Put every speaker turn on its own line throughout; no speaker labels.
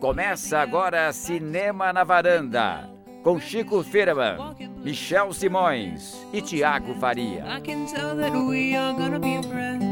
Começa agora Cinema na Varanda, com Chico Firman, Michel Simões e Tiago Faria.
I can tell that we are gonna be friends.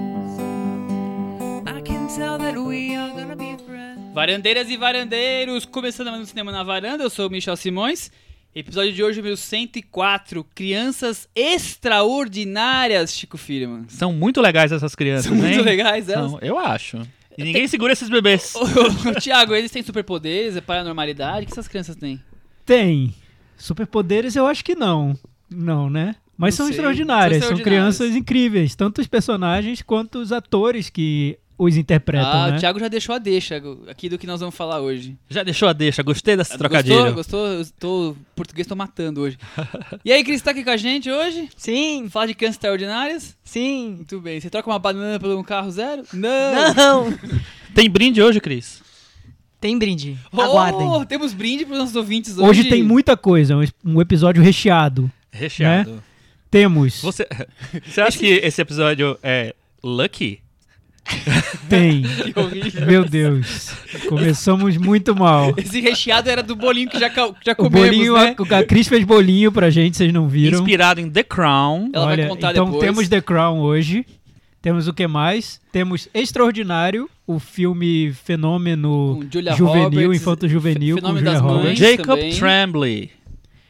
I can tell that we are gonna be friends.
Varandeiras e varandeiros, começando mais um Cinema na Varanda, eu sou o Michel Simões. Episódio de hoje, meu 104, Crianças Extraordinárias, Chico Firman.
São muito legais essas crianças,
São
hein?
muito legais elas.
São, eu acho. E ninguém segura esses bebês.
Ô, Tiago, eles têm superpoderes, é paranormalidade, o que essas crianças têm?
Tem. Superpoderes eu acho que não. Não, né? Mas
Não
são
sei.
extraordinárias,
São
são,
extraordinárias.
crianças incríveis, tanto os personagens quanto os atores que os interpretam,
ah,
né?
o Tiago já deixou a deixa aqui do que nós vamos falar hoje.
Já deixou a deixa, gostei dessa trocadilho.
Gostou? Gostou? Eu tô, o português tô matando hoje. E aí, Cris, tá aqui com a gente hoje?
Sim,
Falar de crianças extraordinárias?
sim.
Muito bem. Você troca uma banana por um carro zero? Não!
Não!
Tem brinde hoje, Cris?
Tem brinde.
Oh,
Aguardem.
temos brinde para os nossos ouvintes hoje.
Hoje tem muita coisa, um es- um episódio recheado.
Recheado.
Temos,
Né? Você, você acha que esse episódio é lucky?
tem.
Que horrível.
Meu Deus, começamos muito mal.
Esse recheado era do bolinho que já, ca- já
O
comemos,
bolinho,
né?
a, a Cris fez bolinho pra gente, vocês não viram.
Inspirado em The Crown.
Ela vai
Olha,
contar
então
depois.
temos The Crown hoje. Temos o que mais? Temos Extraordinário, o filme fenômeno
Com Julia
juvenil,
Roberts,
infanto juvenil com
Fenômeno
Julia
das
Roberts.
Mães
Jacob
também.
Tremblay.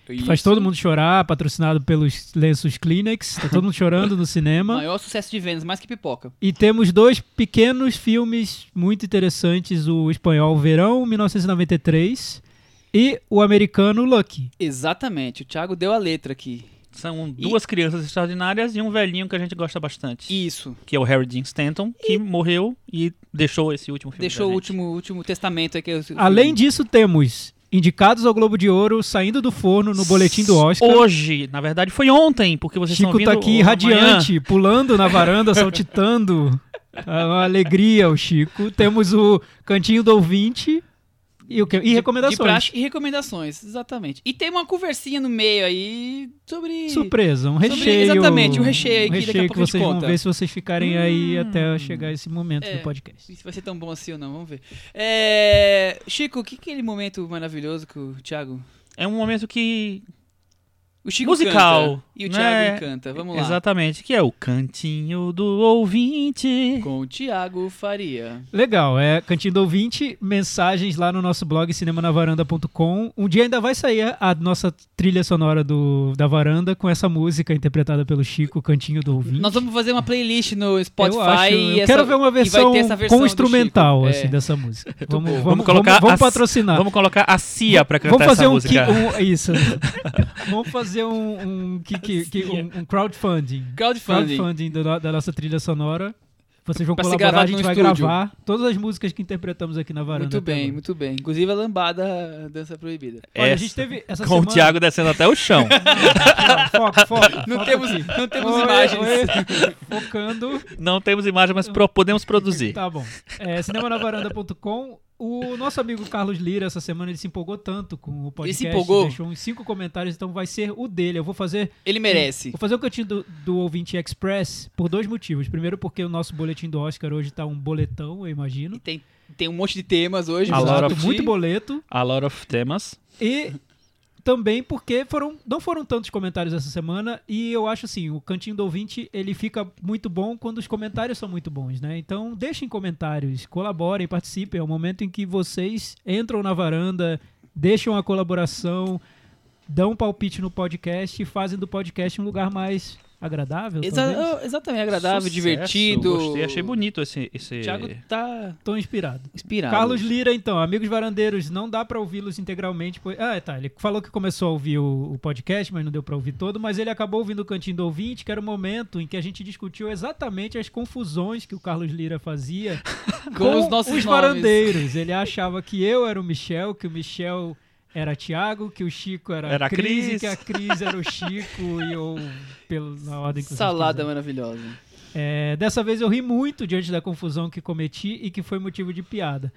Isso.
é- Faz todo mundo chorar, patrocinado pelos lenços Kleenex. Tá todo mundo chorando no cinema.
Maior sucesso de vendas, mais que pipoca.
E temos dois pequenos filmes muito interessantes: o espanhol Verão, 1993, e o americano Lucky.
Exatamente, o Thiago deu a letra aqui.
São duas crianças extraordinárias e um velhinho que a gente gosta bastante.
Isso.
Que é o Harry Dean Stanton, que morreu e deixou esse último filme.
Deixou
pra
o
gente.
último, último testamento aqui. o- o-
Além disso, temos indicados ao Globo de Ouro, saindo do forno no boletim do Oscar.
Hoje, na verdade, foi ontem, porque vocês estão
Chico
vindo
tá aqui
amanhã.
radiante, pulando na varanda, saltitando. É uma alegria o Chico. Temos o Cantinho do Ouvinte e, o que? e
de
recomendações.
praxe e recomendações, exatamente. E tem uma conversinha no meio aí sobre.
Surpresa, um
Sobre-
recheio.
exatamente, um recheio aí que daqui a
recheio
pouco a
que
gente
vocês vão
conta.
ver se vocês ficarem aí
Hum.
até chegar esse momento
É.
do podcast.
Se vai ser tão bom assim ou não, vamos ver. É, Chico, o que que é aquele momento maravilhoso que o Thiago.
É um momento que
O Chico
Musical,
canta e o
né?
Thiago encanta. Vamos lá.
Exatamente, que é o cantinho do ouvinte.
Com o Thiago Faria.
Legal, é Cantinho do Ouvinte, mensagens lá no nosso blog cinemanavaranda.com. Um dia ainda vai sair a nossa trilha sonora do, da varanda com essa música interpretada pelo Chico, Cantinho do Ouvinte.
Nós vamos fazer uma playlist no Spotify.
Eu acho,
e
eu
essa-
quero ver uma
e vai
versão,
ter essa versão
com
do
instrumental
Chico.
assim
É.
dessa música. Vamos, vamos,
Vamos colocar
vamos, vamos
a-
patrocinar.
Vamos colocar a Cia pra cantar
Ah. Vamos fazer
essa
um,
música.
ki- um- isso. vamos fazer um um, kick- que- um- um crowdfunding,
Crowdfunding.
crowdfunding do no- da nossa trilha sonora. Vocês vão
Pra ser
colaborar, a
gravado
gente
num
vai
estúdio.
gravar todas as músicas que interpretamos aqui na varanda.
Muito
até
bem,
agora.
muito bem. Inclusive a lambada a dança proibida.
Olha, a
Essa.
gente teve um essa
Com o
semana...
Thiago descendo até o chão.
Foco, foco.
Não
foco
temos,
aqui.
não temos
Oi,
imagens.
oi. Focando.
Não temos imagem, mas pro- podemos produzir.
Tá bom. É, cinemanavaranda.com. O nosso amigo Carlos Lira, essa semana, ele se empolgou tanto com o podcast.
se empolgou?
Deixou uns cinco comentários, então vai ser o dele. Eu vou fazer,
Ele merece.
vou fazer o cantinho do, do Ouvinte Express por dois motivos. Primeiro, porque o nosso boletim do Oscar hoje tá um boletão, eu
E
imagino.
tem, tem um monte de temas hoje.
A
vamos
Laura-
discutir.
muito boleto.
A lot of temas.
E também porque foram, não foram tantos comentários essa semana e eu acho assim, o cantinho do ouvinte, ele fica muito bom quando os comentários são muito bons, né? Então, deixem comentários, colaborem, participem, é o momento em que vocês entram na varanda, deixam a colaboração, dão um palpite no podcast e fazem do podcast um lugar mais agradável, talvez.
Exa- oh, exatamente, agradável,
Sucesso.
divertido.
Gostei, achei bonito esse. esse...
O Thiago tá
Tô inspirado.
inspirado.
Carlos Lira, então, amigos varandeiros, não dá pra ouvi-los integralmente. Pois... Ah, tá. Ele falou que começou a ouvir o, o podcast, mas não deu pra ouvir todo. Mas ele acabou ouvindo o Cantinho do Ouvinte, que era o momento em que a gente discutiu exatamente as confusões que o Carlos Lira fazia
com, os nossos nomes.
varandeiros. Ele achava que eu era o Michel, que o Michel era Tiago, que o Chico era,
Era a
Cris,
Cris.
que a Cris era o Chico e eu, pelo, na ordem que vocês
Salada
quiserem.
maravilhosa.
É, dessa vez eu ri muito diante da confusão que cometi e que foi motivo de piada.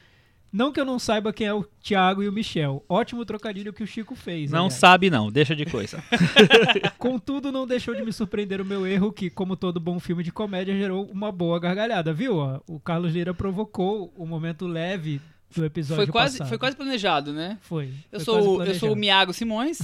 Não que eu não saiba quem é o Thiago e o Michel. Ótimo trocadilho que o Chico fez.
Não
aliás.
sabe, não, deixa de coisa.
Contudo, não deixou de me surpreender o meu erro, que, como todo bom filme de comédia, gerou uma boa gargalhada, viu? Ó, O Carlos Lira provocou o momento leve do episódio
Foi quase,
passado.
foi quase planejado, né?
Foi.
Eu
Foi
sou, o-
quase
eu sou o
planejado.
Miago Simões.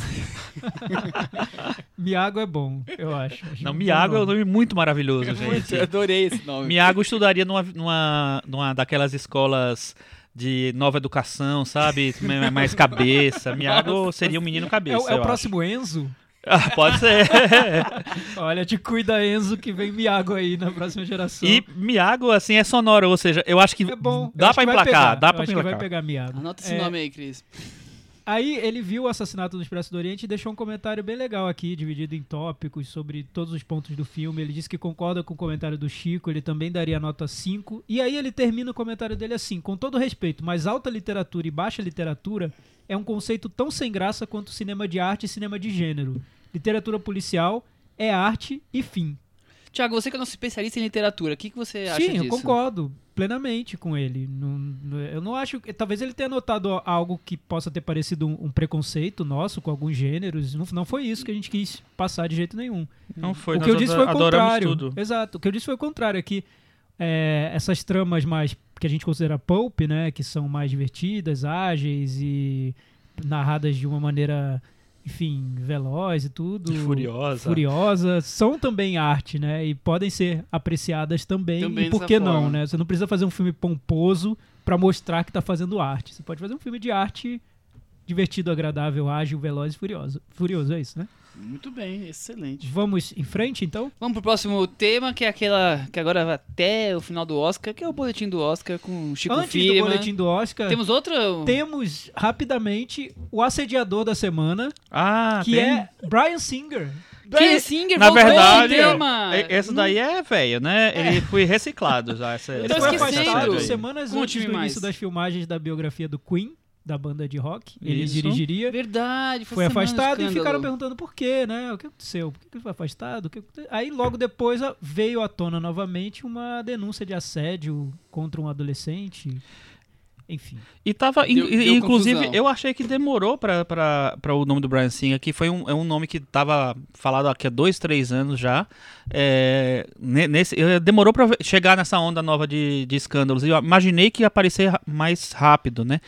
Miago é bom, eu acho. Acho
Não,
um bom
Miago é um
nome.
nome muito
É
maravilhoso,
Muito,
gente.
eu adorei esse nome.
Miago estudaria numa, numa, numa daquelas escolas de nova educação, sabe? Mais- Mais cabeça. Miago seria um menino
É,
cabeça.
o- é
eu
o próximo Enzo?
acho. Ah, pode ser.
Olha, te cuida, Enzo, que vem Miago aí na próxima geração.
E Miago, assim, é sonoro, ou seja, eu acho que
é bom. eu
dá
acho
pra
que vai
emplacar,
pegar,
dá
eu
pra
acho que vai
emplacar.
pegar Miago.
Anota esse
É,
nome aí, Cris.
Aí ele viu o assassinato no Expresso do Oriente e deixou um comentário bem legal aqui, dividido em tópicos sobre todos os pontos do filme. Ele disse que concorda com o comentário do Chico, ele também daria nota 5. E aí ele termina o comentário dele assim: com todo respeito, mas alta literatura e baixa literatura é um conceito tão sem graça quanto cinema de arte e cinema de gênero. Literatura policial é arte e fim.
Tiago, você que é nosso especialista em literatura, o que, que você acha
Sim,
disso?
eu concordo plenamente com ele. Não- não- eu não acho. que- Talvez ele tenha notado algo que possa ter parecido um, um preconceito nosso com alguns gêneros. Não, não foi isso que a gente quis passar de jeito nenhum.
Não foi,
o que eu
nós
disse foi o
adoramos
contrário.
tudo.
Exato. O que eu disse foi o contrário. É que é, essas tramas mais que a gente considera pulp, né, que são mais divertidas, ágeis e narradas de uma maneira, enfim, veloz e tudo.
E furiosa.
Furiosa, são também arte, né? E podem ser apreciadas também.
Também
e por
dessa
que não,
forma.
né? Você não precisa fazer um filme pomposo pra mostrar que tá fazendo arte. Você pode fazer um filme de arte divertido, agradável, ágil, veloz e furioso. Furioso é isso, né?
Muito bem, excelente.
Vamos em frente, então?
Vamos pro próximo tema, que é aquela que agora vai até o final do Oscar, que é o boletim do Oscar com o Chico
Antes do
Firman.
boletim do Oscar, temos...
Temos um. outro?
rapidamente o assediador da semana,
Ah,
que
tem-
é Brian Singer.
Brian Singer
Na
voltou ao
verdade,
tema.
é- esse daí é velho, né? Ele foi reciclado já. Essa,
Eu tô
essa-
foi
essa
esquecendo.
série
afastado
aí.
semanas
Conte-me
antes do
mais.
início das filmagens da biografia do Queen, da banda de rock. Ele
Isso.
dirigiria.
Hum, Verdade, foi,
Foi
essa semana o
afastado e
escândalo.
ficaram perguntando por quê, né? O que aconteceu? Por que ele foi afastado? O que aconte- Aí logo
É.
depois a- veio à tona novamente uma denúncia de assédio contra um adolescente. Enfim.
E tava, in-
Deu-
e-
deu
inclusive,
confusão.
eu achei que demorou pra, pra, pra o nome do Brian Singer, que foi um, é um nome que tava falado aqui há dois, três anos já. É, ne- nesse, eh, demorou pra ve- chegar nessa onda nova de, de escândalos. E Eu imaginei que ia aparecer ra- mais rápido, né?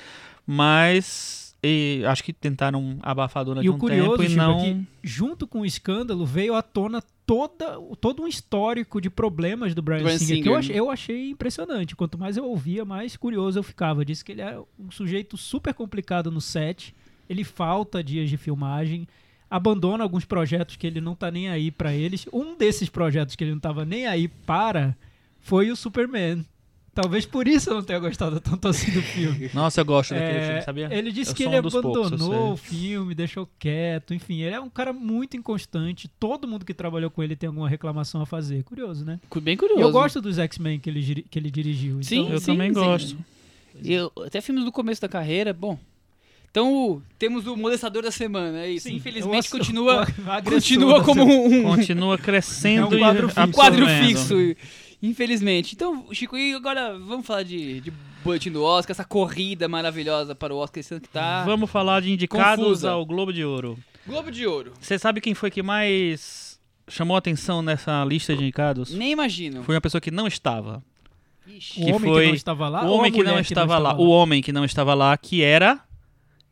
Mas e acho que tentaram abafar durante
E
um
o curioso,
tempo e
Chico,
não.
é que junto com o escândalo veio à tona toda, todo um histórico de problemas do Brian,
Bryan
Singer, que
Singer,
eu achei,
né?
eu achei impressionante. Quanto mais eu ouvia, mais curioso eu ficava. Disse que ele é um sujeito super complicado no set, ele falta dias de filmagem, abandona alguns projetos que ele não tá nem aí pra eles. Um desses projetos que ele não tava nem aí para foi o Superman. Talvez por isso eu não tenha gostado tanto assim do filme.
Nossa, eu gosto daquele
É,
filme, sabia?
Ele disse
Eu
que
sou
ele
um dos poucos, eu
abandonou
sei.
o filme, deixou quieto, enfim, ele é um cara muito inconstante. Todo mundo que trabalhou com ele tem alguma reclamação a fazer. Curioso, né?
Cu- Bem
E
curioso.
eu gosto dos X-Men que ele, giri- que ele dirigiu.
Sim,
então-
eu
sim,
também
sim.
gosto.
Eu- até filmes do começo da carreira, bom. Então, o- temos o molestador da semana, é isso.
Sim,
Infelizmente,
eu-
continua,
o agressor
continua
da
como
semana.
um, um-
Continua crescendo
É um quadro
e
fixo.
um quadro
absorvendo.
fixo. Infelizmente. Então, Chico, e agora vamos falar de, de boletim do Oscar, essa corrida maravilhosa para o Oscar esse ano que tá.
Vamos falar de indicados
Confusa.
ao Globo de Ouro.
Globo de Ouro.
Você sabe quem foi que mais chamou atenção nessa lista de indicados?
Nem imagino.
Foi uma pessoa que não estava.
Ixi.
O
que
homem que
foi-
não estava lá.
o
ou a
homem que
mulher
não estava lá. O homem que não estava lá, que era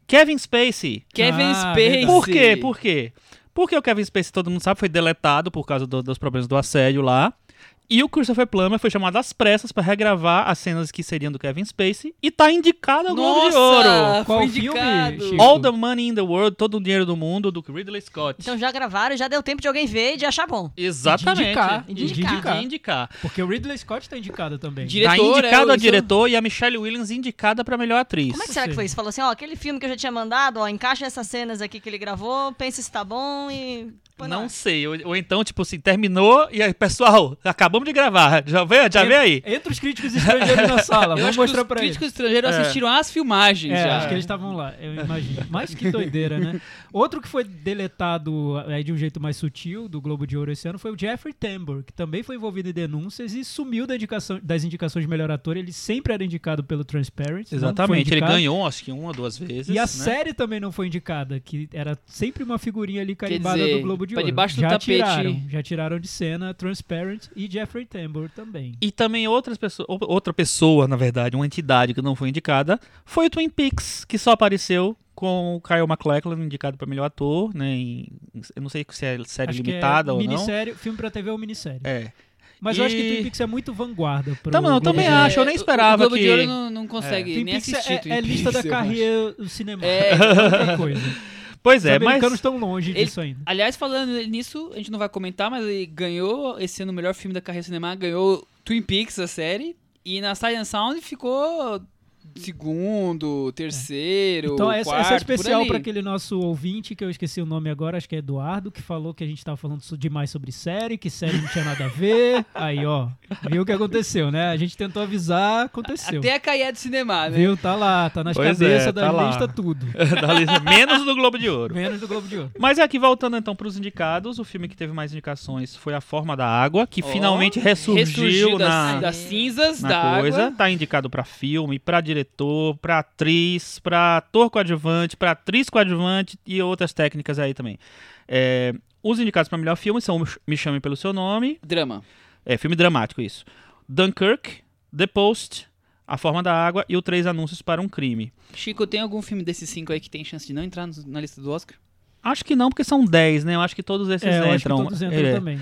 Kevin Spacey.
Kevin
Ah,
Spacey.
verdade.
Por quê? Por quê? Porque o Kevin Spacey, todo mundo sabe, foi deletado por causa do- dos problemas do assédio lá. E o Christopher Plummer foi chamado às pressas para regravar as cenas que seriam do Kevin Spacey e tá indicado ao Globo
Nossa,
de Ouro.
Qual
foi
filme,
indicado.
Chico?
All the Money in the World, todo o dinheiro do mundo, do Ridley Scott.
Então já gravaram, já deu tempo de alguém ver e de achar bom.
Exatamente.
De indicar,
De
de
indicar.
indicar.
De indicar.
Porque o Ridley Scott está indicado também.
Dire-
Tá
Diretor,
indicado
é,
a
isso-
diretor e a Michelle Williams indicada pra melhor atriz.
Como é que será que foi isso? Falou assim, ó, aquele filme que eu já tinha mandado, ó, encaixa essas cenas aqui que ele gravou, pensa se tá bom e... põe no
Não
ar.
sei. Ou, ou então, tipo assim, terminou e aí, pessoal, acabamos de gravar. Já vem, já vem aí.
Entre os críticos estrangeiros na sala.
Eu
Vamos
acho
mostrar
que os
pra eles.
críticos estrangeiros
É.
assistiram às filmagens
É,
já.
acho que eles estavam lá, eu imagino. Mas que doideira, né? Outro que foi deletado é, de um jeito mais sutil do Globo de Ouro esse ano foi o Jeffrey Tambor, que também foi envolvido em denúncias e sumiu da indicação- das indicações de melhor ator. Ele sempre era indicado pelo Transparent. não foi
Exatamente. Ele
indicado.
ganhou, acho que uma, duas vezes.
E a
né?
série também não foi indicada, que era sempre uma figurinha ali carimbada
dizer,
do Globo de
Pra
Ouro.
debaixo do
já
tapete.
Tiraram, já tiraram de cena Transparent e Jeffrey Tambor também.
E também outras pessoas, ou- outra pessoa, na verdade, uma entidade que não foi indicada, foi o Twin Peaks, que só apareceu com o Kyle MacLachlan indicado para melhor ator, né? em- eu não sei se é série
Acho que é
limitada ou não.
minissérie, Filme pra TV ou minissérie.
É.
Mas eu acho que
E-
Twin Peaks é muito vanguarda. Pro
Tá, mas eu
Globo
também
de Ouro.
acho, eu nem esperava
É. o Globo de
que-
Ouro não, não consegue
Twin
nem
Peaks
assistir
é,
Twin
é lista da
Peaks, eu acho.
carreira do cinema.
É.
outra coisa.
Pois
Os
é, mas
americanos estão longe
Ele-
disso ainda.
Aliás, falando nisso, a gente não vai comentar, mas ele ganhou esse ano o melhor filme da carreira cinema, ganhou Twin Peaks, a série, e na Silent Sound ficou segundo, terceiro,
Então, essa,
quarto,
essa é especial
por
para
ali.
aquele nosso ouvinte, que eu esqueci o nome agora, acho que é Eduardo, que falou que a gente tava falando so- demais sobre série, que série não tinha nada a ver. Aí, ó, viu o que aconteceu, né? A gente tentou avisar, aconteceu.
Até a caia do cinema, né?
Viu? Tá lá, tá nas
Pois
cabeças
é,
da
tá lá.
lista tudo.
da lista- menos do Globo de Ouro.
Menos do Globo de Ouro.
Mas aqui voltando então para os indicados, o filme que teve mais indicações foi A Forma da Água, que
Ó,
finalmente ressurgiu,
Ressurgiu das,
na,
das cinzas,
na
da
coisa.
água.
Tá indicado pra filme, pra diretor, pra atriz, pra ator coadjuvante, pra atriz coadjuvante e outras técnicas aí também. É, os indicados pra melhor filme são Me Chame Pelo Seu Nome,
Drama.
é filme dramático isso, Dunkirk, The Post, A Forma da Água e o Três Anúncios para um Crime.
Chico, tem algum filme desses cinco aí que tem chance de não entrar no- na lista do Oscar?
Acho que não, porque são 10, né? Eu acho que todos esses
É, eu
entram.
acho que todos entram
É.
também.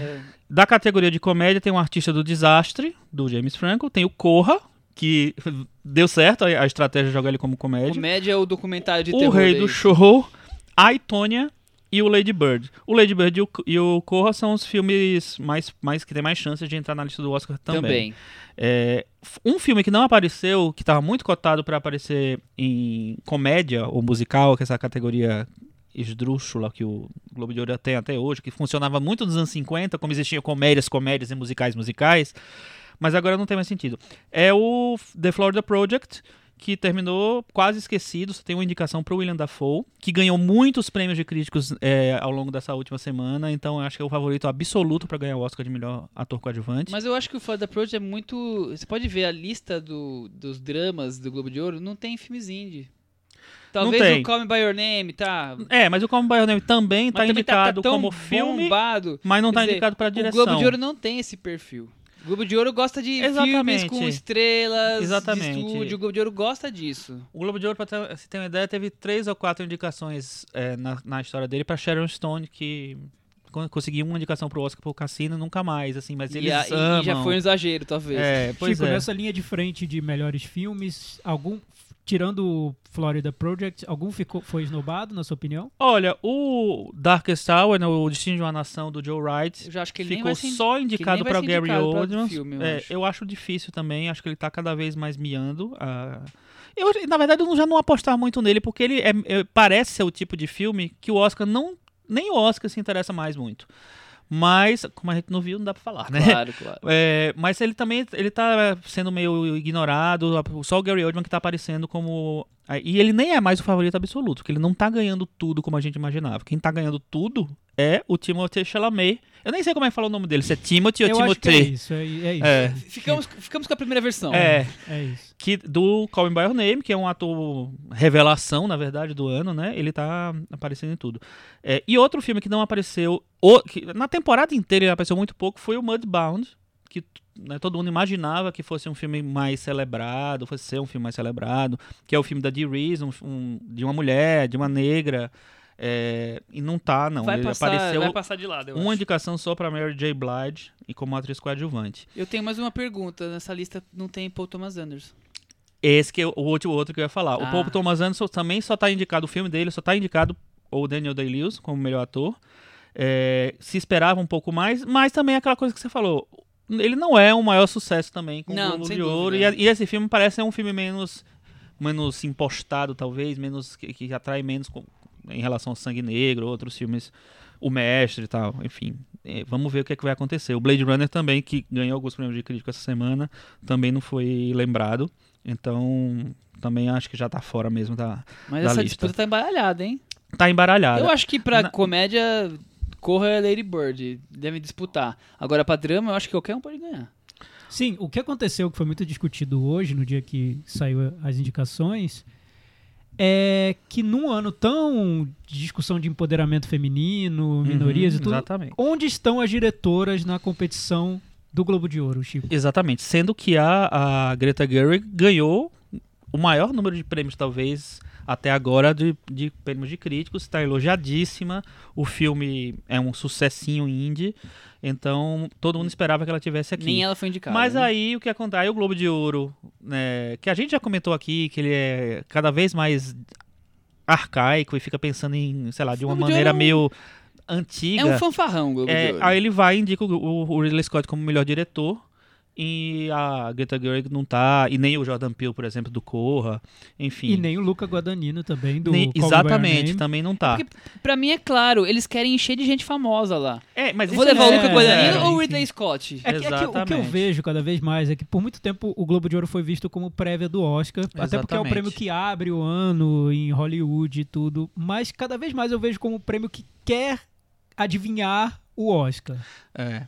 Da categoria de comédia tem o Artista do Desastre, do James Franco, tem o Corra, que deu certo a a estratégia de jogar ele como comédia.
Comédia ou documentário de
o
terror? é
Rei
aí?
do Show, a Itônia e o Lady Bird. O Lady Bird e o, e o Corra são os filmes mais, mais que tem mais chances de entrar na lista do Oscar também.
Também.
É, f- um filme que não apareceu, que estava muito cotado para aparecer em comédia ou musical, que é essa categoria esdrúxula que o Globo de Ouro tem até hoje, que funcionava muito nos anos 50, como existiam comédias, comédias e musicais, musicais, mas agora não tem mais sentido. É o F- The Florida Project, que terminou quase esquecido, só tem uma indicação para o William Dafoe, que ganhou muitos prêmios de críticos é, ao longo dessa última semana, então eu acho que é o favorito absoluto para ganhar o Oscar de melhor ator coadjuvante.
Mas eu acho que o Florida Project é muito. Você pode ver a lista do- dos dramas do Globo de Ouro, não tem filmes indie. Talvez
tem.
o Call Me By Your Name, tá? Mas
É, mas o Como By Your Name também tá
também
indicado
tão
como filme,
bombado.
mas não
Quer
tá
dizer,
indicado pra
O
direção.
Globo de Ouro não tem esse perfil. O Globo de Ouro gosta de filmes
Exatamente.
com estrelas,
Exatamente.
de estúdio. O Globo de Ouro gosta disso.
O Globo de Ouro, pra ter- se tem uma ideia, teve três ou quatro indicações é, na, na história dele pra Sharon Stone, que con- conseguiu uma indicação pro Oscar pro Cassino nunca mais, assim, mas
E,
eles
a- e-
amam.
e já foi um exagero, talvez.
É, pois
Chico,
né?
é.
nessa linha de frente de melhores filmes, algum tirando o Florida Project, algum ficou foi esnobado na sua opinião?
Olha, o Darkest Hour, né, o Destino de uma Nação, do Joe Wright,
Eu já acho que ele nem
ficou
vai ser
só indicado
vai
pra
ser
Gary
indicado pra
Oldman.
filme, eu
É,
acho.
eu acho difícil também, acho que ele tá cada vez mais miando. ah. Eu, na verdade, eu não- já não apostar muito nele, porque ele é- é- parece ser o tipo de filme que o Oscar não. Nem o Oscar se interessa mais muito. Mas, como a gente não viu, não dá pra falar, né?
Claro, claro.
É, mas ele também ele tá sendo meio ignorado. Só o Gary Oldman que tá aparecendo como. E ele nem é mais o favorito absoluto, porque ele não tá ganhando tudo como a gente imaginava. Quem tá ganhando tudo é o Timothée Chalamet. Eu nem sei como é que fala o nome dele, se é Timothy ou
eu acho que é
Timothée.
isso, é, é isso.
É,
Ficamos, ficamos com a primeira versão.
é,
É isso.
que do Call Me By Your Name, que é um ator revelação, na verdade, do ano, né? Ele tá aparecendo em tudo. É, e outro filme que não apareceu, o- que na temporada inteira ele apareceu muito pouco, foi o Mudbound, que né, todo mundo imaginava que fosse um filme mais celebrado, fosse ser um filme mais celebrado, que é o filme da Dee Reese, um- um- de uma mulher, de uma negra, é, e não tá, não.
Vai
ele
passar,
apareceu um
vai passar de lado, eu
uma
acho.
indicação só pra Mary J. Blige e como atriz coadjuvante.
Eu tenho mais uma pergunta. Nessa lista não tem Paul Thomas Anderson.
Esse que é o último outro que eu ia falar.
Ah.
O Paul Thomas Anderson também só tá indicado, o filme dele só tá indicado o Daniel Day-Lewis como melhor ator. É, se esperava um pouco mais, mas também é aquela coisa que você falou. Ele não é o maior sucesso também com
Não,
o Globo
sem
de Ouro. E,
dúvida.
a- e esse filme parece ser um filme menos menos impostado, talvez, menos que, que atrai menos com- em relação ao Sangue Negro, outros filmes, O Mestre e tal, enfim. É, vamos ver o que, é que vai acontecer. O Blade Runner também, que ganhou alguns prêmios de crítica essa semana, também não foi lembrado. Então, também acho que já tá fora mesmo da.
Mas
Da
essa
lista.
disputa tá embaralhada, hein?
Tá embaralhado.
Eu acho que pra
na-
comédia, Corra é Lady Bird. Devem disputar. Agora, pra drama, eu acho que qualquer um pode ganhar.
Sim, o que aconteceu que foi muito discutido hoje, no dia que saiu as indicações, é que num ano tão de discussão de empoderamento
Uhum,
feminino, minorias e tudo,
Exatamente.
onde estão as diretoras na competição do Globo de Ouro, Chico?
Exatamente. Sendo que a, a Greta Gerwig ganhou o maior número de prêmios, talvez, até agora, de, de prêmios de críticos. Está elogiadíssima. O filme é um sucessinho indie. Então, todo mundo esperava que ela tivesse aqui.
Nem ela foi indicada.
Mas
né?
aí o que acontece? Aí o Globo de Ouro, né, que a gente já comentou aqui, que ele é cada vez mais arcaico e fica pensando em, sei lá, de uma
Globo de
maneira
Ouro é um-
meio
É
antiga.
um fanfarrão, Globo
É,
de Ouro.
aí ele vai e indica o, o Ridley Scott como melhor diretor. E a Greta Gerwig não tá. E nem o Jordan Peele, por exemplo, do Corra. Enfim.
E nem o Luca Guadagnino também, do
Nem-
Call Me By Your
exatamente,
Name.
também não tá.
Porque- Pra mim é claro, eles querem encher de gente famosa lá.
É, mas
Vou
isso
levar o
é-
Luca
é,
Guadagnino ou o
enfim.
Ridley Scott?
É que, é que o que eu
Exatamente.
vejo cada vez mais é que por muito tempo o Globo de Ouro foi visto como prévia do Oscar, até porque é o
Exatamente.
prêmio que abre o ano em Hollywood e tudo, mas cada vez mais eu vejo como o prêmio que quer adivinhar o Oscar.
É.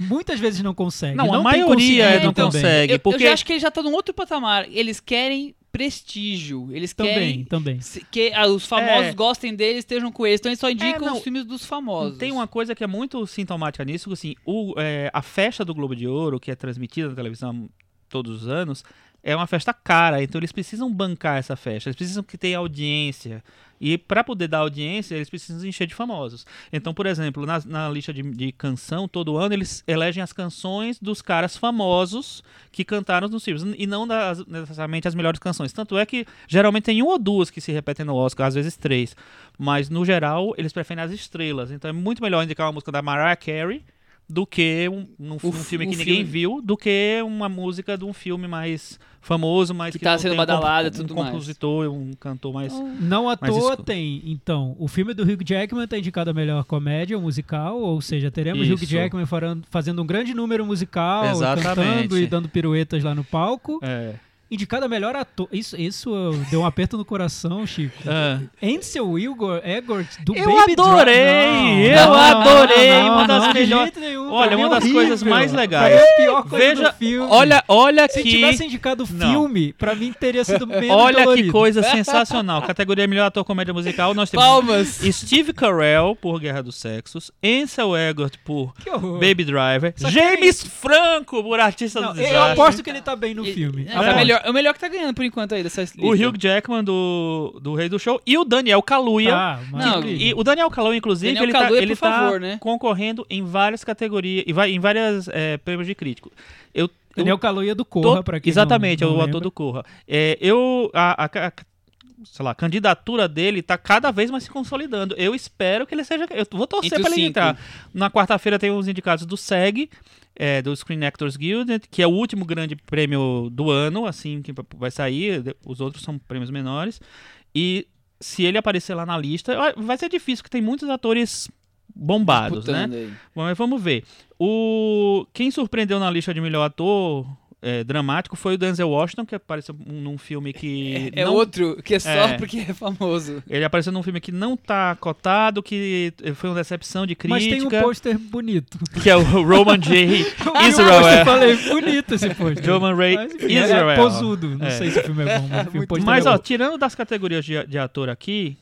Muitas vezes não consegue.
Não, a
tem Então,
maioria
conseguido
não
também.
consegue.
Eu,
É, porque
eu já acho que eles já estão num outro patamar. Eles querem prestígio. Eles
Também,
querem
também.
se- que ah, os famosos
É.
gostem deles, estejam com eles. Então eles só indicam
não.
os filmes dos famosos.
Tem uma coisa que é muito sintomática nisso, que assim, o, é, a festa do Globo de Ouro, que é transmitida na televisão todos os anos, é uma festa cara, então eles precisam bancar essa festa, eles precisam que tenha audiência. E para poder dar audiência, eles precisam encher de famosos. Então, por exemplo, na, na lista de, de canção, todo ano eles elegem as canções dos caras famosos que cantaram nos filmes, e não das- necessariamente as melhores canções. Tanto é que geralmente tem uma ou duas que se repetem no Oscar, às vezes três. Mas no geral, eles preferem as estrelas. Então é muito melhor indicar uma música da Mariah Carey do que um, um-
O
um
fi-
filme
um
que ninguém
filme.
viu, do que uma música de um filme mais famoso, mais
Que
que,
tá
não
sendo
tem um
badalado
compo-
e tudo
um
mais.
compositor, um cantor mais
Não à
Mas
toa
isso-
tem, então, o filme do Hugh Jackman tá indicado a melhor comédia musical, ou seja, teremos Hugh
Isso.
Jackman farando- fazendo um grande número musical,
Exatamente.
cantando e dando piruetas lá no palco.
é,
Indicado a melhor ator. Isso, isso uh, deu um aperto no coração, Chico.
ah,
Ansel Igor Egort do
Eu
Baby Driver.
adorei,
Não,
eu
não, não,
adorei,
não,
uma das
não, de
melhores-
jeito nenhum, pra
Olha,
mim é
uma das
horrível.
coisas mais
Pra mim
legais.
É a pior coisa
Veja,
do filme.
olha, olha
se
que
tivesse indicado
Não.
filme, pra mim teria sido menos
olha que
dolorido.
coisa sensacional. Categoria melhor ator comédia musical, nós temos
Palmas!
Steve Carell por Guerra dos Sexos, Ansel Elgort por
Que horror.
Baby Driver,
Só que-
James Franco por Artista
Não,
do
eu
Desastre.
aposto que ele tá bem no
E-
filme.
É,
Aposto.
tá melhor, é o melhor que tá ganhando por enquanto aí dessa lista.
O Hugh Jackman do, do Rei do Show e o Daniel Kaluuya.
Tá, mas-
Não,
E o Daniel Calou, inclusive,
Daniel
ele, está
Kaluuya,
ele
por
tá
favor, né?
concorrendo em várias categorias, em va- em várias eh, prêmios de crítico. Eu, eu
Daniel Kaluuya do Corra,
tô-
pra quem
Exatamente,
não, não
é o
lembra.
ator do Corra. É, eu. A, a, a- sei lá, a candidatura dele tá cada vez mais se consolidando. Eu espero que ele seja. Eu vou torcer
Entre os
para ele
cinco.
entrar. Na quarta-feira tem os indicados do SEG, é, do Screen Actors Guild, que é o último grande prêmio do ano, assim, que vai sair. Os outros são prêmios menores. E se ele aparecer lá na lista, ó, vai ser difícil, porque tem muitos atores bombados, né?
Disputando Tá aí.
Bom, mas vamos ver. O... Quem surpreendeu na lista de melhor ator é, dramático foi o Denzel Washington, que apareceu um- num filme que.
É
não...
outro que é só
É.
porque é famoso.
Ele apareceu num filme que não tá cotado, que eh, foi uma decepção de
Mas tem um
crítica,
pôster bonito.
que é o Roman J.
Eu
Israel.
falei, bonito esse pôster.
Roman Ray
Mas, enfim,
Israel.
É posudo. Não
É.
sei se o filme é bom, mas, enfim, o pôster
Mas,
é
ó,
bom.
tirando das categorias de, de ator aqui,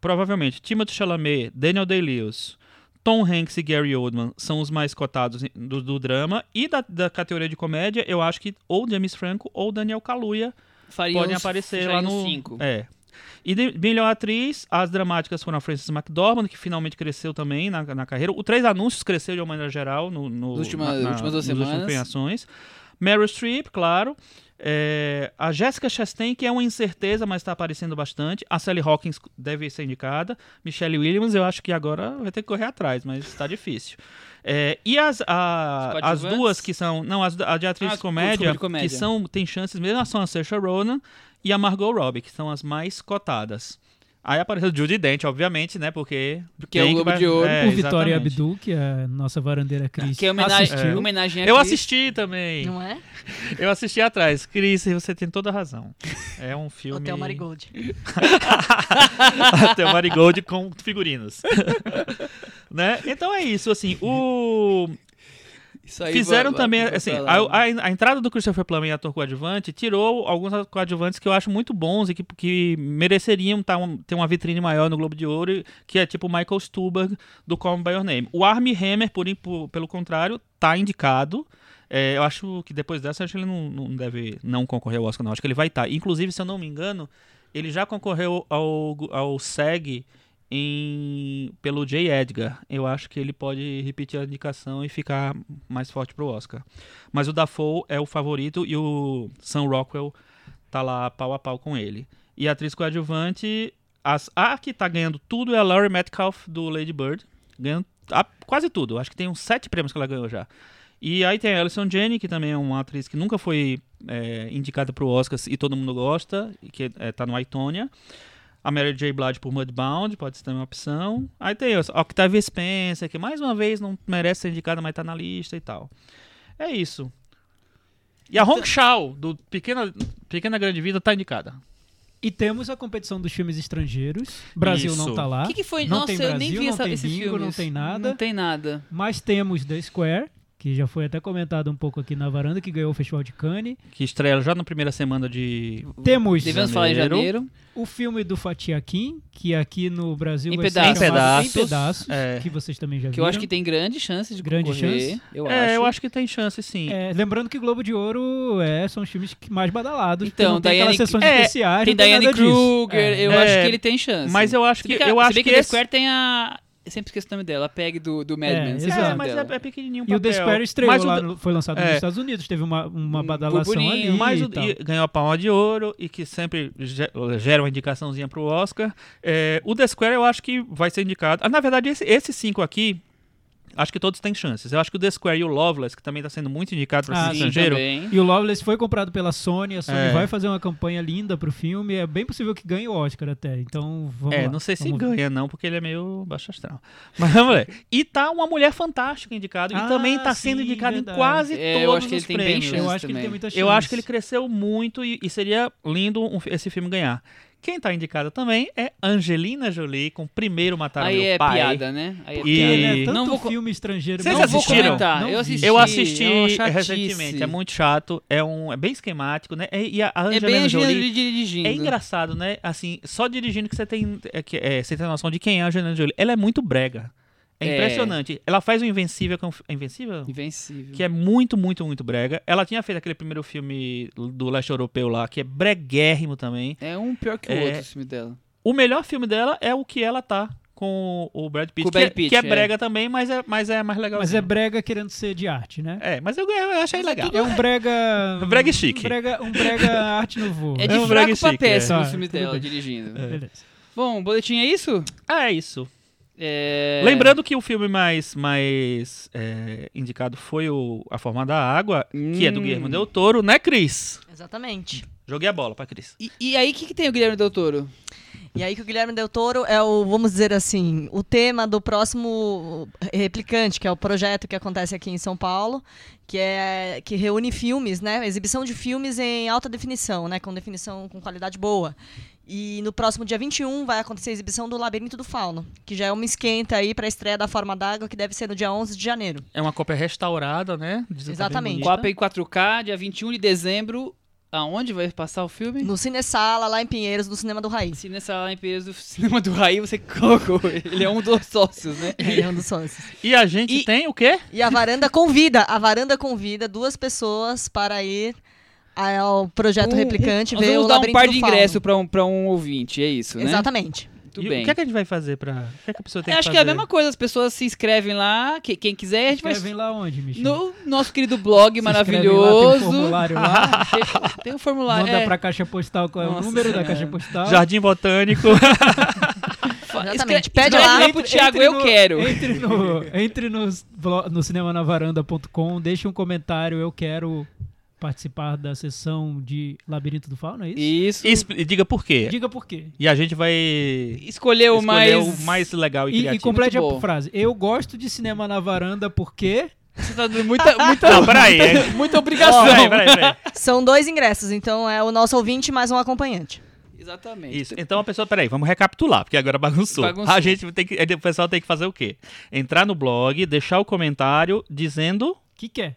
provavelmente Timothée Chalamet, Daniel Day-Lewis, Tom Hanks e Gary Oldman são os mais cotados em- do, do drama. E da, da categoria de comédia, eu acho que ou James Franco ou Daniel Kaluuya
Faria
podem
uns-
aparecer
faria
lá
uns
no...
cinco.
É. E de melhor atriz, as dramáticas foram a Frances McDormand, que finalmente cresceu também na, na carreira. O Três Anúncios cresceu de uma maneira geral no, no,
Nas últimas- últimas duas
nas últimas
semanas.
premiações. Meryl Streep, claro. É, a Jessica Chastain, que é uma incerteza, mas está aparecendo bastante. A Sally Hawkins deve ser indicada. Michelle Williams, eu acho que agora vai ter que correr atrás, mas está difícil. É, e as, a-
Os
as
coadjuvantes?
duas que são. Não, as, a de atriz
Ah,
de comédia,
desculpa, de comédia.
que são, tem chances mesmo, são a Saoirse Ronan e a Margot Robbie, que são as mais cotadas. Aí apareceu Judy Dent, obviamente, né? Porque.
Porque é o
tem que
Globo
vai-
de Ouro.
é,
Por Vitória
exatamente. Tá,
Abdu, que é a nossa varandeira Cris. Assim,
Que é homenagem,
assistiu.
homenagem a
Eu
Chris.
assisti também.
Não é?
Eu assisti atrás. Cris, você tem toda a razão. É um filme.
Hotel Marigold.
Até o Marigold com figurinos. né? Então é isso, assim, o...
Isso aí
Fizeram
vai- vai-
também,
vai
assim,
pra
a,
lá.
a- a entrada do Christopher Plummer em ator coadjuvante tirou alguns coadjuvantes que eu acho muito bons e que, que mereceriam tá um- ter uma vitrine maior no Globo de Ouro, e- que é tipo o Michael Stuhlbarg do Call Me By Your Name. O Armie Hammer, por, im- por- pelo contrário, tá indicado. É, eu acho que depois dessa, acho que ele não, não deve não concorrer ao Oscar, não. Acho que ele vai estar. Inclusive, se eu não me engano, ele já concorreu ao, ao SEG em, pelo J. Edgar. Eu acho que ele pode repetir a indicação e ficar mais forte pro Oscar. Mas o Dafoe é o favorito e o Sam Rockwell tá lá pau a pau com ele. E a atriz coadjuvante, as- a que tá ganhando tudo é a Laurie Metcalf do Lady Bird. Ganhando a- quase tudo. Acho que tem uns sete prêmios que ela ganhou já. E aí tem a Alison Jenny, que também é uma atriz que nunca foi é, indicada pro Oscar e todo mundo gosta, e que é, tá no Aitonia. A Mary J. Blige por Mudbound, pode ser também uma opção. Aí tem a Octavia Spencer, que mais uma vez não merece ser indicada, mas tá na lista e tal. É isso. E a
Então-
Hong Shao, do Pequena, Pequena Grande Vida, tá indicada.
E temos a competição dos filmes estrangeiros. Brasil não
Isso.
tá lá.
O que, que foi?
Não
Nossa,
tem
eu nem
Brasil,
vi
não
essa,
tem
esses
bingo,
filmes.
não tem nada.
Não tem nada.
Mas temos The Square, que já foi até comentado um pouco aqui na varanda, que ganhou o Festival de Cannes.
Que estreia já na primeira semana de.
Temos
Devemos falar em janeiro. Tá
o filme do Fatia Kim, que aqui no Brasil
Em
vai ser
pedaços.
chamado
Em
Em pedaços
é.
que vocês também já viram.
Que eu acho que tem grande chance de
Grande
concorrer.
chance?
Eu
é,
acho.
eu acho que tem chance, sim.
É, lembrando que Globo de Ouro é, são os filmes que mais badalados. porque
Então,
não tem
Diane-
aquelas sessões
é,
especiais.
Tem
não
Diane
nada disso.
Kruger,
É.
eu
É,
acho que ele tem chance.
Mas eu acho
Se
que.
bem
eu
se
acho
bem
que
que The
esse-
Square tem a... Eu sempre esqueço o nome dela, a Peg do, do Mad
É,
Men. sempre
exato.
esqueço
É,
o nome
mas
dela.
é, é pequenininho
E o The
papel.
Square estreou
Mas o
lá,
do-
no- foi lançado
é. Hum,
nos Estados Unidos, teve uma, uma badalação
burburinho.
ali
Mas
e
o,
tal.
e ganhou a Palma de Ouro e que sempre ge- gera uma indicaçãozinha pro Oscar. É, o The Square eu acho que vai ser indicado. Ah, na verdade, esse- esses cinco aqui, acho que todos têm chances. Eu acho que o The Square e o Loveless, que também tá sendo muito indicado para
Ah,
ser
sim,
estrangeiro,
também.
E o Loveless foi comprado pela Sony, a Sony
É.
vai fazer uma campanha linda pro filme, é bem possível que ganhe o Oscar até. Então, vamos
É,
lá,
não sei se
vamos ver.
ganha, não, porque ele é meio baixo astral. Mas vamos ver. E tá uma mulher fantástica indicada.
Ah,
e também tá sendo
sim,
indicada
verdade.
em quase
É,
todos
eu acho que
os
ele tem bem
prêmios.
Eu
chance
acho que ele
também.
tem muita chance.
Eu acho que ele cresceu muito e, e seria lindo um fi- esse filme ganhar. Quem tá indicada também é Angelina Jolie com Primeiro Mataram
Aí
Meu
é
Pai.
piada, né? Aí é
E-
Ele é
piada.
tanto
Não vou... co-
filme estrangeiro.
Vocês
não vou
assistiram?
comentar,
Não
não vi.
assisti.
Eu
assisti,
assisti
é uma chatice.
recentemente, é muito chato, é, um, é bem esquemático, né? E a
É
Angelina
bem a
Jolie
Angelina dirigindo.
É engraçado, né? Assim, só dirigindo que você tem, é, que, é, você tem noção de quem é a Angelina Jolie. Ela é muito brega. É,
É.
impressionante. Ela faz o Invencível, que é um fi- é Invencível?
Invencível.
Que é muito, muito, muito brega. Ela tinha feito aquele primeiro filme do leste europeu lá, que é breguérrimo também.
É um pior que o
É.
outro, o filme dela.
O melhor filme dela é o que ela tá com o Brad Pitt,
Com o
que,
Brad
é-
Pitt,
que é,
é.
brega também, mas é, mas é mais legal.
Mas é brega querendo ser de arte, né?
é, mas eu, eu achei legal.
É um brega...
Um brega chique.
Um brega, um brega arte novo.
É
É
de fraco
um drag
pra
chic, é.
péssimo o
Tá,
filme
tudo
dela
bem.
dirigindo.
Beleza.
Bom, boletim é isso?
Ah, é isso.
É...
Lembrando que o filme mais, mais é, indicado foi o A Forma da Água, que é do
Hum.
Guillermo Del Toro, né, Cris?
Exatamente.
Joguei a bola pra Cris.
E, e aí, o que, que tem o Guilherme Del Toro?
E aí que o Guilherme Del Toro é o, vamos dizer assim, o tema do próximo replicante, que é o projeto que acontece aqui em São Paulo, que é que reúne filmes, né? Exibição de filmes em alta definição, né? Com definição com qualidade boa. E no próximo dia 21 vai acontecer a exibição do Labirinto do Fauno, que já é uma esquenta aí para a estreia da Forma d'Água, que deve ser no dia 11 de janeiro.
É uma cópia restaurada, né? Dizem que tá bem
Exatamente.
bonita.
Copa em 4K, dia 21 de dezembro. Aonde vai passar o filme?
No Cinesala, lá em Pinheiros, no Cinema do Raiz.
Se nessa lá em Pinheiros do Cinema do Raí você colocou. Ele é um dos sócios, né?
Ele é um dos sócios.
E a gente
E-
tem o quê?
E a varanda convida, a varanda convida duas pessoas para ir ao projeto
Um-
replicante
um- nós
ver o
vamos dar um
Labirinto
par
do
de
Fauno.
ingresso pra um, pra um ouvinte, é isso, né?
Exatamente.
Muito
E
bem.
O que, é que a gente vai fazer pra. O que, é que a pessoa tem
Eu
que
acho que
fazer?
é a mesma coisa, as pessoas se inscrevem lá, que- quem quiser, a gente vai.
Escrevem lá onde, Michel?
No nosso querido blog
Se inscrevem Lá, tem um
maravilhoso.
formulário lá.
Tem- tem um formulário.
Manda
é,
pra caixa postal qual é
Nossa
o número
Senhora.
da caixa postal.
Jardim Botânico.
fa- é
Exatamente.
escre-
Pede
escreve
lá.
pro Tipo, Thiago, eu
no-
quero.
Entre no, entre no, blo- no cinemanavaranda.com, deixa um comentário, eu quero participar da sessão de Labirinto do Fauno, é isso?
Isso.
e exp- e diga por quê.
Diga por quê.
E a gente vai. Escolher
Escolher o mais.
o mais legal e,
E, e
criativo.
complete
muito bom.
a frase. Eu gosto de cinema na varanda porque...
Você tá dando muita, muita,
Não, peraí. é-
muita obrigação.
Peraí, peraí, peraí.
São dois ingressos, então é o nosso ouvinte mais um acompanhante.
Exatamente.
Isso. Então a pessoa, peraí, vamos recapitular, porque agora bagunçou.
Bagunçou.
A gente tem que. O pessoal tem que fazer o quê? Entrar no blog, deixar o comentário dizendo
que é? quer.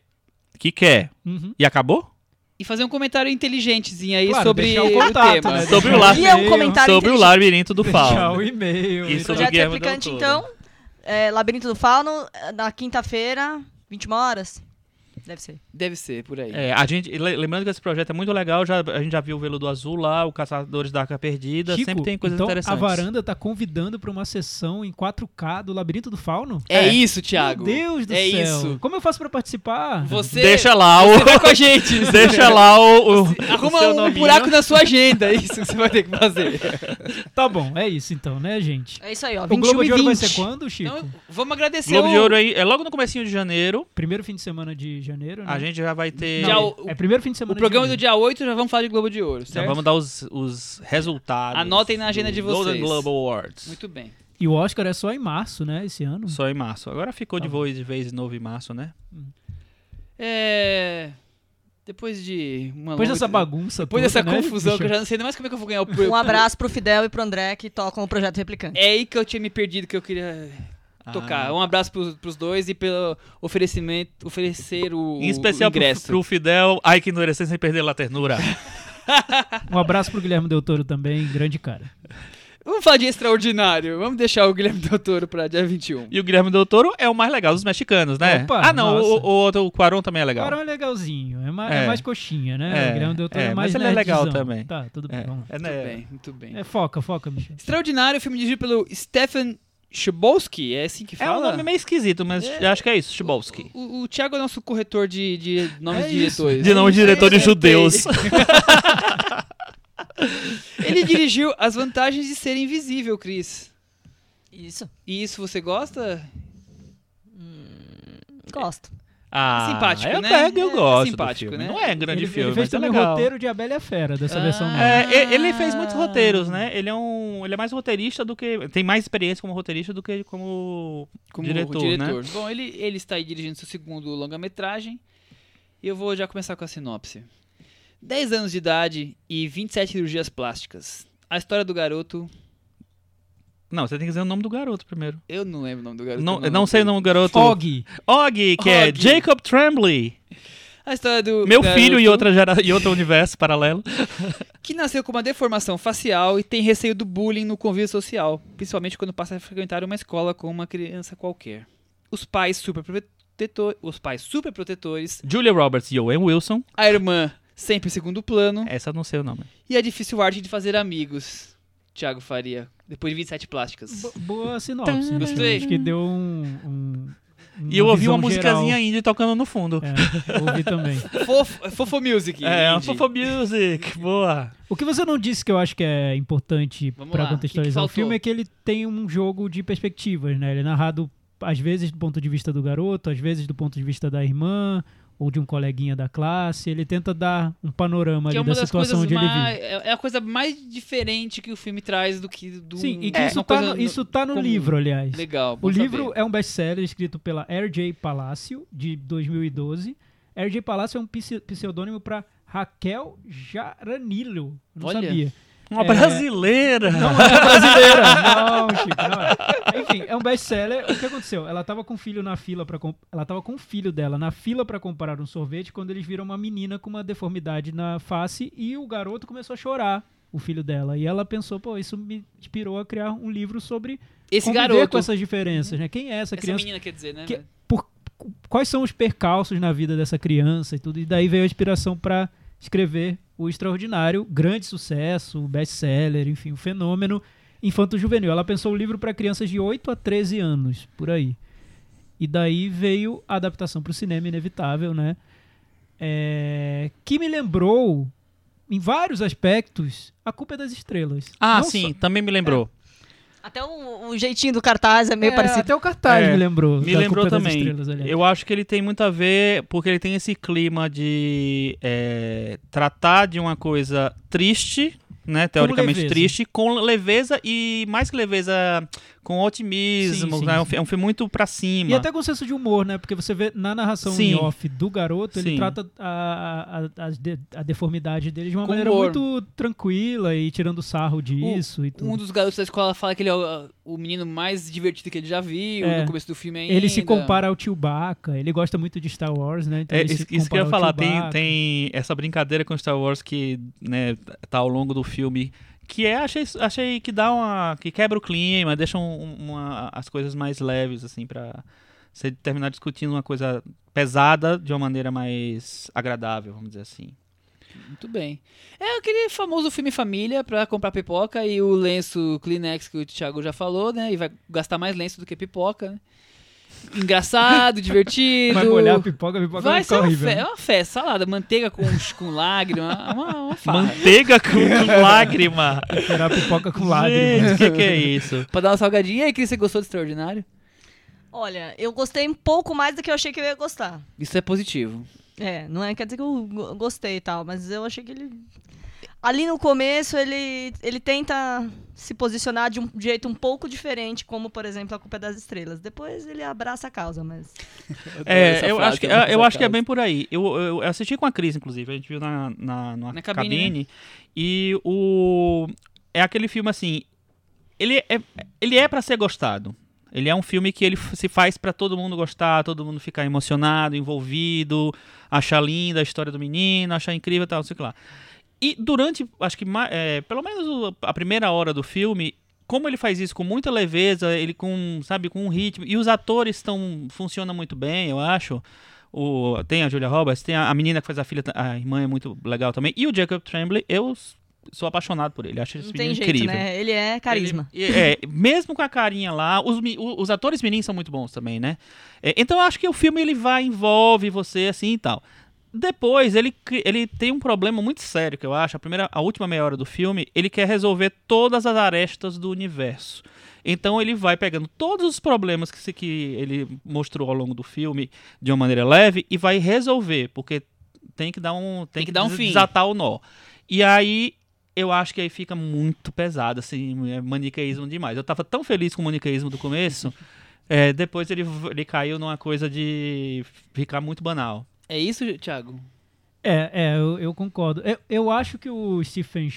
Que quer.
Uhum.
E acabou?
E fazer um comentário inteligentezinho aí
Claro,
sobre
deixar
o,
o contato,
tema.
né?
Sobre o
E
labirinto.
é um comentário
sobre o
inteligente.
labirinto do
Deixar o
fauno.
e-mail.
Isso.
e tal.
Sobre
Projeto
Guilherme
Replicante,
Del
então.
Toro.
é, Labirinto do Fauno, é, na quinta-feira, 21 horas. Deve ser.
Deve ser, por aí.
É, a gente, le- lembrando que esse projeto é muito legal, já, a gente já viu o Veludo Azul lá, o Caçadores da Arca Perdida,
Chico,
sempre tem coisas
então
interessantes.
a Varanda tá convidando pra uma sessão em 4K do Labirinto do Fauno?
É, isso, Thiago.
Meu Deus do
é
céu.
isso.
Como eu faço pra participar?
Você
Deixa lá o...
você vai com a gente.
Deixa lá o... o o
Arruma
seu
um
nominho.
buraco na sua agenda. É isso que você vai ter que fazer.
Tá bom, é isso então, né,
Tá
gente?
É isso aí, ó.
O
21
Globo
e
de Ouro vai
20.
ser quando, Chico?
Então, vamos agradecer
Globo
o...
de Ouro aí, é logo no comecinho de janeiro,
Primeiro fim de semana de janeiro, né?
a gente já vai ter...
Já o-
É primeiro fim de semana
O programa
de
do
janeiro.
dia 8 já vamos falar de Globo de Ouro,
Já
certo?
vamos dar os, os resultados.
Anotem na agenda
do
de vocês.
Golden Globe Awards.
Muito bem.
E o Oscar é só em março, né, esse ano.
Só em março. Agora ficou de
Tá.
vez de vez novo em março, né?
É... Depois de uma
Depois
longa-
dessa bagunça
Depois
toda,
dessa
né,
confusão,
bicho?
que eu já não sei nem mais como é que eu vou ganhar o
Um abraço pro Fidel e pro André que tocam o Projeto Replicante.
É aí que eu tinha me perdido, que eu queria
Ah.
tocar. Um abraço pros, pros dois e pelo oferecimento, oferecer o,
Em especial
o ingresso.
Pro, pro Fidel, ai que endurecer sem perder a ternura.
Um abraço pro Guilherme Del Toro também, grande cara.
Vamos falar de extraordinário. Vamos deixar o Guilherme Del Toro pra dia 21.
e o Guilherme Del Toro é o mais legal dos mexicanos, né?
Opa,
ah, não, o,
nossa.
o outro, o Quaron também é legal.
Agora é legalzinho, é mais,
É.
é mais coxinha, né?
É,
o Guilherme Del Toro
é,
é, mais
mas ele é legal
nerdzão.
também.
Tá, tudo bem,
É,
vamos lá.
é,
Muito
né?
bem, muito bem.
É, foca, foca, Michel.
Extraordinário, filme dirigido pelo Stefan Chbosky, é assim que
É um
fala?
nome meio esquisito, mas acho que é isso, Chbosky.
o, o Thiago é nosso corretor de, de nomes
É
de
isso.
diretores.
De nome de diretor de judeus.
Ele dirigiu As Vantagens de Ser Invisível, Cris.
Isso.
E isso você gosta?
Gosto.
Ah,
Simpático,
eu
né?
Pego, eu
É
gosto. do
simpático,
filme.
né?
Não é grande
ele,
filme,
ele fez
mas é
um
também
legal.
roteiro de A Bela e a Fera, dessa
Ah.
versão nova.
É, e- ele
Ah.
fez muitos roteiros, né? Ele é um, ele é mais roteirista do que tem mais experiência como roteirista do que como
Como
diretor, né?
Bom, ele, ele está aí dirigindo seu segundo longa-metragem. E eu vou já começar com a sinopse. 10 anos de idade e 27 cirurgias plásticas. A história do garoto...
Não, você tem que dizer o nome do garoto primeiro.
Eu não lembro o nome do garoto.
Não,
eu
eu não sei o nome do garoto.
Fog.
Og, que é
Og.
Jacob Tremblay.
A história do
Meu
garoto
filho e, outra gera- e outro universo paralelo.
Que nasceu com uma deformação facial e tem receio do bullying no convívio social, principalmente quando passa a frequentar uma escola com uma criança qualquer. Os pais superprotetor, os pais superprotetores,
Julia Roberts e Owen Wilson.
a irmã sempre em segundo
Hum.
plano
Essa eu não sei o nome.
e a difícil arte de fazer amigos. Tiago Faria, depois de 27 plásticas.
Bo- boa sinopse.
Tum,
né?
gostei.
Acho que deu um. um-
Hum.
E eu ouvi
visão
uma musicazinha
geral.
indie tocando no fundo.
É, ouvi também.
Fofo, fofo Music.
É, uma
indie.
fofa music. Boa.
O que você não disse que eu acho que é importante
Vamos
pra
lá,
contextualizar
o
o,
que que faltou?
filme é que ele tem um jogo de perspectivas, né? Ele é narrado às vezes do ponto de vista do garoto, às vezes do ponto de vista da irmã ou de um coleguinha da classe. Ele tenta dar um panorama
Que é
ali
uma
da
das
situação
coisas
onde ele vive.
mais, é é a coisa mais diferente que o filme traz do que do
Sim, e que
é,
isso,
uma
tá
coisa
no, isso tá no
comum.
livro, aliás.
legal. bom
O livro
saber.
é um best-seller escrito pela R.J. Palácio, de 2012. R.J. Palácio é um pse- pseudônimo para Raquel Jaranillo. Não
Olha.
sabia.
Uma
É.
brasileira.
Não é brasileira. não, Chico, não é. Enfim, é um best-seller. O que aconteceu? Ela tava com o filho na fila para ela tava com o filho dela na fila para comprar um sorvete quando eles viram uma menina com uma deformidade na face e o garoto começou a chorar. O filho dela. E ela pensou, pô, isso me inspirou a criar um livro sobre
Esse
conviver
garoto,
com essas diferenças, né? Quem é essa
essa
criança?
menina quer dizer, né?
que- por- quais são os percalços na vida dessa criança e tudo. E daí veio a inspiração para escrever O Extraordinário, grande sucesso, best-seller, enfim, um fenômeno infanto-juvenil. Ela pensou o livro para crianças de 8 a 13 anos, por aí. E daí veio a adaptação para o cinema inevitável, né? É, que me lembrou, em vários aspectos, A Culpa é das Estrelas.
Ah,
Não
sim, também me lembrou.
Até o, o jeitinho do cartaz é
só-
meio
É,
parecido.
Até o cartaz
É,
me lembrou.
Me
da
lembrou
Culpa é
também.
Das estrelas, aliás.
eu acho que ele tem muito a ver, porque ele tem esse clima de é, tratar de uma coisa triste, né? Teoricamente
leveza.
triste, com leveza e mais que leveza, com otimismo,
Sim, sim,
né? É um
sim.
fi- É um filme muito pra cima.
E até com senso de humor, né? Porque você vê na narração
Sim.
em off do garoto, ele
Sim.
trata a, a- as de- a deformidade dele de uma
Com
maneira
humor.
muito tranquila e tirando sarro disso e tudo.
Um dos garotos da escola fala que ele é o, o menino mais divertido que ele já viu
É.
no começo do filme ainda.
Ele se compara ao Chewbacca, ele gosta muito de Star Wars, né? Então
É,
ele se
isso, isso que eu ia
compara
falar,
ao
tem,
Chewbacca.
tem essa brincadeira com Star Wars que né, tá ao longo do filme, que é, achei, achei que dá uma. que quebra o clima, deixa um- uma- as coisas mais leves, assim, pra você terminar discutindo uma coisa pesada de uma maneira mais agradável, vamos dizer assim.
Muito bem. É aquele famoso filme família pra comprar pipoca e o lenço Kleenex que o Thiago já falou, né? E vai gastar mais lenço do que pipoca, né? Engraçado, divertido.
Vai molhar a pipoca, a pipoca
Vai
vai
ser
ficar
um
uma,
horrível.
fe
né?
é uma festa, salada, manteiga com, com lágrima, uma, uma farra.
Manteiga com lágrima!
Tirar a pipoca com lágrimas.
Gente, o que, que é isso?
pra dar uma salgadinha. E aí, Cris, você gostou do Extraordinário?
Olha, eu gostei um pouco mais do que eu achei que eu ia gostar.
Isso é positivo.
É, não é quer dizer que eu go- gostei e tal, mas eu achei que ele. Ali no começo ele, ele tenta se posicionar de um jeito um pouco diferente, como por exemplo a culpa é das estrelas. Depois ele abraça a causa, mas.
É, eu acho, que, eu, acho que é bem por aí. Eu, eu- eu assisti com a Cris, inclusive. A gente viu na, na, numa
Na cabine,
cabine. né? E o. É aquele filme assim. Ele é, ele é para ser gostado. Ele é um filme que ele f- se faz pra todo mundo gostar, todo mundo ficar emocionado, envolvido, achar linda a história do menino, achar incrível e tal, não sei o que lá. E durante, acho que ma- é, pelo menos o- a primeira hora do filme, como ele faz isso com muita leveza, ele com, sabe, com um ritmo. E os atores estão. funcionam muito bem, eu acho. O, tem a Julia Roberts, tem a, a menina que faz a filha, ta- a irmã é muito legal também. E o Jacob Tremblay, eu s- sou apaixonado por ele, acho esse
Não
menino
tem jeito,
incrível.
né? Ele é carisma.
Ele- é, mesmo com a carinha lá, os, mi- o- os atores meninos são muito bons também, né? É, então eu acho que o filme ele vai, envolve você assim e tal. Depois, ele, cri- ele tem um problema muito sério, que eu acho. A primeira, a última meia hora do filme, ele quer resolver todas as arestas do universo. Então ele vai pegando todos os problemas que, se- que ele mostrou ao longo do filme de uma maneira leve e vai resolver, porque tem que dar um. Tem,
que dar um
des-
fim.
Desatar o nó. E aí eu acho que aí fica muito pesado, assim, é maniqueísmo demais. Eu tava tão feliz com o maniqueísmo do começo, é, depois ele, v- ele caiu numa coisa de ficar muito banal.
É isso, Thiago?
É, é, eu, eu concordo. Eu, eu acho que o Stephen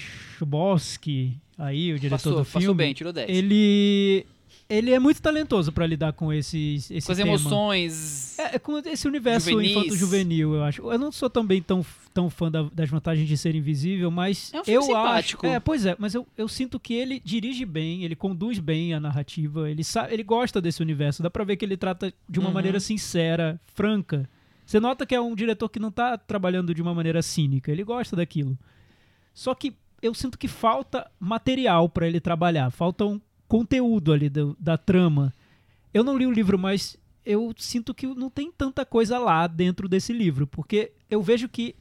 Chbosky, aí, o diretor
Passou,
do
passou
filme,
bem, tirou 10.
ele ele é muito talentoso pra lidar com esses esse
com as
tema.
emoções.
É, é com esse universo
Juvenis.
infanto juvenil, eu acho. Eu não sou também tão, tão fã da- das vantagens de ser invisível, mas
É um filme
eu
simpático.
acho. É, pois é, mas eu, eu sinto que ele dirige bem, ele conduz bem a narrativa, ele sa- ele gosta desse universo. Dá pra ver que ele trata de uma
Uhum.
maneira sincera, franca. Você nota que é um diretor que não tá trabalhando de uma maneira cínica, ele gosta daquilo. Só que eu sinto que falta material pra ele trabalhar, falta um conteúdo ali do- da trama. Eu não li o livro, mas eu sinto que não tem tanta coisa lá dentro desse livro, porque eu vejo que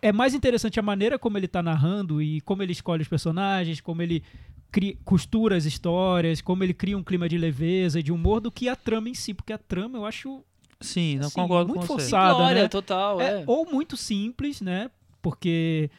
é mais interessante a maneira como ele tá narrando e como ele escolhe os personagens, como ele cri- costura as histórias, como ele cria um clima de leveza e de humor do que a trama em si, porque a trama eu acho
Sim, não
Assim,
concordo com
muito
você.
forçado. Sada,
Glória,
né?
total,
é,
é.
ou muito simples, né? Porque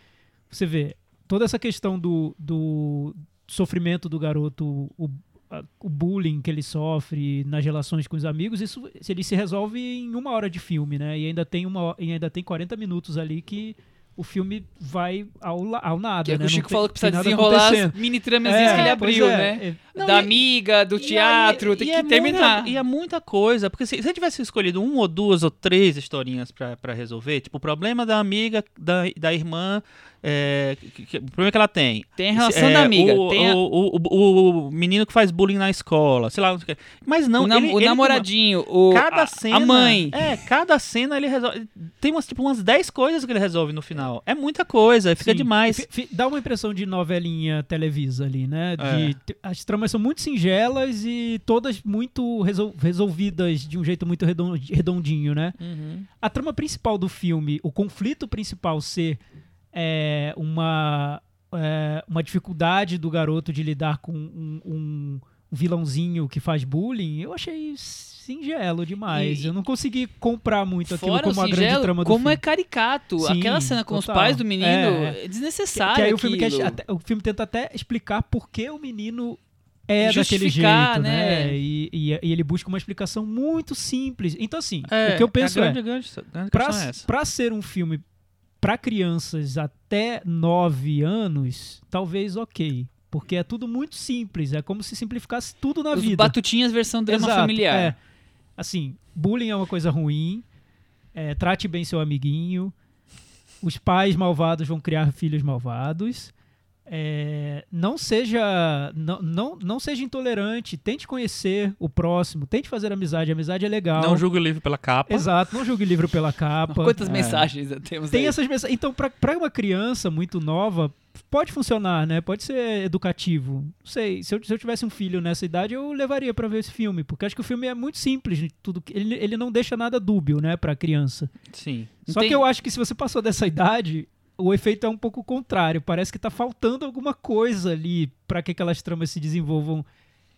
você vê toda essa questão do, do sofrimento do garoto, o, a- o bullying que ele sofre nas relações com os amigos, isso se ele se resolve em uma hora de filme, né? E ainda tem uma ho- e ainda tem 40 minutos ali que o filme vai ao, la- ao nada,
Que é o
né?
que o
Não
Chico
tem-
falou que precisa
tem nada
desenrolar as
acontecendo.
mini tramazinhas que ele
pois
abriu,
é,
né?
é.
Não,
da
e-
amiga, do
E
teatro,
aí-
tem
e
que
é
terminar.
muita- e é muita coisa, porque se, se eu tivesse escolhido uma ou duas ou três historinhas pra, pra resolver, tipo, o problema da amiga, da, da irmã, é, que- que- o problema que ela tem.
Tem a relação
É,
da amiga.
O,
tem a-
o, o, o- o menino que faz bullying na escola, sei lá. não sei o quê. Mas não,
o, nam-
ele-
o
ele-
namoradinho, o,
cada
a,
cena,
a mãe.
É, cada cena ele resolve. Tem umas, tipo, umas 10 coisas que ele resolve no final. É muita coisa, fica
Sim.
demais.
Fi- fi- Dá uma impressão de novelinha televisa ali, né?
É.
De- te- As tramas são muito singelas e todas muito resol- resolvidas de um jeito muito redon- redondinho, né?
Uhum.
A trama principal do filme, o conflito principal ser é, uma, é, uma dificuldade do garoto de lidar com um, um vilãozinho que faz bullying, eu achei singelo demais.
E-
eu não consegui comprar muito aquilo
Fora o
como a grande
singelo,
trama do
Então, como
filme.
é caricato.
Sim,
Aquela cena com os
total.
pais do menino
É,
é,
Que-
desnecessária.
que aí o filme, quer-
aquilo.
até- o filme tenta até explicar por que o menino é daquele
justificar,
jeito, né?
né?
E, e- e ele busca uma explicação muito simples. Então, assim,
É,
o que eu penso
a
é,
grande, grande, grande
pra,
questão é essa.
pra ser um filme pra crianças até 9 anos, talvez ok. Porque é tudo muito simples, é como se simplificasse tudo na
Os
vida.
Batutinhas versão drama
Exato,
familiar.
é. Assim, bullying é uma coisa ruim. é, trate bem seu amiguinho. Os pais malvados vão criar filhos malvados. é, não seja não, não, não seja intolerante. Tente conhecer o próximo. Tente fazer amizade. Amizade é legal.
Não julgue o livro pela capa.
Exato. Não julgue livro pela
Mas
capa.
Quantas
É.
mensagens já temos
Tem
aí?
essas mensagens. Então, pra, pra uma criança muito nova, pode funcionar, né? Pode ser educativo. Não sei. Se eu, se eu tivesse um filho nessa idade, eu levaria pra ver esse filme. Porque acho que o filme é muito simples. de tudo que- ele, ele não deixa nada dúbio, né, pra criança.
Sim.
Só
Tem-
que eu acho que se você passou dessa idade. O efeito é um pouco contrário. Parece que tá faltando alguma coisa ali pra que aquelas tramas se desenvolvam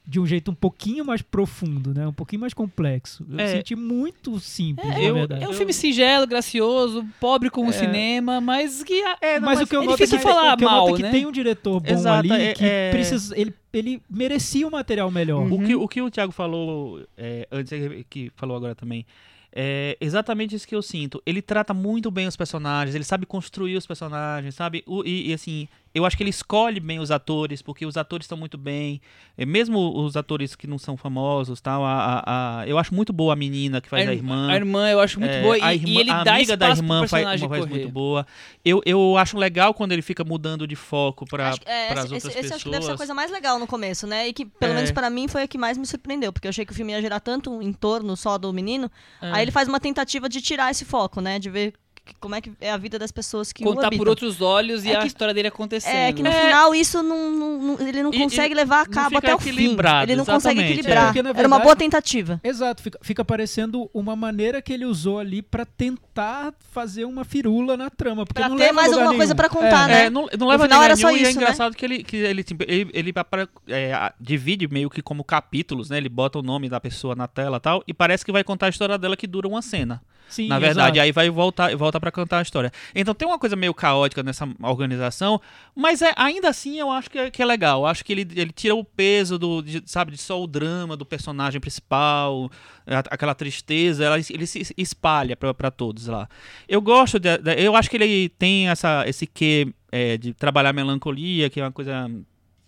de um jeito um pouquinho mais profundo, né? Um pouquinho mais complexo. Eu
É.
senti muito simples, na
eu-
verdade.
É um filme singelo, gracioso, pobre como o cinema, mas que a-
É,
mas, o que eu
é
noto
difícil
que,
falar
o que eu
mal,
noto é que
né?
tem um diretor bom
Exato,
ali
é-
que
é- Hum.
precisa, ele, ele merecia um material melhor.
O, que, o que o Thiago falou é, antes, é que falou agora também, é exatamente isso que eu sinto. Ele trata muito bem os personagens, ele sabe construir os personagens, sabe? O- e, e, assim, eu acho que ele escolhe bem os atores, porque os atores estão muito bem. É, mesmo os atores que não são famosos, tal, a, a- a- eu acho muito boa a menina que faz a,
ir-
irmã.
É, A irmã eu acho muito
É,
boa e,
a
e
irmã-
ele
a
dá
amiga
espaço
da irmã
pro
faz
personagem
uma voz
correr.
muito boa. Eu, eu acho legal quando ele fica mudando de foco para
Acho que- é,
as outras
esse, esse-
pessoas.
esse acho que deve ser a coisa mais legal no começo, né? E que, pelo
É.
menos pra mim, foi a que mais me surpreendeu. Porque eu achei que o filme ia girar tanto um entorno só do menino.
É.
Aí ele faz uma tentativa de tirar esse foco, né? De ver que- como é que é a vida das pessoas que o
Contar por
habitam.
outros olhos e
É
a
que-
história dele acontecendo.
É, que no final isso não, não- não- ele não
E-
consegue
e
levar a
não
cabo
fica
até o fim. Ele não
equilibrado,
consegue
exatamente.
É,
equilibrar.
porque, na
Era uma
verdade-
boa tentativa.
Exato, fica, fica parecendo uma maneira que ele usou ali pra tentar fazer uma firula na trama. Porque
Pra
não
ter
leva a
mais
lugar
alguma coisa
nenhum.
pra
É,
contar, né?
não, não leva a
final
lugar
era só
nenhum, e é
isso, né?
engraçado que ele, que ele, tipo, ele, ele apara- é, a- divide meio que como capítulos, né? Ele bota o nome da pessoa na tela e tal, e parece que vai contar a história dela que dura uma cena.
Sim,
na verdade,
exato.
aí vai voltar volta para cantar a história. Então tem uma coisa meio caótica nessa organização, mas é, ainda assim eu acho que é, que é legal. Eu acho que ele, ele tira o peso do, de, sabe, de só o drama do personagem principal, é, a- aquela tristeza, ela, ele se espalha pra pra todos lá. Eu gosto, de- de- eu acho que ele tem essa, esse quê é, de trabalhar melancolia, que é uma coisa,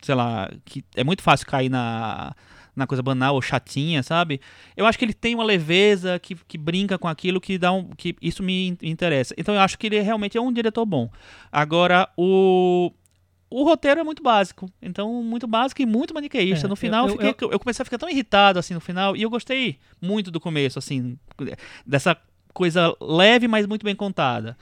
sei lá, que é muito fácil cair na, na coisa banal ou chatinha, sabe? Eu acho que ele tem uma leveza que, que brinca com aquilo que dá um, que isso me in- interessa. Então eu acho que ele realmente é um diretor bom. Agora o o roteiro é muito básico, então muito básico e muito maniqueísta.
É,
no final, eu,
eu- eu-
fiquei- eu comecei a ficar tão irritado assim no final e eu gostei muito do começo, assim, dessa coisa leve, mas muito bem contada.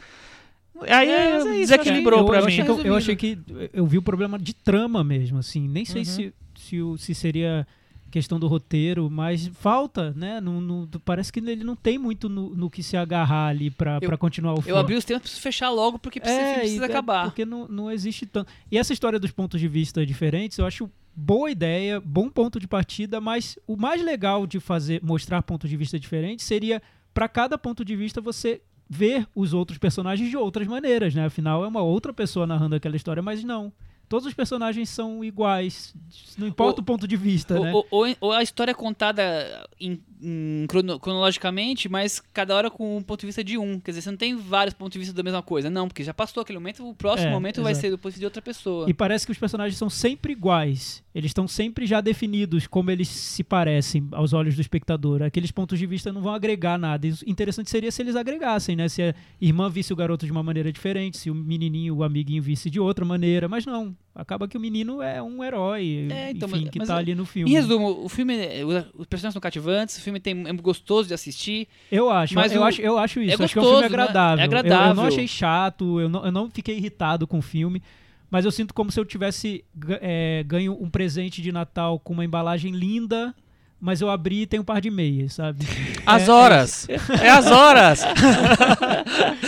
Aí
É, mas é isso,
desequilibrou
eu,
pra
eu
mim.
achei que eu, eu achei que eu vi o problema de trama mesmo, assim. Nem sei se, se, o- se seria questão do roteiro, mas falta, né? Não- não- parece que ele não tem muito no, no que se agarrar ali pra,
Eu-
pra continuar o filme.
Eu abri os tempos, preciso fechar logo porque precisa,
É,
precisa
e-
acabar.
é Porque não, não existe tanto. E essa história dos pontos de vista diferentes, eu acho boa ideia, bom ponto de partida, mas o mais legal de fazer mostrar pontos de vista diferentes seria para cada ponto de vista você ver os outros personagens de outras maneiras, né? Afinal é uma outra pessoa narrando aquela história, mas não. Todos os personagens são iguais, não importa
Ou-
o, ponto de vista,
Ou-
né?
Ou, ou- ou a história é contada em- em crono- cronologicamente, mas cada hora com um ponto de vista de um. Quer dizer, você não tem vários pontos de vista da mesma coisa. Não, porque já passou aquele momento, o próximo
É,
momento vai
exato.
ser do ponto de vista de outra pessoa.
E parece que os personagens são sempre iguais. Eles estão sempre já definidos como eles se parecem aos olhos do espectador. Aqueles pontos de vista não vão agregar nada. Isso- Interessante seria se eles agregassem, né? Se a irmã visse o garoto de uma maneira diferente, se o menininho, o amiguinho visse de outra maneira. Mas não. Acaba que o menino é um herói,
É, então,
enfim,
mas-
que
mas
tá
é-
ali no filme.
Em resumo, o filme, é- os personagens são cativantes, o filme tem, é gostoso de assistir.
Eu acho,
Mas
eu,
o-
acho, eu acho isso.
é
acho que é um filme
gostoso, né?
agradável.
É
Eu- Eu,
agradável.
não achei chato, eu não, eu não fiquei irritado com o filme. Mas eu sinto como se eu tivesse ga- é, ganho um presente de Natal com uma embalagem linda, mas eu abri e tem um par de meias, sabe? é
As horas! É as horas!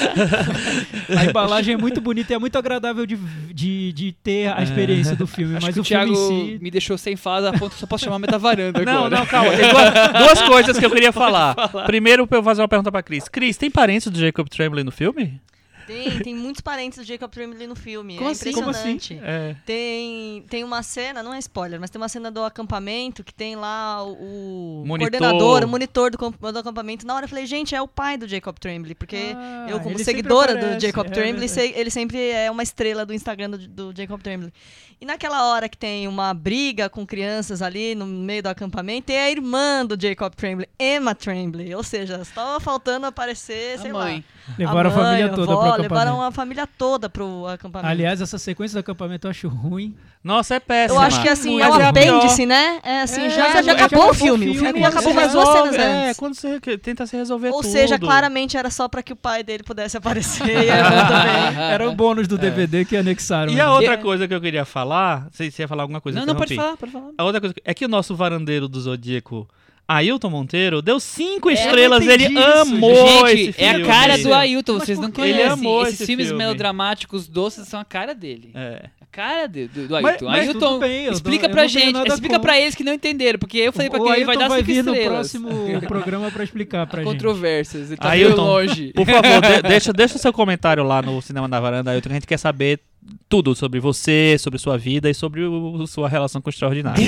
A embalagem é muito bonita e é muito agradável de, de, de ter a experiência do filme.
Acho
mas
que o,
o
Thiago
filme em si.
me deixou sem fase, a ponto que só posso chamar metavaranda
Não,
agora.
não, calma. Tem duas, duas coisas que eu queria falar. Primeiro, eu vou fazer uma pergunta pra Cris. Cris, tem parentes do Jacob Tremblay no filme?
Tem, tem muitos parentes do Jacob Tremblay no filme.
Como
é
assim?
Como
impressionante.
assim? É.
Tem, tem uma cena, não é spoiler, mas tem uma cena do acampamento que tem lá o o
Monitor.
coordenador, o monitor do, camp- do acampamento. Na hora eu falei, gente, é o pai do Jacob Tremblay, porque
Ah,
eu, como
ele sempre
seguidora do
aparece,
Jacob
é
Tremblay,
verdade.
sei- ele sempre é uma estrela do Instagram do, do Jacob Tremblay. E naquela hora que tem uma briga com crianças ali no meio do acampamento, tem a irmã do Jacob Tremblay, Emma Tremblay. Ou seja, estava faltando aparecer,
A
sei lá.
mãe.
Levaram a,
mãe,
família toda
avó,
pro acampamento.
Levaram a família toda pro acampamento.
Aliás, essa sequência do acampamento eu acho ruim.
Nossa, é péssimo.
Eu acho que assim, é
Mas
um
é a pior.
apêndice, né? É assim,
É,
já,
mas
já
já
acabou
acabou
o filme.
o
O filme
filme,
acabou
é.
mais duas cenas
É,
antes.
quando você re- tenta se resolver
Ou
tudo.
seja, claramente era só pra que o pai dele pudesse aparecer e a irmã também.
Era o bônus
É.
do DVD que anexaram.
E
né?
a
É.
outra coisa que eu queria falar, se você ia falar alguma coisa,
Não,
eu
não, pode
interrompi.
falar, pode falar.
A outra coisa que- é que o nosso varandeiro do Zodíaco, Ailton Monteiro, deu cinco estrelas,
eu
ele
entendi isso,
amou
Gente,
esse
é
filme.
a cara do
Mas
Ailton, vocês não
por quê? Ele
conhecem.
amou
Esses
esse
filmes
filme.
melodramáticos doces são a cara dele.
É.
A cara de- do, do
Mas-
Ailton.
mas
tudo
Ailton,
bem, eu dou-
explica
eu
pra
não tenho
gente,
nada
explica
contra.
pra eles que não entenderam, porque eu falei pra
O
quem ele vai
Ailton
dar cinco
vir
estrelas.
no próximo programa pra explicar pra gente.
Controvérsias, ele tá meio
Ailton,
longe.
Por favor, de- deixa, deixa seu comentário lá no Cinema na Varanda, Ailton, que a gente quer saber tudo sobre você, sobre sua vida e sobre o- sua relação com o extraordinário.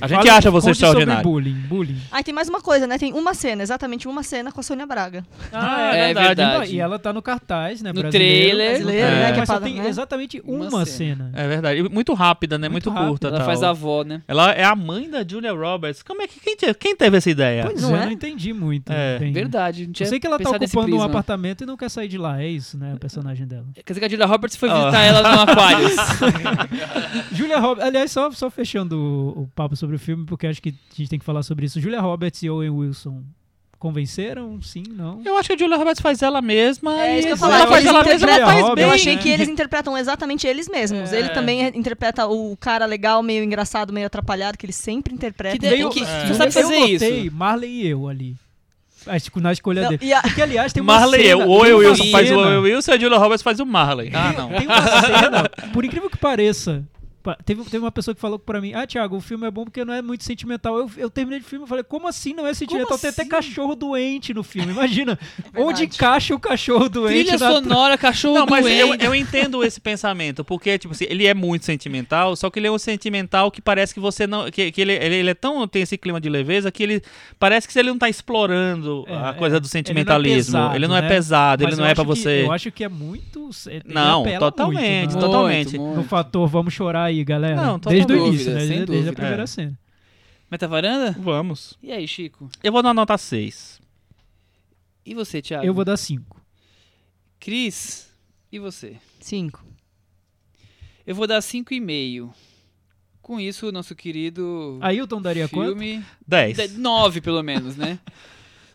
A gente
Fala-
acha você
conte sobre
extraordinário.
bullying, bullying.
Aí tem mais uma coisa, né? Tem uma cena, exatamente uma cena com a Sônia Braga.
Ah, é verdade.
E ela tá no cartaz, né?
No
brasileiro.
trailer.
Brasileiro,
né,
que é
Mas só
pra-
tem
né?
exatamente
Uma
uma,
cena.
cena.
É verdade. E muito rápida, né? Muito,
Muito rápida.
curta.
Ela
tal.
faz a avó, né?
Ela é a mãe da Julia Roberts. Como é que quem, te- quem teve essa ideia?
Pois
Não
é,
é?
eu não entendi muito.
É.
bem.
Verdade, não tinha
Eu sei que ela tá
pensado nesse
ocupando um
prisma.
apartamento e não quer sair de lá, é isso, né? A personagem dela.
Quer dizer que a Julia Roberts foi
Ah.
visitar ela no Aquarius.
Julia Roberts, aliás, só, só fechando o, o papo sobre o filme, porque acho que a gente tem que falar sobre isso. Julia Roberts e Owen Wilson convenceram? Sim, não?
Eu acho que a Julia Roberts faz ela mesma.
É
e
isso que eu
se
falava,
Ela faz
eles
ela mesma, ela
interpretam-
faz bem.
Bem,
eu achei
né?
que eles interpretam exatamente eles mesmos. Ele também interpreta o cara legal, meio engraçado, meio atrapalhado, que ele sempre
Que
interpreta.
de-
Meio-
que-
é.
Você sabe fazer
eu
isso.
botei Marley e eu ali. Acho que na escolha
Não,
dele.
e a-
Porque, aliás, tem uma
Marley, é
cena...
o Owen
tem uma
Wilson faz o
cena-
Owen Wilson e a Julia Roberts faz o Marley. Ah, não.
Tem uma cena, por incrível que pareça, pa- teve, teve uma pessoa que falou pra mim, ah, Thiago, o filme é bom porque não é muito sentimental. Eu, eu terminei de filme e falei, como assim não é sentimental? Tem até
assim?
cachorro doente no filme, imagina. onde
verdade.
encaixa o cachorro doente
Trilha
na
sonora, cachorro
Não, mas eu,
doente.
eu entendo esse pensamento, porque, tipo assim, ele é muito sentimental, só que ele é um sentimental que parece que você não. que, que ele, ele, ele é tão. tem esse clima de leveza que ele. parece que ele não tá explorando
É,
a
é.
coisa do sentimentalismo.
pesado,
Ele não é
né?
pesado,
Mas
ele não
eu
é pra
acho que-
você.
eu acho que é muito. é- ele
Não,
apela
totalmente,
Muito, né?
totalmente.
No fator, vamos chorar aí, galera.
Não, total
desde o
dúvida,
início, né?
sem
Desde, desde
dúvida.
a primeira
É.
cena.
Meta varanda?
Vamos.
E aí, Chico?
Eu vou dar uma nota 6.
E você, Thiago?
Eu vou dar cinco.
Cris, e você?
Cinco.
Eu vou dar 5,5. Com isso, o nosso querido
Ailton Ah, daria quanto?
filme...
10.
9, pelo menos, né?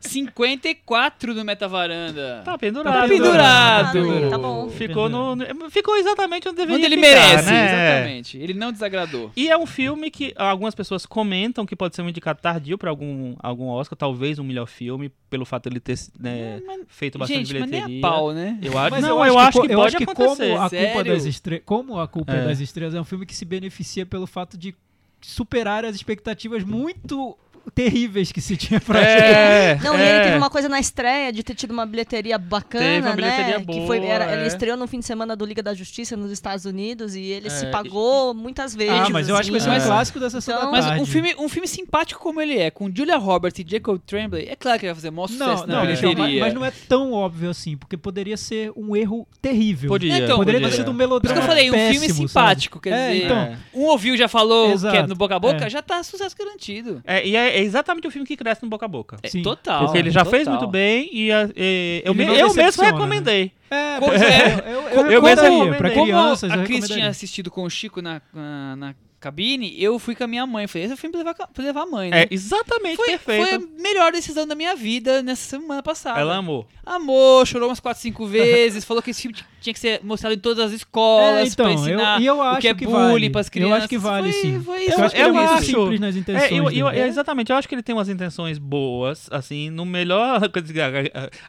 54 do Metavaranda.
Tá
Tá
pendurado.
pendurado.
tá bom.
Ficou, no, no- ficou exatamente onde deveria
Onde ele
ficar,
merece,
né?
exatamente. Ele não desagradou.
E é um filme que algumas pessoas comentam que pode ser um indicado tardio para algum, algum Oscar, talvez um melhor filme, pelo fato dele ter né, feito bastante
Gente, mas
bilheteria.
nem a pau, né?
Eu acho,
Mas
não, eu acho que,
co- eu
pode
acho que
acontecer.
como a culpa
Sério?
das estrelas, como a culpa
É.
é das estrelas é um filme que se beneficia pelo fato de superar as expectativas muito terríveis que se tinha pra gente.
É,
Não, e
é.
ele teve uma coisa na estreia de ter tido uma bilheteria bacana,
Teve uma bilheteria
né? que foi,
boa,
era,
é.
Ele estreou no fim de semana do Liga da Justiça nos Estados Unidos e ele se
É,
pagou muitas vezes.
Ah, mas eu acho que esse é um
assim.
É.
clássico dessa sessão
Então-
da
Mas
tarde.
um filme, um filme simpático como ele é, com Julia Roberts e Jacob Tremblay, é claro que ele vai fazer maior sucesso
Não,
na
não,
bilheteria.
Michel, mas, mas não é tão óbvio assim, porque poderia ser um erro terrível.
Podia,
Então,
Poderia ter
podia.
sido um
Por isso
melodrama
que eu falei, um
péssimo,
filme
sabe?
simpático, quer
É,
dizer,
então.
um ouviu já falou
Exato,
que é no boca a boca,
é.
já tá sucesso garantido.
É, e é é exatamente o filme que cresce no boca a boca.
É,
Sim.
total.
Porque ele já fez
total.
muito bem e, a- e- eu,
Ah, Ele
me-
não
eu mesmo
decepciona, né?
recomendei.
É,
Como-
pois é,
é,
eu,
como-
eu,
eu mesmo
recomendaria,
recomendo.
pra
Como
crianças, eu
a Cris tinha
recomendaria.
assistido com o Chico na, na, na cabine, eu fui com a minha mãe. Falei, esse é o filme pra levar, ca- pra levar a mãe, né?
É exatamente
foi,
perfeito.
foi a melhor decisão da minha vida nessa semana passada.
Ela amou.
Amou, chorou umas 4, 5 vezes, falou que esse filme tinha que ser mostrado em todas as escolas
É, então,
pra ensinar
eu- e eu
o que é
acho que
bullying
vale.
pras
Eu
crianças.
acho que vale,
Foi-
sim.
foi
Eu
isso, um
acho que ele é muito
acho.
simples nas intenções
É, eu- eu-
dele.
é, exatamente, eu acho que ele tem umas intenções boas, assim, no melhor.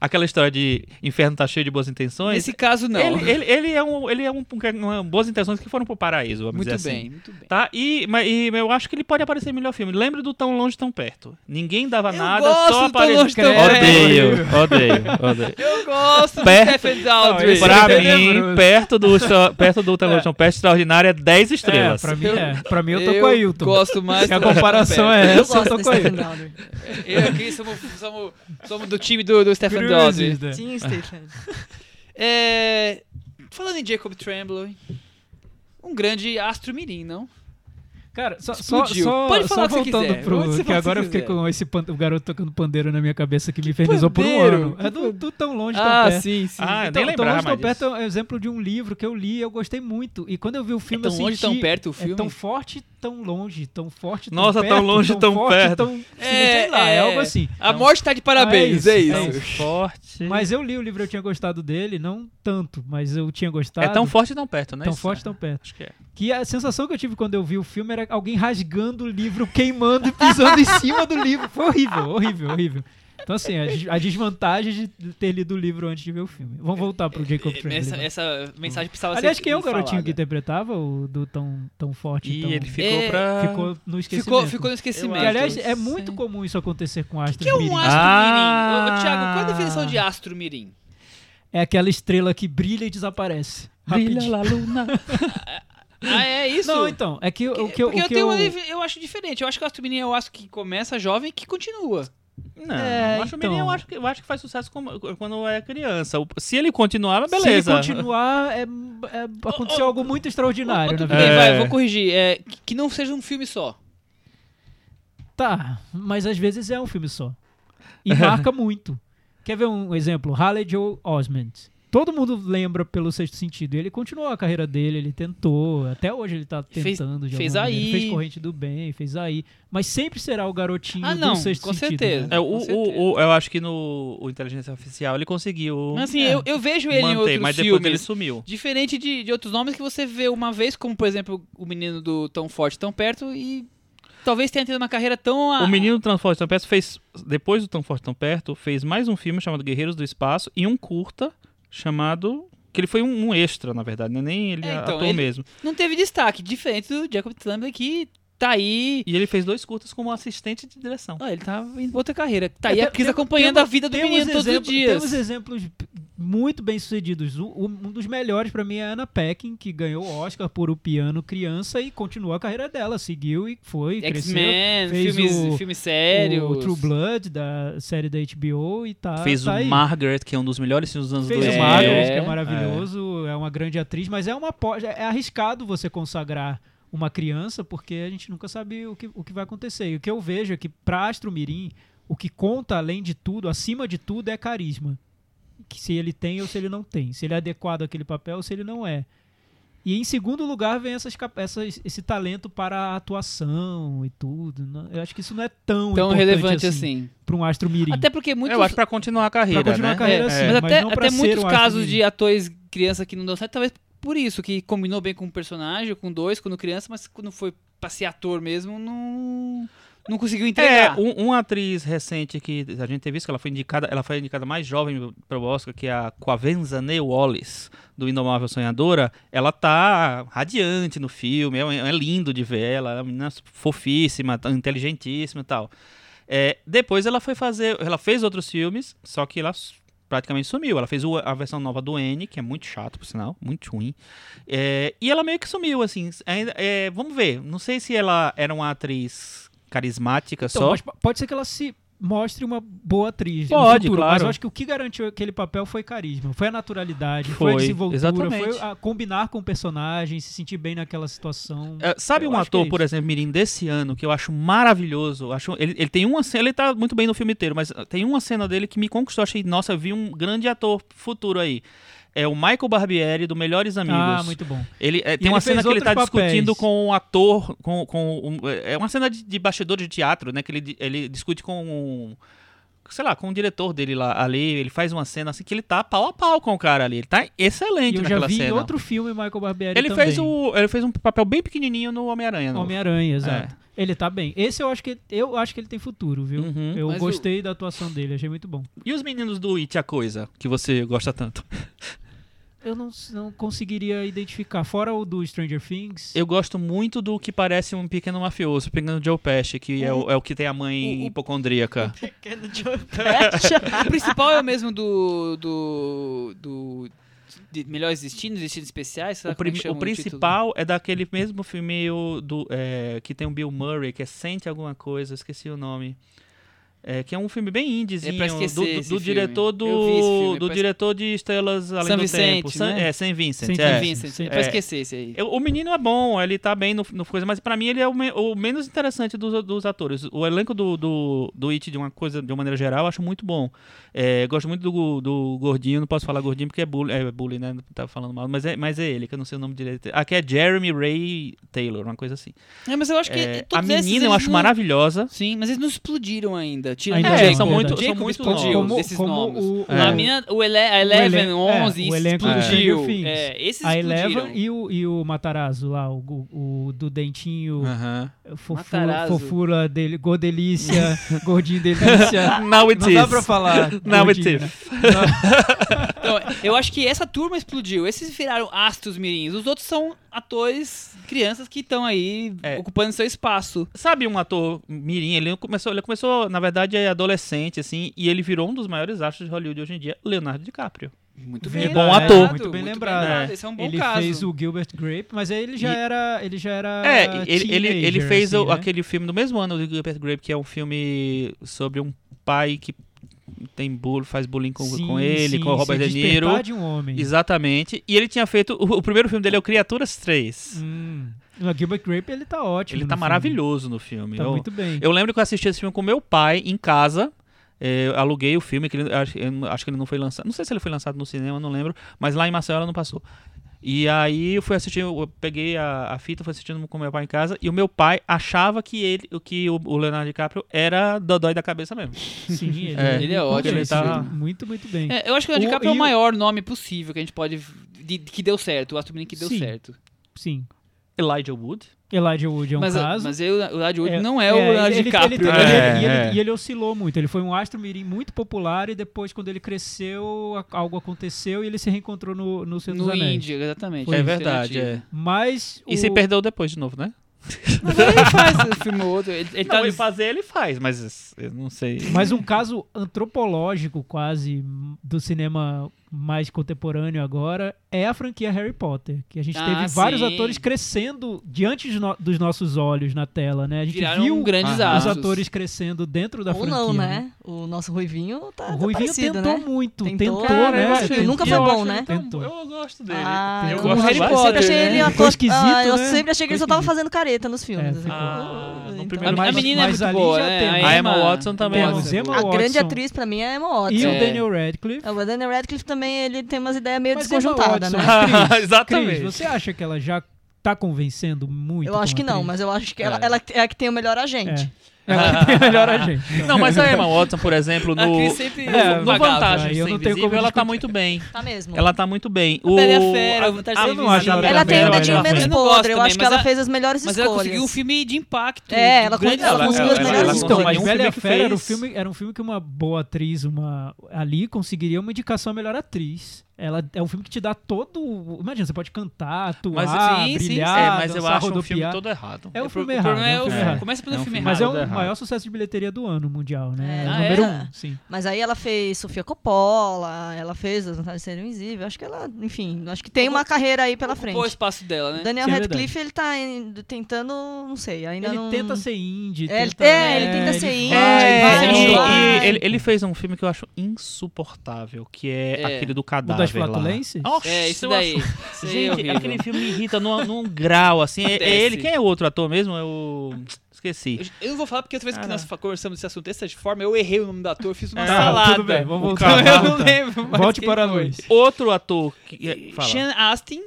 Aquela história de inferno tá cheio de boas intenções.
Nesse caso, não.
Ele, ele- ele é um. Ele é um, uma- boas intenções que foram pro paraíso, vamos
muito
dizer assim.
bem, muito bem.
Tá? E, mas, e eu acho que ele pode aparecer em melhor filme. Lembre do Tão Longe, Tão Perto. Ninguém dava
Eu
nada,
gosto
só
do Tão Longe, Tão
Odeio,
Perto.
odeio, odeio.
Eu gosto do
Pé-
Stephen
Não,
Daldry.
esse-
Pra
é
mim,
tenebroso.
perto do, extra- perto do Tão Longe, Tão Perto, extraordinário é 10
É,
estrelas.
pra mim é. Pra mim eu tô com a Hilton.
gosto mais
Se a
do Stephen
comparação é essa,
Eu
eu
gosto
tô
do
com a
Stephen
Hilton.
Downer.
Daldry. Eu aqui somos, somos, somos do time do, do Stephen Daldry.
Cruzes, né?
Sim, Stephen.
É, falando em Jacob Tremblay, um grande astro mirim, não?
Cara, só, só,
Explodiu.
só,
Pode
só
falar o que você
voltando
quiser. Onde
pro.
você
que
fala o que
agora eu
você
fiquei
quiser.
com esse pan- o garoto tocando pandeiro na minha cabeça que me infernizou por um
pandeiro?
ano. É do, do tão longe, tão
Ah,
perto.
sim, sim.
Ah, eu
Então,
nem
Tão
lembrava
Longe Tão
mais
Perto é um exemplo de um livro que eu li e eu gostei muito. E quando eu vi o filme,
É Tão
eu
Longe,
senti...
Tão Perto o
É
filme?
tão forte, tão longe, tão forte, tão
Nossa,
perto,
Tão Longe, Tão
forte,
Perto.
Tão... sei lá, é... algo assim.
A morte tá de parabéns,
É
é
isso,
isso.
é
Tão forte.
Mas eu li o livro, eu tinha gostado dele, não tanto, mas eu tinha
É
gostado.
tão forte, tão perto, né?
Tão
Isso,
forte,
é.
tão perto.
Acho que é.
Que a sensação que eu tive quando eu vi o filme era alguém rasgando o livro, queimando e pisando em cima do livro. Foi horrível, horrível, horrível. Então, assim, a, des- a desvantagem de ter lido o livro antes de ver o filme. Vamos voltar pro Jacob Tremblay.
Essa, essa mensagem precisava
Aliás,
ser
quem é o garotinho
falada.
que interpretava o do tão, tão forte?
E
tão...
ele ficou
É,
pra.
ficou no esquecimento.
ficou, ficou no esquecimento.
E, aliás, é
Sim.
muito comum isso acontecer com
O
astros
que é
mirim.
um astro mirim? Ô, ô, Thiago, qual a
Ah.
definição de astro mirim?
É aquela estrela que brilha e desaparece.
Brilha
Rapidinho.
la luna.
Ah, é isso?
Não, então, é que o que eu... o
Porque eu,
que
tenho
eu-
uma def- eu acho diferente. Eu acho que o astro mirim é o astro que começa jovem e que continua.
Não,
É,
eu acho
então.
menino, eu acho que eu acho que faz sucesso como- quando é criança. O- Se ele continuar,
Se ele
beleza.
continuar, é, é- aconteceu
ô,
algo muito extraordinário na
Tudo
vida.
bem,
É.
vai, vou corrigir. É, que- que não seja um filme só.
Tá, mas às vezes é um filme só. E marca muito. Quer ver um exemplo? Haley Joel Osment. Todo mundo lembra pelo sexto sentido. Ele continuou a carreira dele, ele tentou. Até hoje ele tá
Fez-
tentando de
fez
alguma
aí.
maneira. Fez corrente do bem, fez aí. Mas sempre será o garotinho
Ah, não,
do sexto
com
sentido.
certeza.
né?
É, o,
Com
o-
certeza.
o- eu acho que no o Inteligência Artificial ele conseguiu
Mas assim,
É.
eu, eu vejo ele em
manter,
outros
mas depois
filmes.
ele sumiu.
Diferente de, de outros nomes que você vê uma vez, como por exemplo o menino do Tão Forte, Tão Perto, e talvez tenha tido uma carreira tão. a-
O menino do Tão Forte Tão Perto fez, depois do Tão Forte Tão Perto, fez mais um filme chamado Guerreiros do Espaço e um curta chamado. Que ele foi um, um extra, na verdade, né? nem ele
É, então,
ator
ele-
mesmo.
Não teve destaque, diferente do Jacob Tremblay que tá aí.
E ele fez dois curtas como assistente de direção.
Ah, ele tá em outra carreira. Tá aí
É,
a Cris
tem-
acompanhando
temos-
a vida do
temos
menino todos os
exemplo-
dias.
Temos exemplos p- muito bem sucedidos. Um, um dos melhores pra mim é a Anna Peckin, que ganhou o Oscar por O Piano Criança e continuou a carreira dela. Seguiu e foi, cresceu.
X-Men,
fez
filmes,
o-
filmes sérios.
O True Blood, da série da HBO e tá
fez
tá
o
aí.
Margaret, que é um dos melhores filmes dos anos
Fez
2000.
o
É.
Margaret, que
É.
é maravilhoso, é. uma grande atriz, mas é uma aposta- é arriscado você consagrar uma criança, porque a gente nunca sabe o que, o que vai acontecer. E o que eu vejo é que pra Astro Mirim, o que conta além de tudo, acima de tudo, é carisma. Que se ele tem ou se ele não tem, se ele é adequado àquele papel ou se ele não é. E em segundo lugar vem essas, cap- essas- esse talento para a atuação e tudo. né? Eu acho que isso não é tão,
Tão
importante
relevante
assim
assim.
para um astro mirim.
Até porque muitos.
Eu acho pra continuar a carreira,
Pra continuar a
né?
carreira,
É,
sim.
mas,
mas
até,
não pra
até
ser
muitos
um astro
casos de
mirim.
atores criança que não dão certo, talvez por isso, que combinou bem com o personagem, com dois, quando criança, mas quando foi pra ser ator mesmo, não, não conseguiu
É,
entregar.
um- uma atriz recente que a gente teve visto, que ela foi indicada, ela foi indicada mais jovem para o Oscar, que é a Quavenza Neil Wallace, do Indomável Sonhadora, ela tá radiante no filme, é, é lindo de ver ela, ela é uma menina fofíssima, tá- inteligentíssima e tal. É, depois ela foi fazer, ela fez outros filmes, só que ela s- praticamente sumiu. Ela fez o- a versão nova do N, que é muito chato, por sinal, muito ruim. É, e ela meio que sumiu, assim. Ainda- é, vamos ver. Não sei se ela era uma atriz carismática
Então,
só.
mas po- pode ser que ela se mostre uma boa atriz. no
Pode,
futuro,
claro.
Mas eu acho que o que garantiu aquele papel foi carisma, foi a naturalidade, foi, a
Foi,
desenvoltura,
exatamente.
foi a combinar com o personagem, se sentir bem naquela situação.
É, sabe
Eu
um
acho que é
ator,
isso.
por exemplo, Mirim, desse ano, que eu acho maravilhoso? Eu Acho, ele, ele tem uma cena, ele tá muito bem no filme inteiro, mas ah, tem uma cena dele que me conquistou. Achei, nossa, eu vi um grande ator futuro aí. É o Michael Barbieri, do Melhores Amigos.
Ah, muito bom.
Ele, é, tem
ele
uma
fez
cena que ele tá
outros papéis.
discutindo com um ator, é com, com um- é uma cena de, de bastidor de teatro, né? Que ele, ele discute com um- sei lá, com o diretor dele lá ali, ele faz uma cena assim que ele tá pau a pau com o cara ali. Ele tá
E
excelente
eu já
naquela
vi em
cena.
outro filme Michael Barbieri
Ele
também.
fez, o, É. ele fez um papel bem pequenininho no Homem-Aranha. no-
Homem-Aranha, exato. Ele tá bem. Esse eu acho que eu acho que ele tem futuro, viu?
Uhum.
Eu
Mas o-
gostei da atuação dele, achei muito bom.
E os meninos do It, a coisa que você gosta tanto?
Eu não, não conseguiria identificar, fora o do Stranger Things.
Eu gosto muito do que parece um pequeno mafioso, o pequeno Joe Pesci, que
Hum.
é, o, é o que tem a mãe
o- o-
hipocondríaca.
O principal é o mesmo do. do. do. De melhores destinos, destinos especiais, sei
O,
lá como é que
prim-
chama
o
título.
principal é daquele mesmo filme o do, é, que tem o Bill Murray, que é Sente Alguma Coisa, eu esqueci o nome. É, que é um filme bem
É
índizinho,
pra
do,
esquecer
do
esse filme.
diretor
Eu vi esse filme,
do,
é
do
pra-
diretor de Estrelas Além
San
do
Vicente,
Tempo. San-
né?
É, Sam Vincent.
Saint
é.
Vincent, Vincent.
Sim.
É pra
É.
esquecer esse aí.
Eu- O menino é bom, ele tá bem no, no coisa, mas pra mim ele é o, me- o menos interessante dos, dos atores. O elenco do, do, do It, de uma coisa, de uma maneira geral, eu acho muito bom. É, gosto muito do, do gordinho, não posso falar gordinho porque é bully, é bully né? Tá falando mal, mas é, mas é ele, que eu não sei o nome direito. Aqui é Jeremy Ray Taylor, uma coisa assim.
É, mas eu acho que
É, a
todos esses,
menina eu
eles
acho
não-
maravilhosa.
Sim, mas eles não explodiram ainda. Tira
Ainda
o
não,
Jacob.
são muito-
O
são
Jacob
muito
explodiu
novos.
desses nomes.
o,
É.
A minha, o ele, a Eleven,
ele-
11,
é, o elenco
do
Stranger
explodiu.
Things.
É, esses
a
explodiram.
Eleven e o, e o Matarazzo lá, o, o- o do dentinho,
Aham.
fofura,
Matarazzo.
fofura dele, godelícia, gordinho delícia.
Now it
Não
is.
dá pra falar.
Now it
gordinho,
is.
né?
Então, eu acho que essa turma explodiu. Esses viraram astros mirins. Os outros são atores, crianças que estão aí
É.
ocupando seu espaço.
Sabe um ator mirim, ele começou, ele começou, na verdade, é adolescente, assim, e ele virou um dos maiores astros de Hollywood hoje em dia, Leonardo DiCaprio.
Muito bem
Verdade,
bom
lembrado,
ator.
Muito bem lembrado.
lembrado. Esse é um bom
ele
caso.
fez o Gilbert Grape, mas aí ele já
E-
era. Ele já era.
É, ele, ele,
Ah, teenager,
ele fez
assim,
o-
né?
aquele filme do mesmo ano do Gilbert Grape, que é um filme sobre um pai que tem bullying, faz bullying com,
Sim,
com ele,
sim,
com o
se
Robert De Niro.
Despertar de um homem.
Exatamente. E ele tinha feito. O, o primeiro filme dele é o Criaturas 3.
Hum. O Gilbert Grape, ele tá ótimo.
ele
no
tá
filme.
maravilhoso no filme.
Tá
eu,
muito bem.
eu lembro que eu assisti esse filme com meu pai em casa. É, eu aluguei o filme, que ele- acho, eu não- acho que ele não foi lançado. Não sei se ele foi lançado no cinema, não lembro, mas lá em Maceió ela não passou. E aí eu fui assistir, eu peguei a, a fita, fui assistindo com meu pai em casa, e o meu pai achava que ele, que o, o Leonardo DiCaprio era dodói da cabeça mesmo.
Sim, ele
É.
Ele é ótimo,
Ele
esse
tá
filme.
muito, muito bem.
É, eu acho que o Leonardo
O-
DiCaprio é
e
o
o-
maior nome possível que a gente pode. de- que deu certo, o astro mirim que deu
Sim.
certo.
Sim.
Elijah Wood.
Elijah Wood é um
mas, eh,
caso.
mas eu, o Lado Wood
É,
não é, o Leonardo
ele- ele-
DiCaprio.
ele-
né?
ele-
É,
e, ele,
é.
e ele oscilou muito. Ele foi um astro mirim muito popular e depois, quando ele cresceu, a- algo aconteceu e ele se reencontrou no, no Senhor
No
dos Anéis.
Índia, exatamente.
é
Isso,
verdade,
alternativo.
é.
Mas
E
o-
se perdeu depois de novo, né?
Mas aí ele faz um filme ou outro. Ele, ele tá
Não, ele
nos-
fazer, ele faz, mas eu não sei.
Mas um caso antropológico, quase, do cinema mais contemporâneo agora, é a franquia Harry Potter. Que a gente
Ah,
teve vários
sim.
atores crescendo diante dos, no- dos nossos olhos na tela, né? A gente
viraram
viu
grandes
Aham.
os
astros.
atores crescendo dentro da
Ou
franquia.
não, né? O nosso Ruivinho tá,
O
tá
Ruivinho
parecido,
tentou
né?
muito,
Tentou.
tentou,
Cara,
né?
eu acho ele nunca foi
eu
bom,
acho ele
né?
tão
Tentou.
bom. Eu gosto dele.
Ah,
eu
eu
gosto
Harry
bastante.
Potter,
sempre achei ele
né?
Ficou
ator. Ah,
esquisito,
eu
né?
sempre achei que ele só
Ficou
tava
esquisito.
fazendo careta nos filmes.
É,
assim.
ficou.
Ah, no
Então,
primeiro-
A, a
Mas-
menina é
mas
muito
ali
boa,
já
né?
temos.
A Emma Watson também.
Temos
é
Emma
a grande
Watson.
atriz pra mim é Emma Watson.
E
É.
o Daniel Radcliffe.
O Daniel Radcliffe também ele tem umas ideias meio
Mas
desconjuntadas,
Emma
né?
Watson- Cris,
Exatamente.
Cris, você acha que ela já tá convencendo é muito?
Eu acho
como
que não,
atriz?
mas eu acho que ela,
É.
ela é a que tem o melhor agente.
É. Ela tem melhor a gente.
Não, mas a Emma Watson, por exemplo,
A
no,
Cris sempre
É,
no
vagava.
Vantagem
aí eu
Sem
não tenho
Invisível,
como
ela tá
discutir.
muito bem.
Tá mesmo.
Ela tá muito bem. O...
Bela e a Fera, Vantagem
a-
Sem
eu não acho
Invisível.
ela
Ela tem
Ela
um
é
dedinho
melhor
menos
atriz.
podre, eu acho que
mas
ela
ela-
fez as melhores
Mas ela
escolhas.
conseguiu um filme de impacto.
É,
de
ela
grande
conseguiu- ela
ator.
conseguiu as melhores
ela
Então,
conseguiu
mas
um
Bela e a
filme que
Fera era um,
fez-
filme, era um filme que uma boa atriz uma, ali conseguiria uma indicação a melhor atriz. Ela é um filme que te dá todo. o- Imagina, você pode cantar, atuar,
Mas,
sim, sim,
brilhar,
É, mas eu
dançar,
acho um filme
rodopiar.
todo errado.
É um
O pro- o
filme errado.
problema é
é um
o-
filme errado.
Começa pelo
É um
filme
filme
errado.
Mas é o
errado, errado.
maior sucesso de bilheteria do ano mundial, né?
É.
É o
Ah,
número
é?
um, sim.
Mas aí ela fez Sofia Coppola, ela fez As Vantagens de Ser Invisível. Acho que ela, enfim, acho que tem uma carreira aí pela
Qual o
frente.
espaço dela, né?
Daniel
Sim, é
Radcliffe, ele tá em- tentando, não sei, ainda
Ele
não...
tenta ser indie.
É, ele-
tenta- né,
é, ele tenta ser
ele
indie,
vai,
É,
vai,
ele
e,
vai.
vai.
e ele, ele fez um filme que eu acho insuportável, que é,
É.
aquele do
O
cadáver
das
lá.
flatulências?
Nossa,
É, isso
eu
daí.
acho-
Isso aí é
Gente,
horrível.
aquele filme me irrita num, num grau, assim. É, é
Desce.
ele, quem é o outro ator mesmo? É o... Esqueci.
Eu- Eu não vou falar porque outra vez que
Cara.
nós fa- conversamos desse assunto dessa forma, eu errei o nome do ator, eu fiz uma
Ah,
salada.
tudo bem,
É,
vamos
O
voltar.
cara-
eu
vamos
não
voltar.
lembro. mais
Volte
quem
para a
foi.
luz.
Outro ator que... é, Fala.
Sean Astin.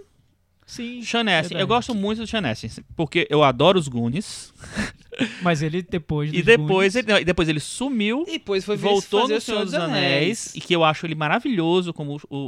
Sim.
Sean Astin.
Verdade.
Eu gosto muito do Sean Astin, porque eu adoro os Goonies.
Mas ele depois.
E
dos
depois
Goonies-
ele, não, e depois ele sumiu,
E depois foi ver-
voltou
fazer
no
o
Senhor dos Anéis, e que eu acho ele maravilhoso como o, o,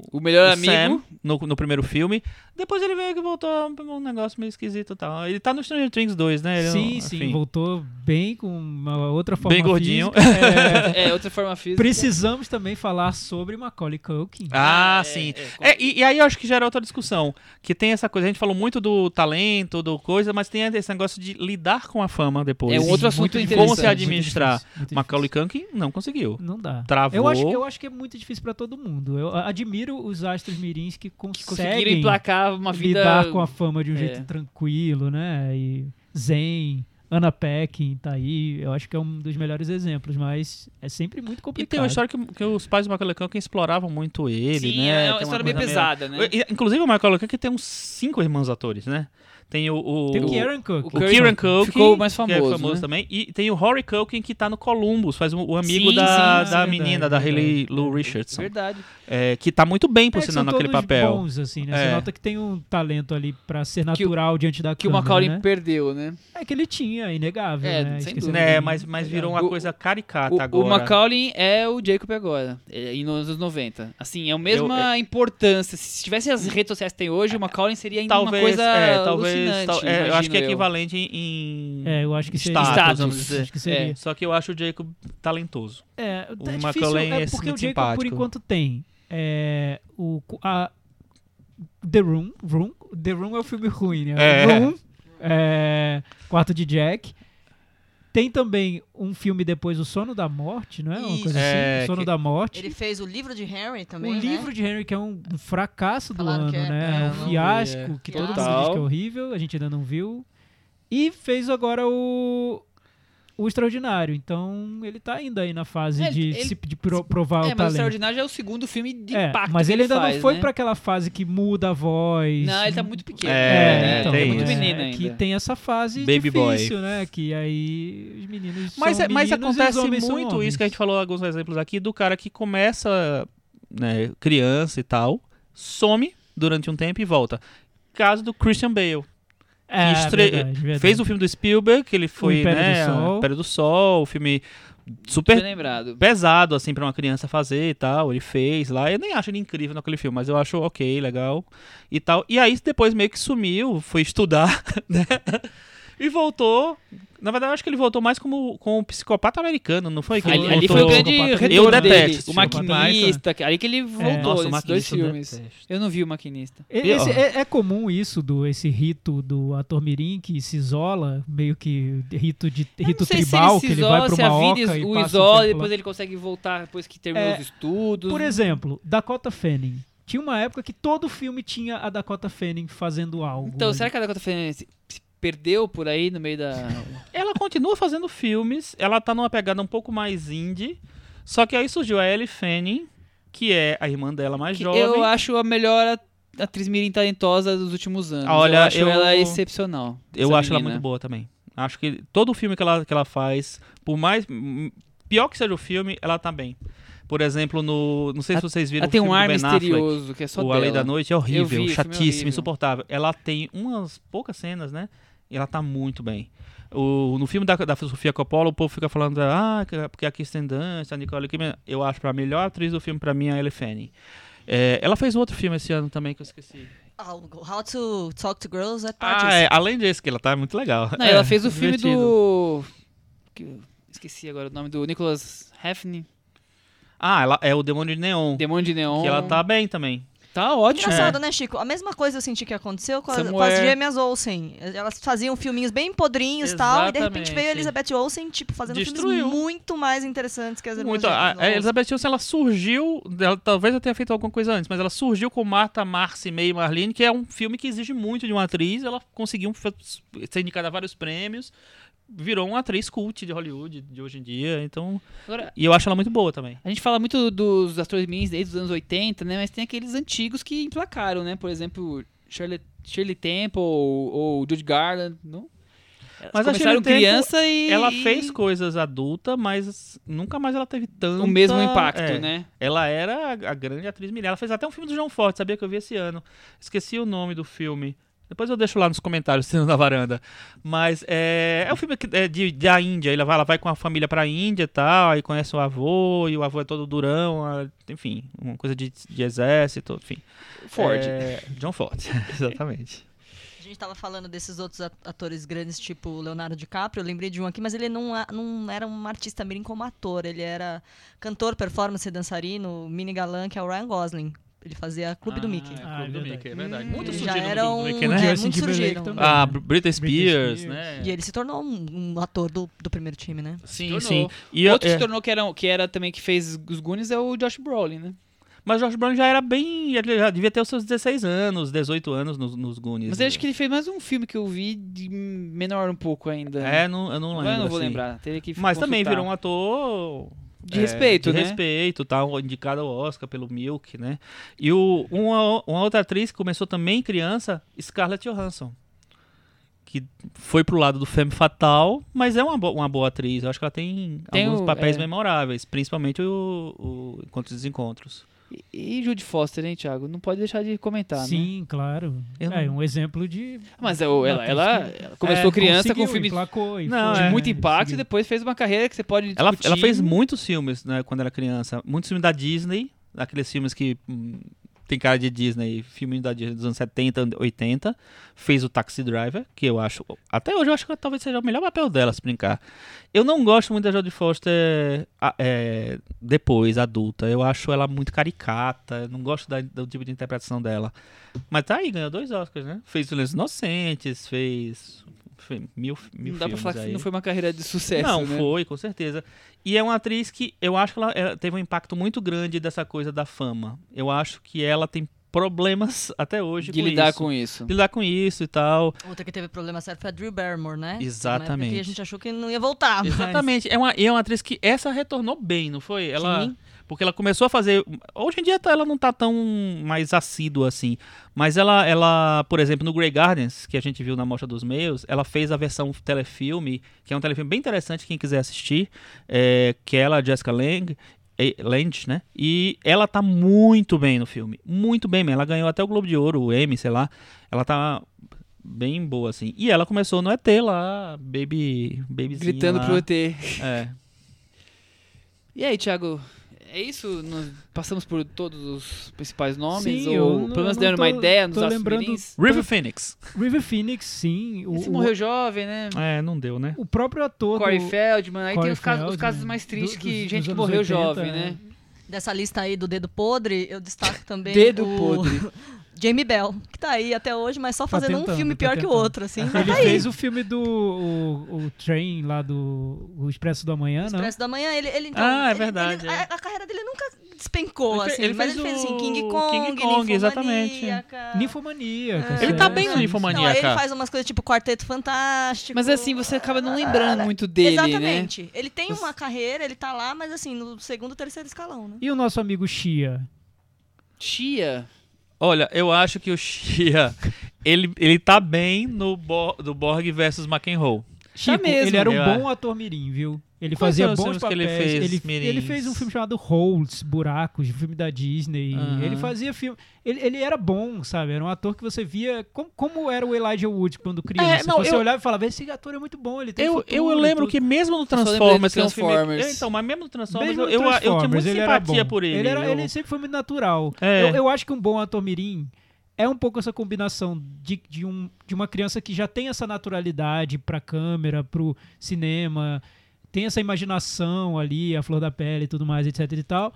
o-
O melhor
o
amigo.
Sam no, no primeiro filme. Depois ele veio que voltou pra um negócio meio esquisito e tal. Ele tá no Stranger Things 2, né? Ele não-
Sim, sim,
enfim.
voltou bem com uma outra forma.
Bem gordinho.
física.
É, outra forma física.
Precisamos também falar sobre Macaulay Culkin.
Ah,
É,
sim.
é,
É, e, e aí eu acho que gera outra discussão. Que tem essa coisa, a gente falou muito do talento, do coisa, mas tem esse negócio de lidar com a fama depois.
É um outro
Muito
assunto
difícil,
interessante.
Como se
muito
administrar?
difícil, muito
Macaulay Culkin não conseguiu.
Não dá.
Travou.
Eu acho, eu acho que é muito difícil pra todo mundo. Eu a- admiro os astros mirins que
Conseguiram
conseguem
emplacar uma vida...
lidar com a fama de um
É.
jeito tranquilo, né? E Zen, Anna Peckin tá aí. Eu acho que é um dos melhores exemplos, mas é sempre muito
E
complicado.
tem uma história que, que os pais do Macaulay Culkin exploravam muito ele,
Sim,
né?
é
Tem
uma história bem
coisa
pesada, né?
E- Inclusive o Macaulay Culkin tem uns cinco irmãos atores, né? Tem o... o
Tem o
o-
Kieran Cook.
o
o Kieran Culkin.
Ficou mais
que é
famoso, né?
também. E tem o Rory Culkin, que tá no Columbus, faz o, o amigo
Sim,
da,
sim,
da
sim,
menina,
verdade,
da
verdade.
Hayley Lou Richardson.
Verdade.
É, que tá muito bem, por
É que
sinal,
são
naquele
todos
papel.
bons, assim, né? Você
É.
nota que tem um talento ali pra ser natural diante da
Que o
câmera,
Macaulay
né?
perdeu, né?
É que ele tinha, é inegável,
É,
né?
sem
Esqueci
dúvida.
o
Né,
nome.
mas, mas virou
O-
uma
o-
coisa
O,
caricata
o
Tá agora.
Macaulay é o Jacob agora, é, em nos anos 90. Assim, é a mesma importância. Se tivesse as redes sociais que tem hoje, o Macaulay seria ainda
Talvez,
uma coisa
é, talvez,
alucinante,
tal- é, eu acho que
imagino
é equivalente em...
É, eu acho que seria.
Status,
Status,
vamos dizer.
Acho que
É.
seria.
Só que eu acho o Jacob talentoso.
É, é,
O
difícil,
Macaulay
é
é
porque o
muito
Jacob, por
simpático.
enquanto, tem é, o, a, The Room, Room. The Room é o filme ruim, né?
É.
Room, é, Quarto de Jack. Tem também um filme depois, O Sono da Morte, não é? Uma
Isso.
coisa assim,
É,
O Sono
que-
da Morte.
Ele fez o livro de Harry também,
o
né?
livro de Henry, que é um, um fracasso do
Falaram
ano,
que é-
né?
é,
É
não
um
vi,
fiasco
é.
que todo mundo diz
Total.
que é horrível, a gente ainda não viu. E fez agora o. O Extraordinário. Então, ele tá ainda aí na fase
É,
de,
ele-
se- de pro-
É,
provar o
mas o
talento.
Extraordinário já é o segundo filme de
É,
impacto.
mas
que
ele ainda
faz,
não foi
né?
pra aquela fase que muda a voz.
Não, ele tá muito pequeno.
É,
né?
então,
ele é
tem
muito
isso.
menino
é,
ainda.
Que tem essa fase
Baby boy.
difícil, né? Que aí os meninos
Mas,
são
é- mas
meninos e os
acontece
homens são
muito
homens.
isso que a gente falou alguns exemplos aqui do cara que começa né, criança e tal, some durante um tempo e volta. Caso do Christian Bale.
É,
estre-
verdade, verdade.
Fez o filme do Spielberg, que ele foi,
Império
né,
do Sol.
a Império do Sol, o filme
Bem
super
lembrado.
pesado assim pra uma criança fazer e tal, ele fez lá. Eu nem acho ele incrível naquele filme, mas eu acho OK, legal e tal. E aí depois meio que sumiu, foi estudar, né? E voltou. Na verdade, eu acho que ele voltou mais como, como um psicopata americano, não foi? Que
ali,
ele
ali
voltou-
foi o grande
Psicopata.
retorno
Eu
dele.
detesto
O
esse
Maquinista. que- Ali que ele voltou,
É, Nossa,
nesses
o
dois
Maquinista eu
filmes.
detesto.
Eu não vi o Maquinista.
E-
Pior.
esse- é, é comum isso do esse rito do ator mirim que se isola, meio que rito de
Eu
rito
não sei
tribal
se
que
ele se
ele vai
isola,
para
se
uma
a vida
oca
is-
e
o
passa um
isola,
tempo
depois
lá.
ele consegue voltar depois que terminou
É,
os estudos.
Por exemplo, Dakota Fanning. Tinha uma época que todo filme tinha a Dakota Fanning fazendo algo.
Então,
ali.
será que a Dakota Fanning se se perdeu por aí no meio da...
Ela continua fazendo filmes, ela tá numa pegada um pouco mais indie. Só que aí surgiu a Ellie Fanning, que é a irmã dela mais
Que
jovem.
Eu acho a melhor at- atriz mirim talentosa dos últimos anos.
Ah, olha,
eu acho
eu-
ela excepcional.
Eu
essa
acho ela
menina.
muito boa também. Acho que todo filme que ela, que ela faz, por mais. m- Pior que seja o filme, ela tá bem. Por exemplo, no. Não sei se vocês viram
Ela tem
o
um
filme
ar
do ben Affleck,
misterioso, que é só
o
dela.
A Lei da Noite é horrível,
Eu vi, o filme é
chatíssimo,
horrível.
insuportável. Ela tem umas poucas cenas, né? E ela tá muito bem. O, no filme da, da Sofia Coppola, o povo fica falando, ah, que- porque a Kirsten Dunst, a Nicole Kidman, eu acho que a melhor atriz do filme pra mim é a Ellie Fanning. É, ela fez outro filme esse ano também que eu esqueci.
Algo. How to Talk to Girls at Parties.
Ah, é, além desse que ela tá muito legal.
Não,
É,
ela fez o filme
divertido.
do... que eu Esqueci agora o nome do Nicholas Hefner,
Ah, ela é o Demônio de Neon.
Demônio de Neon.
Que ela tá É. bem também.
Tá ótimo.
Engraçado, né, Chico? A mesma coisa eu senti que aconteceu com, a- com as
Somewhere.
gêmeas Olsen. Elas faziam filminhos bem podrinhos e tal, e de repente veio a Elizabeth Olsen, tipo, fazendo
Destruiu.
filmes muito mais interessantes que as irmãs
Muito. A,
gêmeas
a
Olsen.
Elizabeth Olsen, ela surgiu. Ela, talvez eu tenha feito alguma coisa antes, mas ela surgiu com Marta, Marcy, May e Marlene, que é um filme que exige muito de uma atriz. Ela conseguiu fa- ser indicada a vários prêmios. Virou uma atriz cult de Hollywood de hoje em dia. Então.
Agora,
E eu acho ela muito boa também.
A gente fala muito dos atores mirins desde os anos 80, né? Mas tem aqueles antigos que emplacaram, né? Por exemplo, Shirley, Shirley Temple ou, ou Judy Garland, não? Elas
Mas a
começaram
Shirley Temple,
criança e...
Ela fez coisas adulta, mas nunca mais ela teve tanto.
o mesmo impacto,
é,
né?
Ela era a- a grande atriz mirim. Ela fez até um filme do João Forte, sabia que eu vi esse ano. Esqueci o nome do filme. Depois eu deixo lá nos comentários, sendo na varanda. Mas é, é um filme que é de, da Índia. Ela vai, ela vai com a família pra Índia e tal, aí conhece o avô, e o avô é todo durão, ah, enfim, uma coisa de, de exército, enfim.
Ford.
É, John Ford, exatamente.
A gente tava falando desses outros at- atores grandes, tipo o Leonardo DiCaprio, eu lembrei de um aqui, mas ele não, a- não era um artista mirim como ator, ele era cantor, performance, dançarino, mini galã, que é o Ryan Gosling. Ele fazia Clube do Mickey.
Ah, é
Clube do
verdade.
Mickey, é verdade.
Hum,
Muito
ele
surgido
já
no
era
Clube do
um...
Mickey, né?
é,
Justin
muito
Timberlake
surgiram.
também.
Ah, Br- Britney
Britney
Spears,
Spears.
É.
né?
E ele se tornou um, um ator do, do primeiro time, né?
Sim,
Tornou.
sim. E eu-
Outro que
é,
se tornou que era, um, que era também que fez os Goonies é o Josh Brolin, né?
mas George Brown já era bem. Ele já devia ter os seus 16 anos, 18 anos nos, nos Goonies.
Mas eu acho que ele fez mais um filme que eu vi de menor um pouco ainda.
É, não, eu não
Agora
lembro.
eu não vou
assim.
lembrar. Teria que
Mas também
consultar.
virou um ator.
De
é,
respeito,
de
né?
respeito, tá? Indicado ao Oscar pelo Milk, né? E o, uma, uma outra atriz que começou também criança, Scarlett Johansson. Que foi pro lado do Femme Fatal, mas é uma, bo- uma boa atriz. Eu acho que ela tem,
Tem
alguns
o-
papéis
é.
memoráveis, principalmente o, o Encontros e Desencontros.
E, e Jude Foster, hein, Thiago? Não pode deixar de comentar, né?
Sim, claro.
Eu
É
não-
um exemplo de.
Mas é o- ela,
Não,
ela,
tem
ela começou
É,
criança com
conseguiu,
filme
emplacou e
Não,
foi,
de
é,
muito impacto e
conseguiu.
depois fez uma carreira que você pode discutir.
Ela, ela fez muitos filmes né, quando era criança. Muitos filmes da Disney, aqueles filmes que hum, tem cara de Disney, filme da Disney dos anos 70, 80. Fez o Taxi Driver, que eu acho. Até hoje eu acho que talvez seja o melhor papel dela, se brincar. Eu não gosto muito da Jodie Foster a- é, depois, adulta. Eu acho ela muito caricata. eu Não gosto da- do tipo de interpretação dela. Mas tá aí, ganhou dois Oscars, né? Fez Os Inocentes, fez. fez Mil, mil
Não dá pra
filmes
falar
aí.
que não foi uma carreira de sucesso,
Não,
né?
foi, com certeza. E é uma atriz que eu acho que ela, ela teve um impacto muito grande dessa coisa da fama. Eu acho que ela tem problemas até hoje
De
com
lidar
isso.
com isso.
De lidar com isso e tal.
Outra que teve problema sério foi a Drew Barrymore, né?
Exatamente.
Porque a gente achou que não ia
Ah,
voltar. mas-
Exatamente. É uma, e é uma atriz que essa retornou bem, não foi? Ela,
Sim.
Porque ela começou a fazer. Hoje em dia tá- ela não tá tão mais assídua assim. Mas ela, ela, por exemplo, no Grey Gardens, que a gente viu na Mostra dos Meios, ela fez a versão telefilme, que é um telefilme bem interessante, quem quiser assistir, é, que ela, a Jessica Lange. eh, Lange, né? E ela tá muito bem no filme. Muito bem mesmo. Ela ganhou até o Globo de Ouro, o Emmy, sei lá. Ela tá bem boa, assim. E ela começou no ET lá, baby, babyzinha
Gritando
lá.
pro ET.
É.
E aí, Thiago? É isso? Nós passamos por todos os principais nomes?
Sim, eu
ou
não-
pelo menos
não
deram uma
tô-
ideia nos
tô
astros
lembrando-
mirins?
River Phoenix.
River Phoenix, sim. O,
Esse
o-
morreu jovem, né?
É, não deu, né?
o próprio ator.
Corey
do-
Feldman. Aí
Corey
tem os casos, os
Feldman,
casos mais tristes
do-
que
dos-
gente
dos
que
anos
morreu
80,
jovem,
é.
né?
Dessa lista aí do Dedo Podre, eu destaco também
Dedo
o
podre.
Jamie Bell, que tá aí até hoje, mas só
Tá
fazendo um
tentando,
filme
tá
pior que o
tentando.
outro, assim. Mas
Ele
tá aí.
fez o filme do o, o Train lá do o Expresso do Amanhã, Ah, não?
Expresso da Manhã, ele, ele então,
Ah, é
ele-
verdade,
ele-
é.
a, a carreira dele nunca despencou,
Ele fe-
assim.
ele
mas
fez
ele fez assim,
o
King Kong,
King Kong, exatamente.
Ninfomaníaca.
Ninfomaníaca.
É.
Ele tá bem no
sério.
Não, aí
Ninfomaníaca.
ele faz umas coisas tipo Quarteto Fantástico.
Mas assim, você acaba não lembrando muito dele, né?
Exatamente. Ele tem uma carreira, ele tá lá, mas assim, no segundo, terceiro escalão, né?
E o nosso amigo Shia?
Tia. é
Olha, eu acho que o Shia, ele, ele tá bem no Bo- do Borg versus McEnroe.
Chico,
mesmo.
ele era um
Eu
bom ator mirim, viu? Ele
Quais
fazia
são os
bons
filmes que
papéis.
ele fez mirins?
ele fez um filme chamado Holes, Buracos, um filme da Disney.
Aham.
Ele fazia filme. Ele, ele era bom, sabe? Era um ator que você via. Como, como era o Elijah Wood quando criança.
É, não,
você
eu-
olhava e falava: esse ator é muito bom, ele tem
Eu,
futuro
eu
e
lembro
tudo."
que mesmo no
lembrei do
Transformers, que é um filme-
Transformers.
Eu, então, mas mesmo no Transformers,
Mesmo
eu,
no
eu, eu tinha
Transformers,
muita
ele era
simpatia
bom.
por ele.
Ele, era-
eu-
ele sempre foi muito natural.
É.
Eu, eu acho que um bom ator mirim é um pouco essa combinação de, de, um, de uma criança que já tem essa naturalidade pra câmera, pro cinema, tem essa imaginação ali, a flor da pele e tudo mais, etc e tal.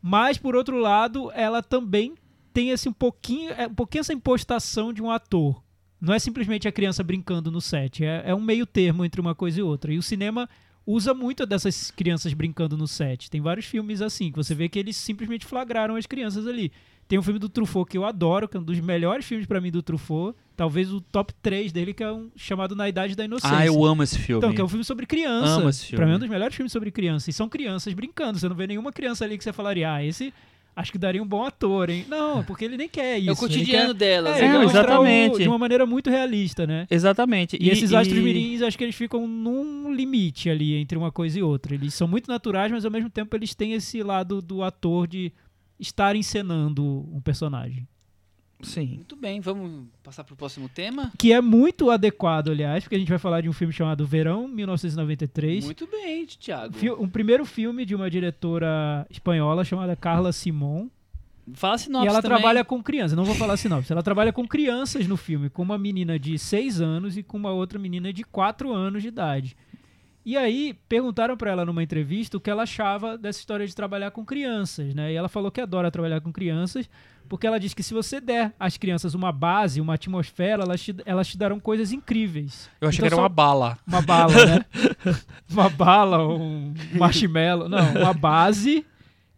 Mas, por outro lado, ela também tem esse um pouquinho, é, um pouquinho essa impostação de um ator. Não é simplesmente a criança brincando no set. É, é um meio termo entre uma coisa e outra. E o cinema usa muito dessas crianças brincando no set. Tem vários filmes assim, que você vê que eles simplesmente flagraram as crianças ali. Tem um filme do Truffaut que eu adoro, que é um dos melhores filmes pra mim do Truffaut. Talvez o top 3 dele, que é um chamado Na Idade da Inocência.
Ah, eu amo esse filme.
Então, que é um filme sobre criança.
Amo esse filme.
Pra mim é um dos melhores filmes sobre criança. E são crianças brincando. Você não vê nenhuma criança ali que você falaria, ah, esse acho que daria um bom ator, hein? Não, porque ele nem quer isso.
é o cotidiano
Ele
delas.
É,
quer, ele quer
né?
mostrar
exatamente.
o- de uma maneira muito realista, né?
Exatamente.
E, esses astros mirins, acho que eles ficam num limite ali entre uma coisa e outra. Eles são muito naturais, mas ao mesmo tempo eles têm esse lado do ator de estar encenando um personagem.
Sim.
Muito bem, vamos passar pro próximo tema?
Que é muito adequado, aliás, porque a gente vai falar de um filme chamado Verão 1993.
Muito bem, Thiago.
Fi- Um primeiro filme de uma diretora espanhola chamada Carla Simon.
Fala sinopse
e ela
também.
trabalha com crianças, não vou falar sinopse. Ela trabalha com crianças no filme, com uma menina de 6 anos e com uma outra menina de 4 anos de idade. E aí perguntaram pra ela numa entrevista o que ela achava dessa história de trabalhar com crianças, né? E ela falou que adora trabalhar com crianças, porque ela diz que se você der às crianças uma base, uma atmosfera, elas te, elas te darão coisas incríveis.
Eu achei
Então
que era
são-
uma bala.
uma bala, né? uma bala, um marshmallow, não, uma base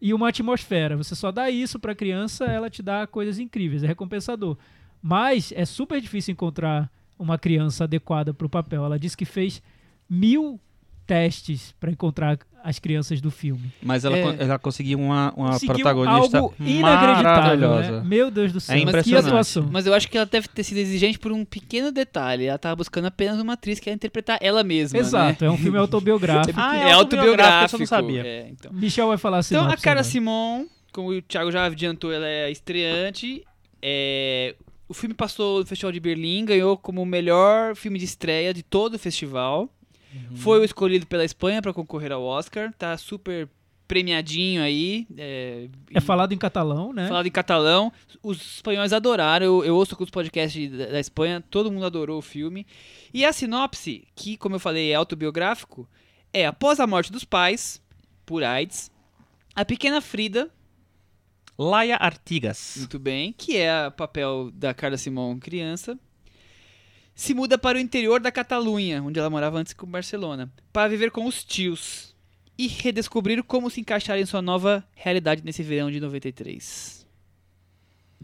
e uma atmosfera. Você só dá isso pra criança, ela te dá coisas incríveis, é recompensador. Mas é super difícil encontrar uma criança adequada pro papel. Ela disse que fez mil testes pra encontrar as crianças do filme.
Mas ela,
É.
con- ela conseguiu uma, uma
Conseguiu
protagonista
algo inacreditável, né?
maravilhosa. É
Meu Deus do céu, que
impressionante.
atuação.
Mas eu acho que ela deve ter sido exigente por um pequeno detalhe. Ela tava buscando apenas uma atriz que ia interpretar ela mesma.
Exato, é um filme
Né?
autobiográfico.
Ah, é
é autobiográfico.
autobiográfico, eu só não sabia.
É, então.
Michel vai falar assim.
Então, a Cara Simon, como o Thiago já adiantou, ela é estreante. É, O filme passou no Festival de Berlim, ganhou como o melhor filme de estreia de todo o festival.
Uhum.
Foi o escolhido pela Espanha para concorrer ao Oscar. Tá super premiadinho aí. É,
É
e-
falado em catalão, né?
Falado em catalão. Os espanhóis adoraram. Eu, eu ouço os podcasts da, da Espanha. Todo mundo adorou o filme. E a sinopse, que, como eu falei, é autobiográfico, é após a morte dos pais, por AIDS, a pequena Frida,
Laia Artigas.
muito bem, que é o papel da Carla Simon criança, se muda para o interior da Catalunha, onde ela morava antes com Barcelona, para viver com os tios e redescobrir como se encaixar em sua nova realidade nesse verão de 93.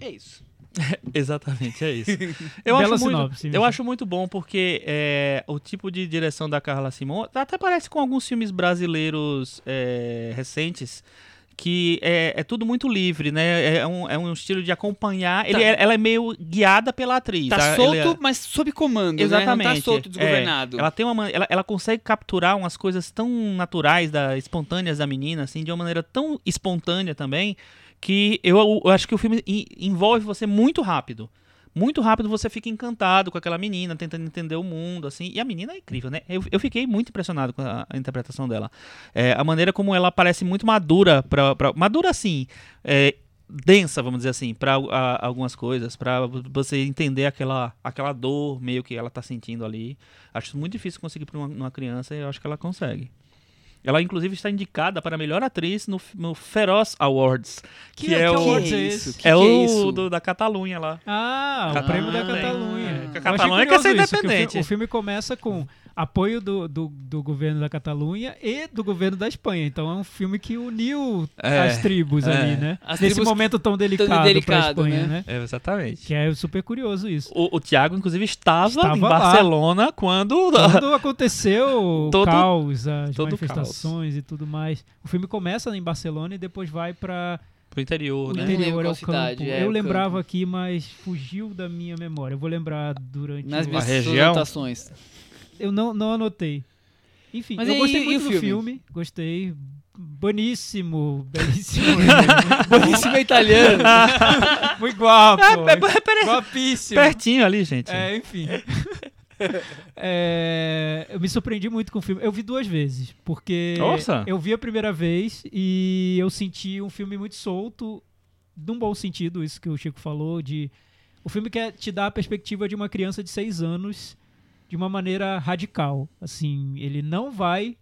É isso.
Exatamente, é isso. Eu,
Bela
acho muito,
sinopse, Michel.
eu acho muito bom porque é, o tipo de direção da Carla Simon até parece com alguns filmes brasileiros é, recentes. Que é, é tudo muito livre, né? É um, é um estilo de acompanhar. Ele é- ela é meio guiada pela atriz.
Tá
a-
solto,
ele é-
mas sob comando,
Exatamente.
né? Não tá solto,
É,
desgovernado.
ela tem uma man- ela, ela consegue capturar umas coisas tão naturais, da, espontâneas da menina, assim, de uma maneira tão espontânea também, que eu, eu acho que o filme en- envolve você muito rápido. Muito rápido você fica encantado com aquela menina, tentando entender o mundo, assim. E a menina é incrível, né? Eu, eu fiquei muito impressionado com a, a interpretação dela. É, a maneira como ela parece muito madura, pra, pra- madura assim, é, densa, vamos dizer assim, para algumas coisas, para você entender aquela, aquela dor meio que ela tá sentindo ali. Acho muito difícil conseguir para uma, uma criança e eu acho que ela consegue. Ela, inclusive, está indicada para melhor atriz no, no Feroz Awards, que, é,
que
o,
awards é esse?
Que
é
que
o
isso?
do- da Catalunha lá.
Ah, o
Catalunha.
prêmio da
É,
Catalunha.
que a
Eu achei
Catalunha quer ser
curioso isso, que o fi-
independente.
O, filme começa com apoio do, do, do governo da Catalunha e do governo da Espanha. Então é um filme que uniu
É,
as tribos
é.
ali, né?
As
Nesse
tribos
momento tão delicado, pra
delicado,
Espanha,
né?
né?
É, exatamente.
Que é super curioso isso.
O, o Thiago, inclusive, estava,
Estava
em
lá.
Barcelona quando.
Quando aconteceu o
Todo-
caos, as
todo
manifestações e tudo mais. O filme começa em Barcelona e depois vai pra
Pro
O
interior, né?
Não lembro
interior é
qual
o
cidade,
campo.
é,
eu
o
lembrava aqui, mas fugiu da minha memória. Eu vou lembrar durante.
Nas
o-
minhas
região?
anotações.
Eu não, não anotei. Enfim,
Mas
eu
e-
gostei
e
muito
o
do
filme?
filme. Gostei. Boníssimo. Belíssimo.
Boníssimo é italiano.
muito guapo.
É,
Peraí,
guapíssimo.
Pertinho ali, gente.
É, enfim. É, eu me surpreendi muito com o filme. Eu vi duas vezes, porque
Nossa!
eu vi a primeira vez e eu senti um filme muito solto, num bom sentido, isso que o Chico falou, de o filme quer te dar a perspectiva de uma criança de seis anos de uma maneira radical. Assim, ele não vai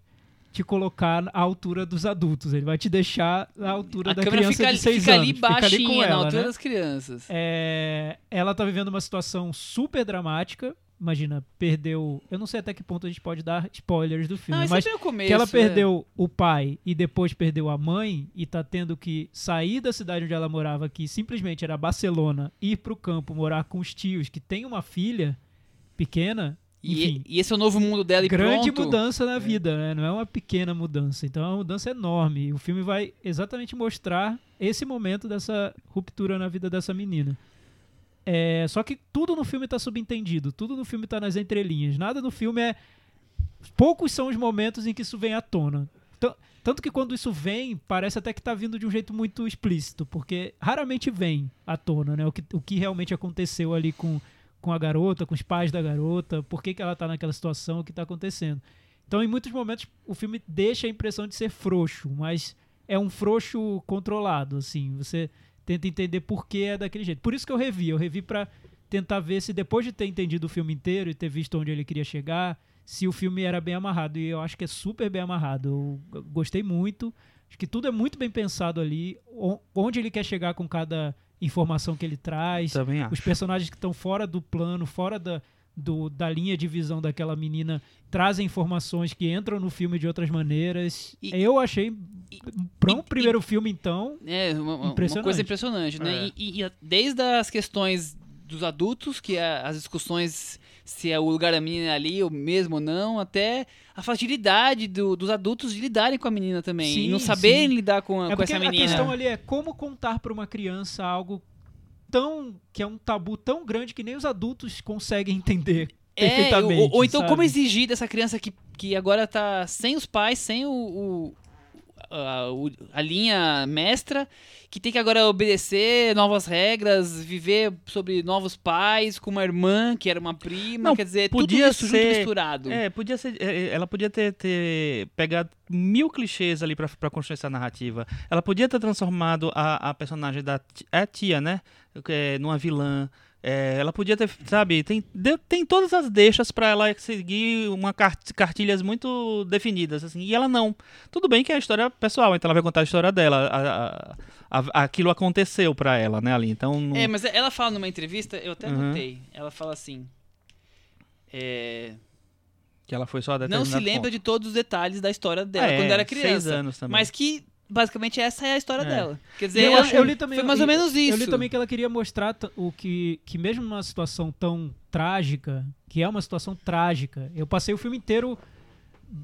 te colocar à altura dos adultos, ele vai te deixar à altura
A
da
câmera
criança
fica,
de seis
fica
anos.
ali
com
baixinha, na
ela,
altura
né?
das crianças.
É, ela tá vivendo uma situação super dramática. Imagina, perdeu. Eu não sei até que ponto a gente pode dar spoilers do filme,
Não, isso é
mas
bem o começo.
que ela
né?
perdeu o pai e depois perdeu a mãe e tá tendo que sair da cidade onde ela morava, que simplesmente era Barcelona, ir pro campo morar com os tios, que tem uma filha pequena. Enfim,
E, e esse é o novo mundo dela e
grande
pronto.
mudança na vida, né? Não é uma pequena mudança. Então é uma mudança enorme. E o filme vai exatamente mostrar esse momento dessa ruptura na vida dessa menina. É, só que tudo no filme tá subentendido, tudo no filme tá nas entrelinhas. Nada no filme é. Poucos são os momentos em que isso vem à tona. Tan- Tanto que quando isso vem, parece até que tá vindo de um jeito muito explícito, porque raramente vem à tona, né? O que, o que realmente aconteceu ali com, com a garota, com os pais da garota, por que, que ela tá naquela situação, o que tá acontecendo. Então, em muitos momentos, o filme deixa a impressão de ser frouxo, mas é um frouxo controlado, assim. Você tenta entender por que é daquele jeito. Por isso que eu revi. Eu revi pra tentar ver se, depois de ter entendido o filme inteiro e ter visto onde ele queria chegar, se o filme era bem amarrado. E eu acho que é super bem amarrado. Eu g- gostei muito. Acho que tudo é muito bem pensado ali. o- Onde ele quer chegar com cada informação que ele traz.
Também
Os
acho.
personagens que estão fora do plano, fora da, do- da linha de visão daquela menina, trazem informações que entram no filme de outras maneiras.
E-
eu achei. Para um
e-
primeiro filme, então.
É, uma, uma- uma
Impressionante.
coisa impressionante, né?
É.
E, e- e a- desde as questões dos adultos, que a- as discussões se é o lugar da menina ali, ou mesmo ou não, até a facilidade do- dos adultos de lidarem com a menina também. e
Sim,
não saberem
sim.
lidar com, a-
é
com
porque
essa
a
menina.
questão ali é como contar para uma criança algo tão. que é um tabu tão grande que nem os adultos conseguem entender
É, ou-
perfeitamente.
ou, ou então
sabe?
como exigir dessa criança que, que agora tá sem os pais, sem o, o- a, o- a linha mestra, que tem que agora obedecer novas regras, viver sobre novos pais, com uma irmã que era uma prima,
Não,
quer dizer,
podia
tudo isso
ser-
junto misturado.
É, podia ser. é, é, Ela podia ter, ter pegado mil clichês ali pra, pra construir essa narrativa. Ela podia ter transformado a, a personagem da ti- é a tia, né? É, numa vilã. É, ela podia ter, sabe, tem, deu- tem todas as deixas pra ela seguir uma car- cartilhas muito definidas, assim, e ela não. Tudo bem que é a história pessoal, então ela vai contar a história dela. a- a- a- aquilo aconteceu pra ela, né, ali. Então, não-
É, mas ela fala numa entrevista, eu até
Uhum.
notei, ela fala assim. é,
que ela foi só a
não se lembra de todos os detalhes da história dela
É,
quando era
seis
criança.
anos também.
Mas que basicamente essa é a história
É.
dela. Quer dizer,
Eu
ela-
acho- eu li também-
é, foi mais ou menos isso.
Eu li também que ela queria mostrar t- o que, que mesmo numa situação tão trágica, que é uma situação trágica, eu passei o filme inteiro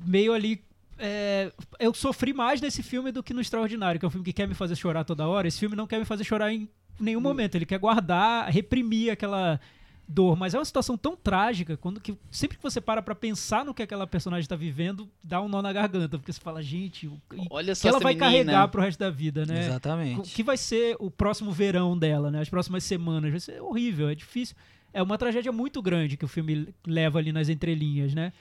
meio ali. é, eu sofri mais nesse filme do que no Extraordinário, que é um filme que quer me fazer chorar toda hora. Esse filme não quer me fazer chorar em
Hum.
nenhum momento. Ele quer guardar, reprimir aquela dor. Mas é uma situação tão trágica quando que sempre que você para pra pensar no que aquela personagem tá vivendo, dá um nó na garganta, porque você fala, gente, o e
Olha
que
só
ela
essa
vai
menina.
carregar pro resto da vida, né? O
Exatamente.
que vai ser o próximo verão dela, né? As próximas semanas. Vai ser horrível, é difícil. É uma tragédia muito grande que o filme leva ali nas entrelinhas, né?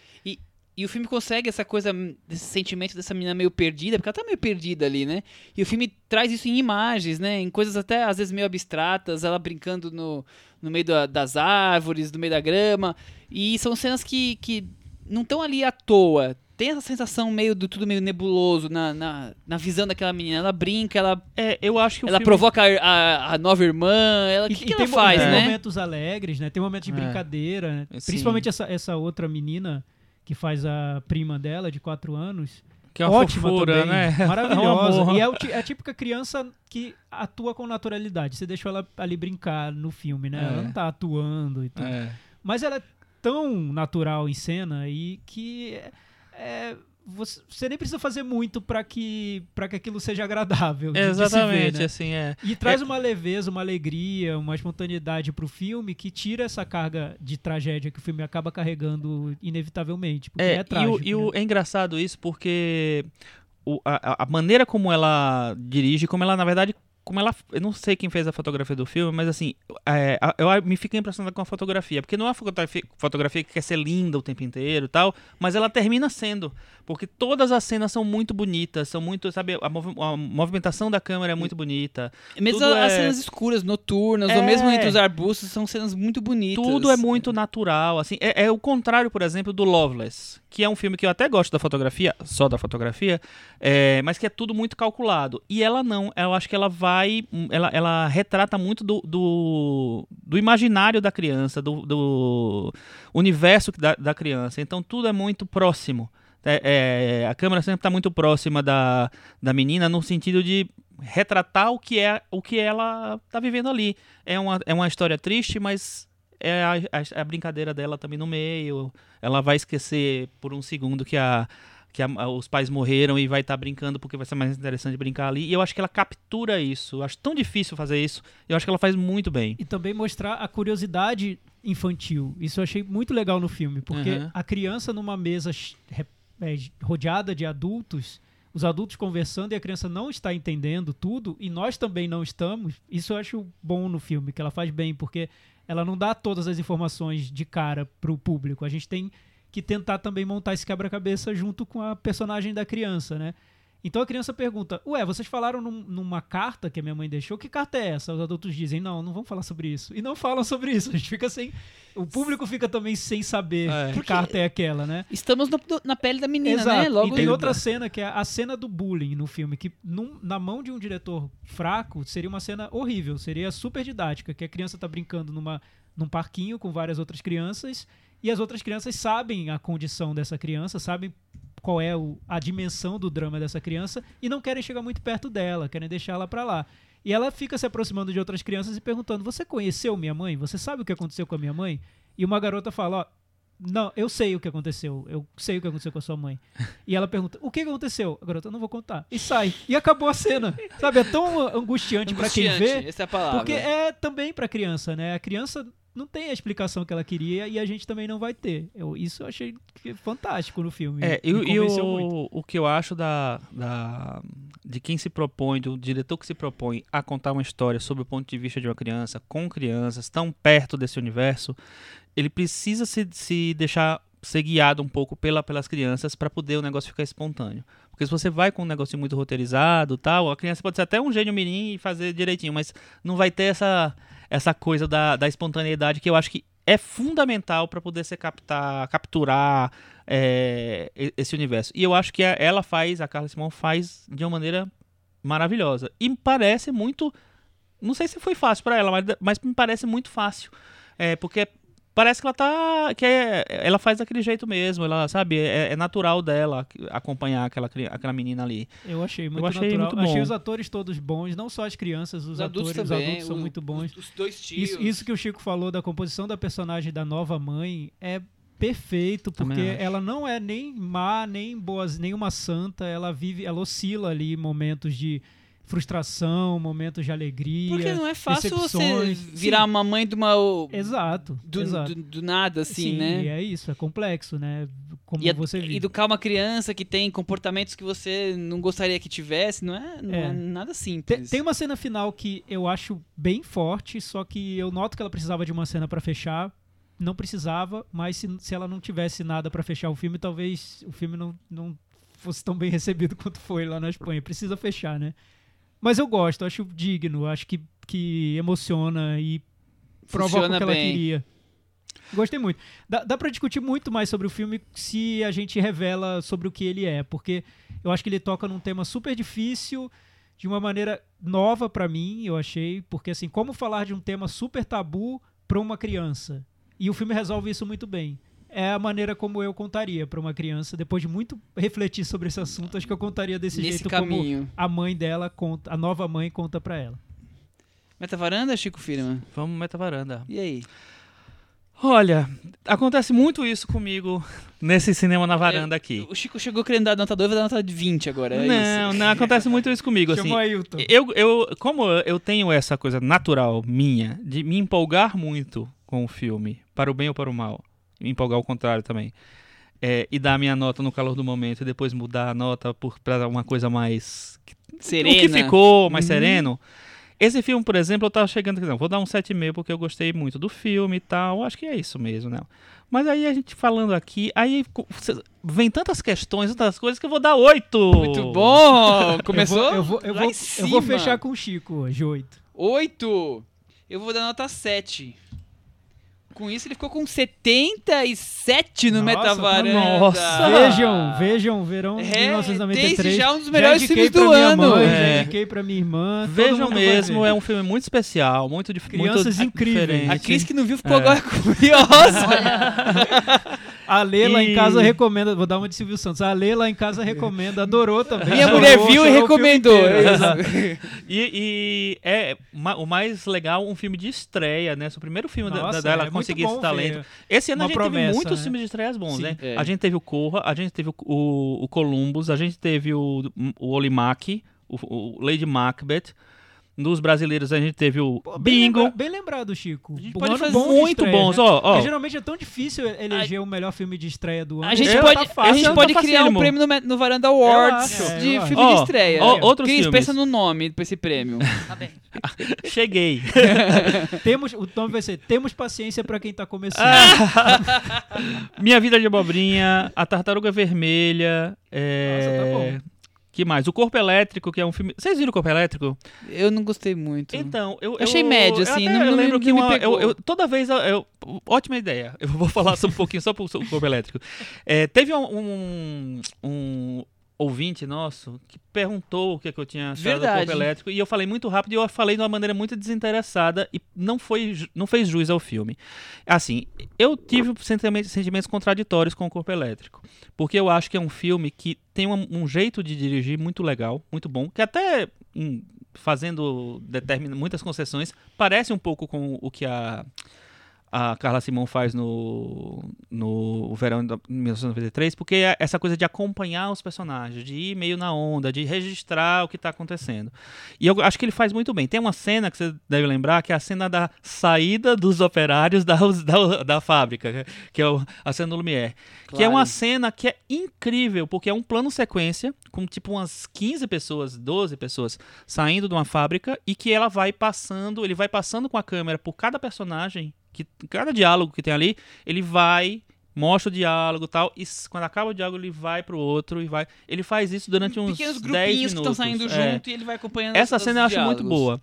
E o filme consegue essa coisa, esse sentimento dessa menina meio perdida, porque ela tá meio perdida ali, né? E o filme traz isso em imagens, né? Em coisas até às vezes meio abstratas, ela brincando no, no meio da- das árvores, no meio da grama. E são cenas que, que não estão ali à toa. Tem essa sensação meio do tudo meio nebuloso na, na, na visão daquela menina. Ela brinca, ela,
É, eu acho que o
ela
filme-
provoca a, a- a nova irmã. Ela, o
E-
que,
e
que ela
tem, mo-
faz,
tem
né?
momentos alegres, né? Tem momentos de
É.
brincadeira. né?
Sim.
Principalmente essa, essa outra menina que faz a prima dela, de quatro anos.
Que é uma
Ótima
fofura,
também,
né? É um
Maravilhosa.
amor.
e é o ti- é a típica criança que atua com naturalidade. Você deixou ela ali brincar no filme, né?
É.
Ela não tá atuando e tudo.
É.
Mas ela é tão natural em cena e que é, é, você, você nem precisa fazer muito pra que para que aquilo seja agradável. de- de se ver,
Exatamente,
né?
assim, é.
E traz uma leveza, uma alegria, uma espontaneidade pro filme que tira essa carga de tragédia que o filme acaba carregando inevitavelmente. Porque é,
É, e,
trágico.
o, e o-
né?
é engraçado isso porque o- a, a- a maneira como ela dirige, como ela, na verdade, como ela. Eu não sei quem fez a fotografia do filme, mas assim, é, a- eu a- me fico impressionado com a fotografia. Porque não é uma fotografia, fotografia que quer ser linda o tempo inteiro e tal, mas ela termina sendo. Porque todas as cenas são muito bonitas, são muito, sabe, a, movi- a movimentação da câmera é muito bonita.
Mesmo
Tudo
as
é-
cenas escuras, noturnas, ou
É.
mesmo entre os arbustos, são cenas muito bonitas.
Tudo é muito natural, assim. É, é o contrário, por exemplo, do Loveless, que é um filme que eu até gosto da fotografia, só da fotografia, é, mas que é tudo muito calculado. E ela não, eu acho que ela vai. Ela, ela retrata muito do, do, do imaginário da criança, do, do universo da, da criança. Então tudo é muito próximo. É, é, a câmera sempre está muito próxima da, da menina no sentido de retratar o que é o que ela está vivendo ali. É uma, é uma história triste, mas é a, a- a brincadeira dela também no meio. Ela vai esquecer por um segundo que a que a- a- os pais morreram e vai estar brincando porque vai ser mais interessante brincar ali. E eu acho que ela captura isso. Eu acho tão difícil fazer isso. Eu acho que ela faz muito bem.
E também mostrar a curiosidade infantil. Isso eu achei muito legal no filme, porque
Uhum.
a criança numa mesa ch- re- é, rodeada de adultos, os adultos conversando e a criança não está entendendo tudo, e nós também não estamos, isso eu acho bom no filme, que ela faz bem, porque ela não dá todas as informações de cara para o público. A gente tem que tentar também montar esse quebra-cabeça junto com a personagem da criança, né? Então a criança pergunta: Ué, vocês falaram num- numa carta que a minha mãe deixou? Que carta é essa? Os adultos dizem: Não, não vamos falar sobre isso. E não falam sobre isso. A gente fica sem. O público fica também sem saber
É.
que carta é aquela, né?
Estamos no- na pele da menina,
Exato.
né? Logo
e tem
no-
outra cena que é a cena do bullying no filme, que num- na mão de um diretor fraco seria uma cena horrível, seria super didática, que a criança tá brincando numa, num parquinho com várias outras crianças e as outras crianças sabem a condição dessa criança, sabem qual é o- a dimensão do drama dessa criança e não querem chegar muito perto dela, querem deixar ela pra lá. E ela fica se aproximando de outras crianças e perguntando: Você conheceu minha mãe? Você sabe o que aconteceu com a minha mãe? E uma garota fala: Ó, não, eu sei o que aconteceu. Eu sei o que aconteceu com a sua mãe. E ela pergunta: O que aconteceu? A garota, eu não vou contar. E sai. E acabou a cena. Sabe? É tão angustiante pra quem
Angustiante,
vê.
Essa é a palavra.
Porque é também pra criança, né? A criança não tem a explicação que ela queria e a gente também não vai ter. Eu, isso eu achei que é fantástico no filme.
É, e,
Me
o- e
convenceu muito.
o, o que eu acho da, da- de quem se propõe, do diretor que se propõe a contar uma história sob o ponto de vista de uma criança, com crianças, tão perto desse universo, ele precisa se, se deixar ser guiado um pouco pela, pelas crianças para poder o negócio ficar espontâneo. Porque se você vai com um negócio muito roteirizado tal, a criança pode ser até um gênio mirim e fazer direitinho, mas não vai ter essa, essa coisa da, da espontaneidade que eu acho que é fundamental para poder se captar, capturar é, e- esse universo. E eu acho que a- ela faz, a Carla Simão faz de uma maneira maravilhosa. E me parece muito. Não sei se foi fácil para ela, mas, mas me parece muito fácil. É, porque parece que ela tá. Que é- ela faz daquele jeito mesmo. Ela, sabe, é, é natural dela acompanhar aquela, cri- aquela menina ali.
Eu achei muito
achei
natural.
muito bom.
Achei os atores todos bons, não só as crianças, os,
Os adultos
atores, os
também.
adultos são
o-
muito bons.
Os, os dois tios.
Isso, isso que o Chico falou da composição da personagem da nova mãe é perfeito,
Também
porque
acho.
ela não é nem má, nem boa, nenhuma santa, ela vive, ela oscila ali em momentos de frustração, momentos de alegria.
Porque não é fácil você
decepções.
virar uma mãe de uma.
Exato.
Do,
exato.
do- do nada, assim,
Sim,
né?
e é isso, é complexo, né? Como
E, a-
você vive.
educar uma criança que tem comportamentos que você não gostaria que tivesse, não é, não é.
É.
nada
Te-
simples.
Tem uma cena final que eu acho bem forte, só que eu noto que ela precisava de uma cena pra fechar. Não precisava, mas se, se ela não tivesse nada pra fechar o filme, talvez o filme não, não fosse tão bem recebido quanto foi lá na Espanha. Precisa fechar, né? Mas eu gosto, eu acho digno, acho que, que emociona e provoca
Funciona
o que ela
bem.
queria. Gostei muito. Dá, dá para discutir muito mais sobre o filme se a gente revela sobre o que ele é, porque eu acho que ele toca num tema super difícil, de uma maneira nova pra mim, eu achei, porque assim, como falar de um tema super tabu pra uma criança? E o filme resolve isso muito bem. É a maneira como eu contaria pra uma criança, depois de muito refletir sobre esse assunto, acho que eu contaria desse
Nesse
jeito como
caminho.
a mãe dela conta, a nova mãe conta pra ela.
Metavaranda, Chico Firman?
Vamos, meta varanda.
E aí?
Olha, acontece muito isso comigo nesse cinema na varanda aqui.
O Chico chegou querendo dar nota 2, vai dar nota de 20 agora. É
não, não, acontece muito isso comigo. assim,
Chamou Ailton.
Eu, eu, como eu tenho essa coisa natural minha de me empolgar muito com o filme, para o bem ou para o mal, me empolgar ao contrário também, é, e dar a minha nota no calor do momento e depois mudar a nota por- pra uma coisa mais.
isso. Serena.
O que ficou mais sereno. Esse filme, por exemplo, eu tava chegando. Não, vou dar um 7,5 porque eu gostei muito do filme e tal. Acho que é isso mesmo, né? Mas aí a gente falando aqui, aí co- cê- vem tantas questões, tantas coisas que eu vou dar 8.
Muito bom! Começou?
Eu vou, eu vou, eu
Lá
vou,
em
eu
cima.
vou fechar com o Chico hoje, oito.
8! Eu vou dar nota 7. Com isso, ele ficou com 77 no
Nossa, tá-
Metavaranda.
nossa. Ah.
Vejam, vejam, verão de
É,
1993.
desde já um dos melhores
indiquei
filmes
pra
do
minha
ano.
Mãe, Já
É.
indiquei pra minha irmã. todo
Vejam
mundo vai
mesmo,
ver.
é um filme muito especial, muito dif- muito
Crianças
di-
incríveis.
diferente.
A Cris que não viu ficou
É.
agora curiosa.
A Lê lá em
E-
casa recomenda. Vou dar uma de Silvio Santos. A Lê lá em casa recomenda, adorou também.
Minha
chorou,
mulher viu e
chorou o filme
recomendou.
inteiro.
E, e é ma- o mais legal, um filme de estreia, né? Seu primeiro filme da-
Nossa,
da- dela
é muito
conseguir
bom
esse talento.
ver.
Esse ano
Uma
a gente
promessa,
teve muitos
né?
filmes de estreias bons,
Sim.
né?
É.
A gente teve o Corra, a gente teve o, o, o Columbus, a gente teve o, o Olimac, o, o Lady Macbeth. Dos brasileiros, a gente teve o
Pô, bem
Bingo.
lembra- Bem lembrado, Chico.
gente
Um
pode
ano
fazer
bom de
Muito
estreia,
bons,
né?
ó, ó.
Porque geralmente é tão difícil eleger o melhor filme de estreia do ano.
A gente
Esse
pode,
tá
a
fácil.
gente
tá
pode criar um
facílimo.
prêmio no, no Varanda Awards
Eu acho.
de
É, eu
filme
acho.
de estreia.
Ó, ó, outros
Cris,
filmes.
pensa no nome pra esse prêmio.
Cheguei.
Temos, o nome vai ser Temos Paciência pra quem tá começando.
Ah.
Minha Vida de Abobrinha, A Tartaruga Vermelha. É...
Nossa,
Que mais? O Corpo Elétrico, que é um filme. Vocês viram o Corpo Elétrico?
Eu não gostei muito.
Então, eu, eu
Achei médio,
eu
assim,
até
não- não me-
lembro que
não me
uma- eu-
pegou.
eu- toda vez eu, eu- ótima ideia. Eu vou falar só um pouquinho só pro sobre o corpo elétrico. É, teve um, um- um ouvinte nosso que perguntou o que, é que eu tinha achado do
Verdade.
corpo elétrico e eu falei muito rápido e eu falei de uma maneira muito desinteressada e não foi ju- não fez jus ao filme. Assim, eu tive sentimentos, sentimentos contraditórios com o corpo elétrico, porque eu acho que é um filme que tem um, um jeito de dirigir muito legal, muito bom, que até em fazendo determin- muitas concessões, parece um pouco com o que a, a Carla Simão faz no, no verão de 1993, porque é essa coisa de acompanhar os personagens, de ir meio na onda, de registrar o que está acontecendo. E eu acho que ele faz muito bem. Tem uma cena que você deve lembrar, que é a cena da saída dos operários da, da, da fábrica, que é o- a cena do Lumière. Que é
Claro.
uma cena que é incrível, porque é um plano sequência, com tipo umas 15 pessoas, 12 pessoas saindo de uma fábrica e que ela vai passando, ele vai passando com a câmera por cada personagem, que cada diálogo que tem ali, ele vai mostra o diálogo e tal, e s- quando acaba o diálogo ele vai pro outro e vai, ele faz isso durante uns
Pequenos
10
grupinhos que estão
minutos.
saindo
é.
junto e ele vai acompanhando
Essa
os- os
cena eu acho muito
diálogos.
boa.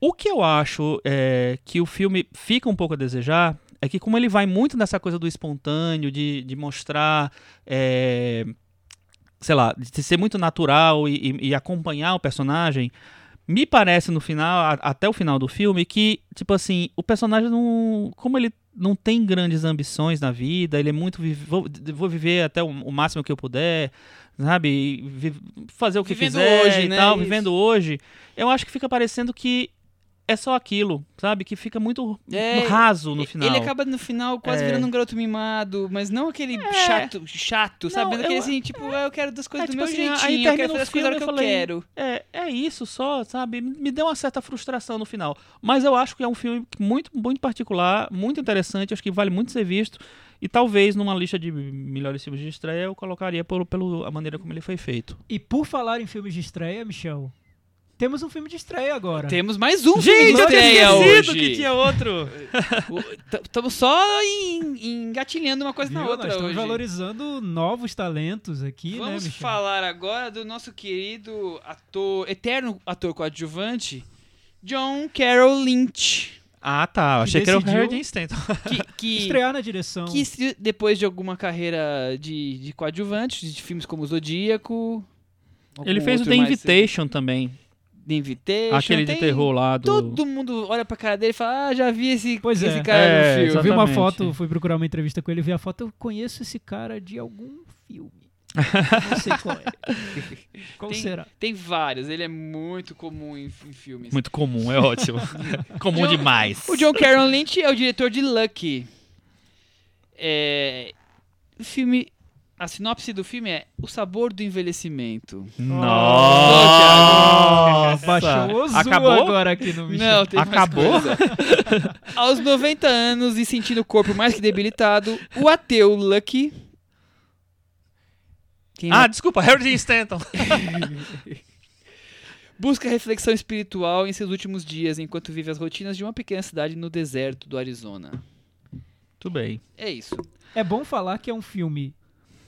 O que eu acho é, que o filme fica um pouco a desejar é que, como ele vai muito nessa coisa do espontâneo, de, de mostrar. é, sei lá, de ser muito natural e, e- e acompanhar o personagem. Me parece no final, a- até o final do filme, que, tipo assim, o personagem não. Como ele não tem grandes ambições na vida, ele é muito. vive- Vou, vou viver até o, o máximo que eu puder, sabe? E vi- fazer o que
Vivendo
quiser
hoje,
e
né?
tal,
Isso.
vivendo hoje. Eu acho que fica parecendo que é só aquilo, sabe? Que fica muito
É,
raso no
E-
final.
Ele acaba no final quase
É.
virando um garoto mimado, mas não aquele chato, chato, sabe?
eu-
Aquele assim, tipo, ah, eu quero das coisas
É,
do
tipo
meu
assim, aí
jeitinho, eu
termina
quero
o
fazer as coisas da hora
filme,
que
eu
eu
falei,
quero.
É, é isso só, sabe? Me- Me deu uma certa frustração no final. Mas eu acho que é um filme muito, muito particular, muito interessante, acho que vale muito ser visto. E talvez numa lista de melhores filmes de estreia eu colocaria pelo, pelo a maneira como ele foi feito.
E por falar em filmes de estreia, Michel, temos um filme de estreia
"Tá."
agora.
Temos mais um filme de estreia hoje.
outro!
Estamos só em- engatilhando uma coisa na
Viu? Nós
tá outra
estamos
hoje.
valorizando novos talentos aqui,
Vamos
né, Michel?
falar agora do nosso querido ator, eterno ator coadjuvante, John Carroll Lynch,
Ah, tá. eu
Que
Achei que era o então.
decidiu-
Harry Dean Stanton.
que, que
Estrear na direção. É,
Que se- depois de alguma carreira de, de coadjuvante, de filmes como Zodíaco. algum
Ele fez o
outro
The
mais-
Invitation também.
The Invitation.
aquele de
tem-
terror lá do.
Todo mundo olha pra cara dele e fala: Ah, já vi esse,
Pois
esse
é.
cara
É,
no
Eu
filme.
vi uma
Exatamente.
foto, fui procurar uma entrevista com ele, vi a foto, eu conheço esse cara de algum filme. Não sei qual é. Qual
Tem-
será?
Tem vários, ele é muito comum em, em filmes.
Muito comum, é ótimo. comum
John-
demais.
O John Carroll Lynch é o diretor de Lucky. É, o filme. A sinopse do filme é O Sabor do Envelhecimento.
Nossa!
Baixou o Ozu
Acabou?
agora aqui no Michel.
Não, tem mais
Acabou?
Aos 90 anos e sentindo o corpo mais que debilitado, o ateu Lucky. Quem
Ah,
é?
desculpa, então. Harry Dean Stanton.
Busca reflexão espiritual em seus últimos dias enquanto vive as rotinas de uma pequena cidade no deserto do Arizona.
Tudo bem.
É isso.
É bom falar que é um filme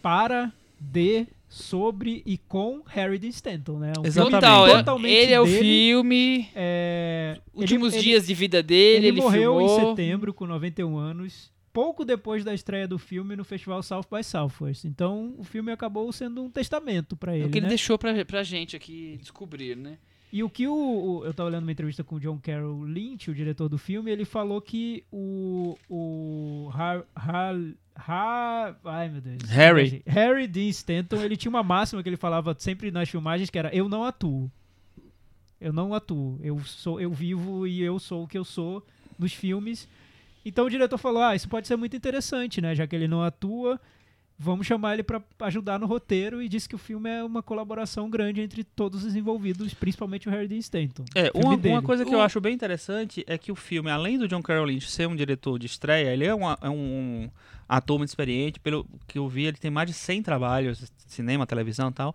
para, de, sobre e com Harry Dean Stanton, né? Um filme
Exatamente.
Total, é-
Totalmente
ele é o
dele.
filme,
É,
últimos
ele-
dias de vida dele, ele,
Ele, morreu em
filmou.
setembro com 91 anos, pouco depois da estreia do filme no festival South by Southwest. Então o filme acabou sendo um testamento pra
É
ele.
o que ele
né?
deixou pra, pra gente aqui descobrir, né?
E o que o, o- eu tava lendo uma entrevista com o John Carroll Lynch, o diretor do filme, ele falou que o o Har, Har, Har- ai meu Deus.
Harry.
Harry Dean Stanton, ele tinha uma máxima que ele falava sempre nas filmagens que era eu não atuo. Eu não atuo, eu sou eu vivo e eu sou o que eu sou nos filmes. Então o diretor falou: "Ah, isso pode ser muito interessante, né, já que ele não atua, vamos chamar ele para ajudar no roteiro e disse que o filme é uma colaboração grande entre todos os envolvidos, principalmente o Harry Dean Stanton.
É,
filme
uma,
dele.
uma coisa que eu
O-
acho bem interessante é que o filme, além do John Carroll Lynch ser um diretor de estreia, ele é, uma- é um ator muito experiente. Pelo que eu vi, ele tem mais de 100 trabalhos, cinema, televisão e tal.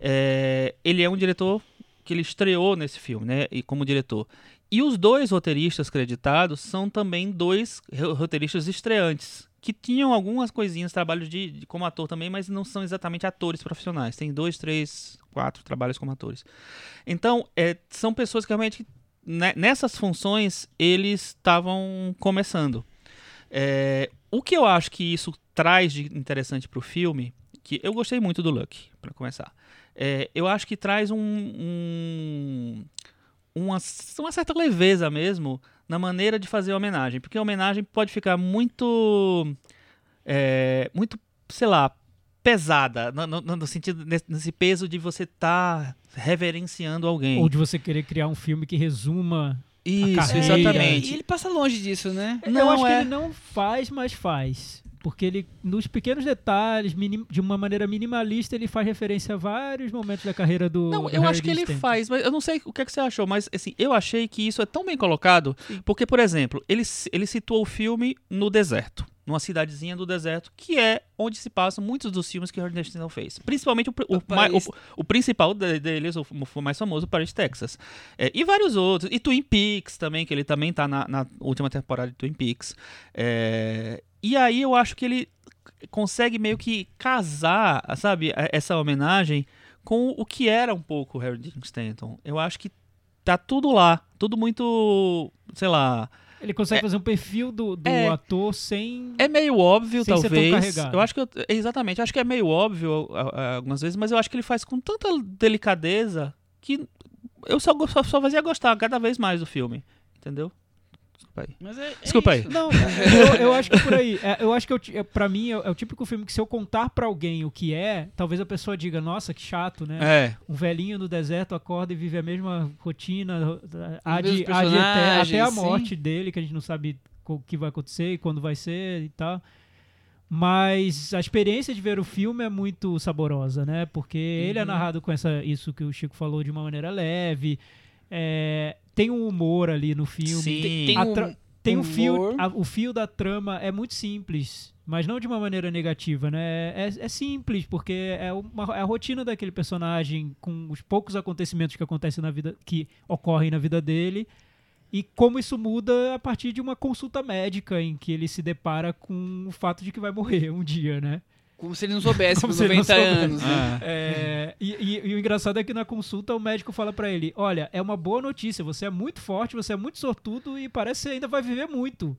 É, ele é um diretor que ele estreou nesse filme, né? E como diretor. E os dois roteiristas creditados são também dois ro- roteiristas estreantes, que tinham algumas coisinhas, trabalhos de, de- como ator também, mas não são exatamente atores profissionais. Tem dois, três, quatro trabalhos como atores. Então, é, são pessoas que realmente, né, nessas funções, eles estavam começando. É, o que eu acho que isso traz de interessante pro filme, que eu gostei muito do Luck, para começar. É, eu acho que traz um, um- uma, uma certa leveza mesmo na maneira de fazer a homenagem, porque a homenagem pode ficar muito, é, muito, sei lá, pesada no, no- no sentido nesse, nesse peso de você estar reverenciando alguém.
Ou de você querer criar um filme que resuma.
Isso,
carreira.
E
exatamente.
ele passa longe disso, né?
eu
Não
acho
é.
que ele É, não faz, mas faz. Porque ele, nos pequenos detalhes, minim- de uma maneira minimalista, ele faz referência a vários momentos da carreira do.
Não,
do
eu
Harry
acho que
Dean
ele
Stanton.
faz, mas eu não sei o que, é que você achou, mas assim, eu achei que isso é tão bem colocado, porque, por exemplo, ele, ci- ele situou o filme no deserto, numa cidadezinha do deserto, que é onde se passam muitos dos filmes que o Harry Stanton fez. Principalmente o, pr- o,
Pa-
mai-
Paris.
o- o principal de- deles, o f- o mais famoso, Paris, Texas. É, e vários outros, e Twin Peaks também, que ele também tá na, na última temporada de Twin Peaks. É, e aí eu acho que ele consegue meio que casar, sabe, a- essa homenagem com o que era um pouco o Harry Dean Stanton. Eu acho que tá tudo lá, tudo muito, sei lá,
Ele consegue fazer um perfil do, do
É.
ator sem.
é meio óbvio
Sem ser tão
talvez.
carregado.
Eu acho que eu- exatamente, acho que é meio óbvio a- a- algumas vezes, mas eu acho que ele faz com tanta delicadeza que eu só go- só, só fazia gostar cada vez mais do filme, entendeu? Desculpa aí.
Mas é, é
Desculpa aí.
isso.
Não, eu, eu acho que por aí. É, eu acho que eu, ti- é, pra mim é, é o típico filme que se eu contar pra alguém o que é, talvez a pessoa diga, nossa, que chato, né?
É,
Um velhinho no deserto acorda e vive a mesma rotina há
Os
de,
mesmos
há de até,
personagens,
até a
sim.
morte dele, que a gente não sabe co- o que vai acontecer e quando vai ser e tal. Mas a experiência de ver o filme é muito saborosa, né? Porque ele é
Uhum.
narrado com essa, isso que o Chico falou de uma maneira leve. É, tem um humor ali no filme.
sim.
Tem, tem
A
um-
tra- Tem um fio,
Humor.
a- o fio da trama é muito simples, mas não de uma maneira negativa, né? É, é simples, porque é, uma, é a rotina daquele personagem, com os poucos acontecimentos que acontecem na vida, que ocorrem na vida dele, e como isso muda a partir de uma consulta médica em que ele se depara com o fato de que vai morrer um dia, né?
Como se ele não soubesse
Como
com
se ele não
90
soubesse.
anos. né?
Ah.
É, e, e- e o engraçado é que na consulta o médico fala pra ele: Olha, é uma boa notícia, você é muito forte, você é muito sortudo e parece que você ainda vai viver muito.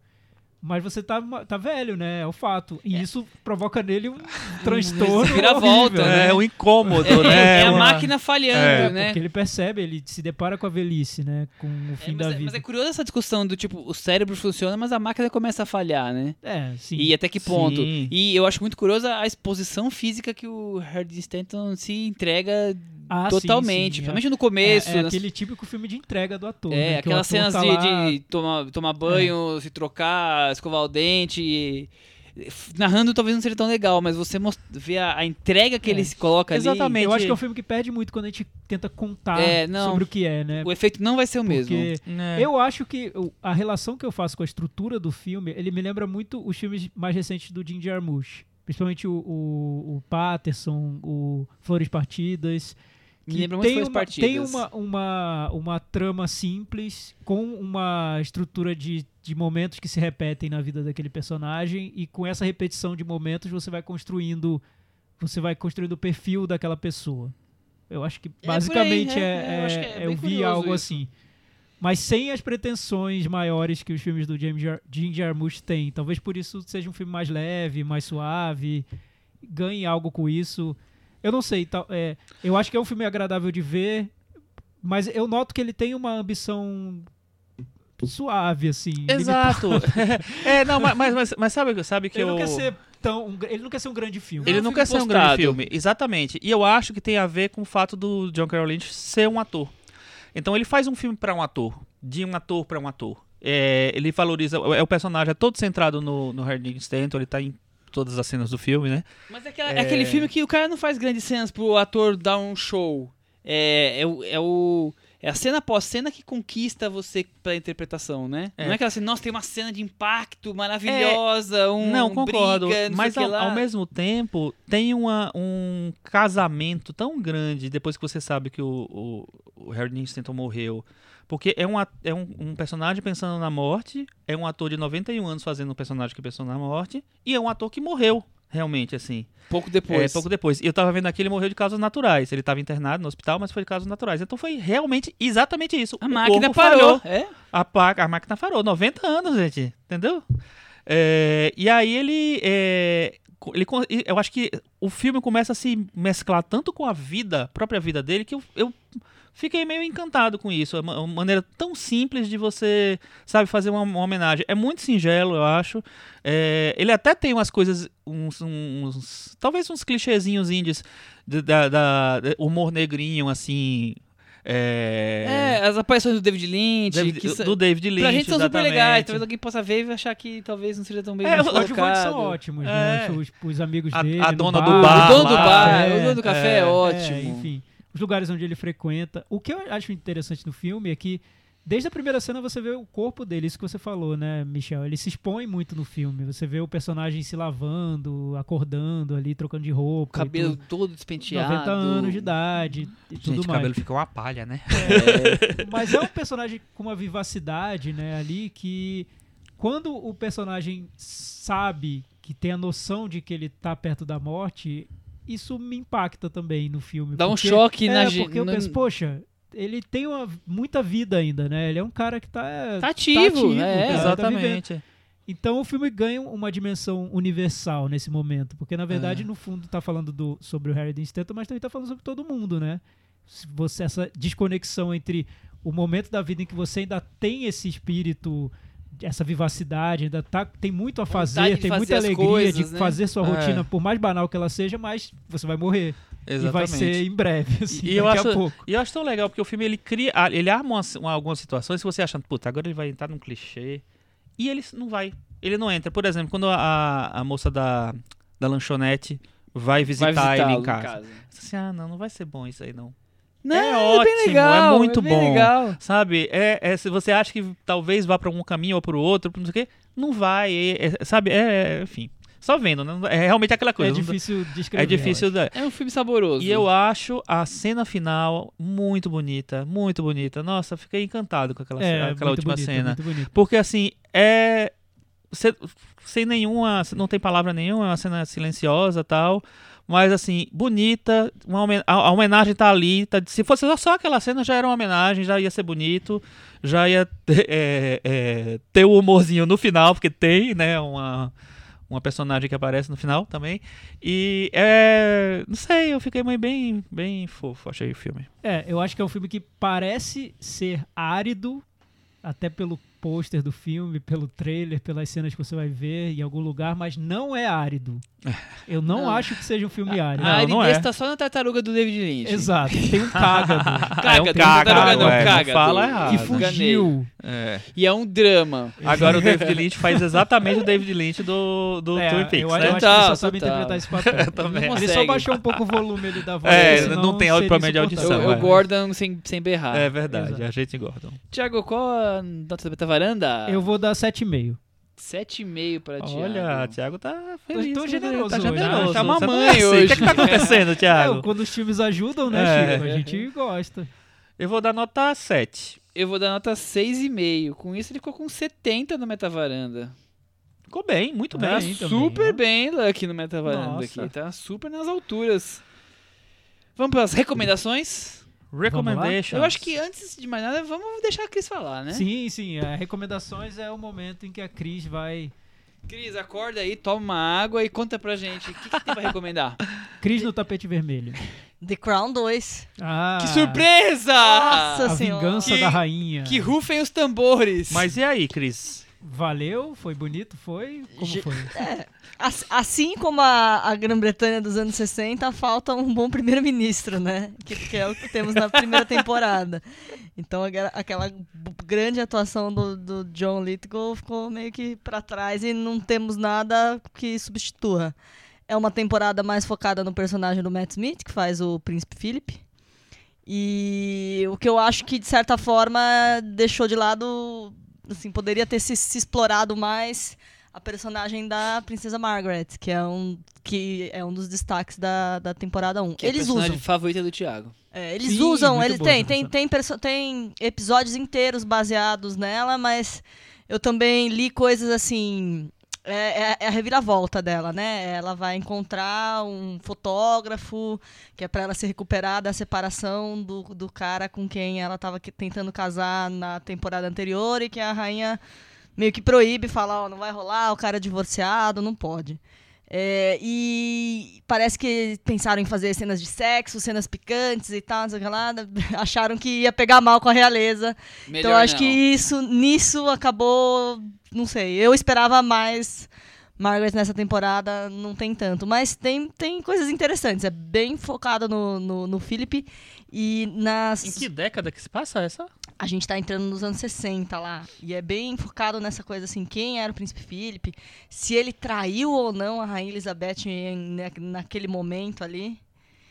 Mas você tá, ma- tá velho, né? É o fato. E isso provoca nele um transtorno.
Vira-volta,
horrível,
né?
É um incômodo,
É,
né?
é a
Uma-
máquina falhando,
É,
né?
Porque ele percebe, ele se depara com a velhice, né? Com o
É,
fim
mas,
da
é, mas
vida.
é curiosa essa discussão do tipo, o cérebro funciona, mas a máquina começa a falhar, né?
É, sim.
E até que ponto?
Sim.
E eu acho muito curiosa a exposição física que o Harry Stanton se entrega
Ah, sim,
totalmente.
sim, é.
principalmente no
É,
começo.
é
nas-
aquele típico filme de entrega do ator.
é,
né? Que o
aquelas
ator
cenas
tá
de,
lá- É.
de tomar, tomar banho, se trocar, escovar o dente. e- Narrando talvez não seja tão legal, mas você mos- vê a, a entrega que
É.
ele se coloca ali.
Exatamente.
Eu acho que é um filme que perde muito quando a gente tenta contar
É, não.
sobre o que é, né?
O efeito não vai ser o mesmo.
Porque
É.
Eu acho que o- a relação que eu faço com a estrutura do filme, ele me lembra muito os filmes mais recentes do Jim Jarmusch. Principalmente o, o, o Patterson, o Flores Partidas.
Me
que
lembra muito
tem
Flores
uma,
Partidas.
Tem uma, uma, uma trama simples, com uma estrutura de, de momentos que se repetem na vida daquele personagem. E com essa repetição de momentos, você vai construindo... Você vai construindo o perfil daquela pessoa. Eu acho que
por aí,
basicamente
é,
é,
é, eu acho que é
eu
bem
vi
curioso
algo
isso.
assim. Mas sem as pretensões maiores que os filmes do James Jar Jim Jarmusch têm. Talvez por isso seja um filme mais leve, mais suave, ganhe algo com isso. Eu não sei. tal- é, eu acho que é um filme agradável de ver, mas eu noto que ele tem uma ambição suave, assim.
Exato. é, não, mas, mas- mas, mas sabe, sabe que
Ele
eu...
não quer ser tão. um gr- ele não quer ser um grande filme.
Ele
um
não
filme
quer ser um
postado.
grande filme, exatamente. E eu acho que tem a ver com o fato do John Carroll Lynch ser um ator. Então ele faz um filme pra um ator, de um ator pra um ator. É, ele valoriza, é o personagem é todo centrado no, no Harry Dean Stanton, ele tá em todas as cenas do filme, né?
Mas é, aquela- é aquele filme que o cara não faz grandes cenas pro ator dar um show. É, é, o- é o. É a cena após cena que conquista você pra interpretação, né?
É.
Não é aquela assim, nossa, tem uma cena de impacto maravilhosa,
É.
um.
não, concordo.
briga, não
mas
sei o
ao,
que lá.
ao mesmo tempo, tem uma- um casamento tão grande depois que você sabe que o, o, o Harry Stanton morreu. Porque é, um, a- é um, um personagem pensando na morte, é um ator de 91 anos fazendo um personagem que pensou na morte, e é um ator que morreu, realmente, assim.
Pouco depois.
É, pouco depois. E eu tava vendo aqui, ele morreu de causas naturais. Ele tava internado no hospital, mas foi de causas naturais. Então foi realmente exatamente isso.
A
O
máquina
corpo
parou.
falhou.
É?
A, pá- a máquina farou, 90 anos, gente, entendeu? É, e aí ele, é, co- ele. co- e Eu acho que o filme começa a se mesclar tanto com a vida, a própria vida dele, que eu, eu fiquei meio encantado com isso. É uma, uma maneira tão simples de você, sabe, fazer uma, uma homenagem. É muito singelo, eu acho. É, ele até tem umas coisas, uns, uns- talvez uns clichêzinhos índios, de- da, da- humor negrinho, assim.
É.
É,
as aparições do David Lynch.
David-
que sa-
do David Lynch.
pra gente são super
exatamente.
legais. Talvez alguém possa ver e achar que talvez não seja tão bem
É,
Os
o-
coadjuvantes são
colocado.
ótimos,
É.
né? Os, os amigos
A-
dele.
a
no
dona do
O
bar
dono do
lá,
bar,
é,
o dono do café é,
é,
ótimo.
É, enfim, os lugares onde ele frequenta. O que eu acho interessante no filme é que, desde a primeira cena, você vê o corpo dele, isso que você falou, né, Michel? Ele se expõe muito no filme. Você vê o personagem se lavando, acordando ali, trocando de
O
roupa. e
cabelo
tudo.
todo despenteado.
90 anos de idade e tudo
Gente, o
mais.
cabelo fica uma palha, né?
Mas é um personagem com uma vivacidade, né, ali que quando o personagem sabe que tem a noção de que ele tá perto da morte, isso me impacta também no filme.
Dá um
porque-
choque
é,
na gente.
porque eu penso, poxa, ele tem uma, muita vida ainda, né? Ele é um cara que tá...
Tá ativo,
ativo,
é.
cara.
tá Exatamente.
Então o filme ganha uma dimensão universal nesse momento, porque na verdade,
É.
no fundo, tá falando do, sobre o Harry Dean Stanton, mas também tá falando sobre todo mundo, né? Se Você, essa desconexão entre o momento da vida em que você ainda tem esse espírito, essa vivacidade, ainda tá, tem muito a fazer,
de
tem
fazer
muita
as
alegria
coisas,
de
né?
fazer sua
É.
rotina, por mais banal que ela seja, mas você vai morrer. E vai
Exatamente.
ser em breve, assim,
E eu
daqui
acho-
a pouco.
E eu acho tão legal, porque o filme ele cria. Ele arma umas- uma- algumas situações, se você achando, puta, agora ele vai entrar num clichê. E ele não vai. Ele não entra. Por exemplo, quando a, a moça da, da lanchonete vai visitar, ele em casa. Assim, ah, não, não vai ser bom isso aí, não.
Não,
É
é, bem
ótimo, é
legal.
muito
bem
bom.
legal.
Sabe? É, é, se você acha que talvez vá pra um caminho ou pro outro, não sei o quê, não vai. é- é- sabe? É, é, enfim. Só vendo, né? É realmente aquela coisa.
É
não-
difícil descrever.
É difícil. da-
É um filme saboroso.
E eu acho a cena final muito bonita, muito bonita. Nossa, fiquei encantado com aquela,
É,
aquela
muito
última
bonito,
cena.
muito bonito.
Porque assim, é. se- sem nenhuma. Não tem palavra nenhuma, é uma cena silenciosa tal. Mas assim, bonita. uma homen- a, a homenagem tá ali. tá- se fosse só, só aquela cena, já era uma homenagem, já ia ser bonito. Já ia ter, é, é, ter o humorzinho no final, porque tem, né? Uma, uma personagem que aparece no final também. E é. Não sei, eu fiquei meio bem, bem fofo, achei o filme.
É, eu acho que é um filme que parece ser árido, até pelo pôster do filme, pelo trailer, pelas cenas que você vai ver em algum lugar, mas não é árido. Eu não,
Não.
acho que seja um filme árido.
não,
a
não
aridez
é.
tá só na tartaruga do David Lynch.
Exato, tem um cágado
Caga,
É um
tem
caga,
tartaruga não,
ué, não
caga.
fala
do-
errado.
que
Ah,
fugiu.
É.
E é um drama.
Agora o David Lynch faz exatamente o David Lynch do, do
É,
Twin Peaks,
eu,
né?
acho que
Total,
ele só sabe
total.
interpretar esse papel. Ele
também.
não- Ele só
Consegue.
baixou um pouco o volume ali da voz.
É,
senão
não tem
seria
problema de
insuportável.
Eu, eu
audição, é.
Gordon sem, sem berrar.
É verdade,
Exato.
a gente engorda.
Tiago, qual a nota da Beta Varanda?
Eu vou dar 7,5.
7,5
Tá
pra Tiago.
Olha, o Thiago tá feliz.
Tô- tô
né?
generoso
Tá
hoje,
generoso.
né?
Tá uma
Você não
mãe
é assim. O que, é que tá
hoje.
acontecendo,
É,
Thiago?
quando os times ajudam, né,
É.
Chico? A gente gosta.
Eu vou dar nota 7.
Eu vou dar nota 6,5. Com isso, ele ficou com 70 no Metavaranda.
Ficou bem, muito
Ah,
Tá
Bem
bem.
também,
super
né?
bem aqui no Metavaranda.
Nossa.
Aqui, tá super nas alturas. Vamos pelas recomendações?
Recommendation.
Eu acho que antes de mais nada, vamos deixar a Cris falar, né?
Sim, sim. é, recomendações é o momento em que a Cris vai.
Cris, acorda aí, toma uma água e conta pra gente o que, que tem pra recomendar.
Cris no tapete vermelho.
The Crown 2.
Ah,
que surpresa!
Nossa
A
senhora.
vingança
Que-
da rainha.
Que rufem os tambores!
Mas e aí, Cris?
Valeu, foi bonito, foi. Como
Ge-
foi?
Ass- Assim como a, a Grã-Bretanha dos anos 60, falta um bom primeiro-ministro, né? Que, que é o que temos na primeira temporada. Então, aquela- aquela b- grande atuação do, do John Lithgow ficou meio que pra trás e não temos nada que substitua. É uma temporada mais focada no personagem do Matt Smith, que faz o Príncipe Philip. E o que eu acho que, de certa forma, deixou de lado. Assim, poderia ter se- se explorado mais a personagem da Princesa Margaret, que é um, que é um dos destaques da, da temporada 1.
Que é a
eles
personagem
usam.
favorita do Thiago.
É, eles
Sim,
usam,
muito
ele
boa
tem,
essa
tem,
versão.
tem, perso- tem episódios inteiros baseados nela, mas eu também li coisas assim. É, é- é a reviravolta dela, né? Ela vai encontrar um fotógrafo que é pra ela se recuperar da separação do, do cara com quem ela tava que- tentando casar na temporada anterior e que a rainha meio que proíbe, fala, ó, não vai rolar, o cara é divorciado, não pode. É, e parece que pensaram em fazer cenas de sexo, cenas picantes e tal, não sei o que lá. Acharam que ia pegar mal com a realeza.
Melhor
então acho
não.
que isso, nisso acabou, não sei. Eu esperava mais Margaret nessa temporada, não tem tanto. Mas tem, tem coisas interessantes. É bem focado no, no, no Philip e nas.
Em que década que se passa essa?
A gente tá entrando nos anos 60 lá. E é bem focado nessa coisa assim, quem era o príncipe Felipe, se ele traiu ou não a rainha Elizabeth em- na- naquele momento ali.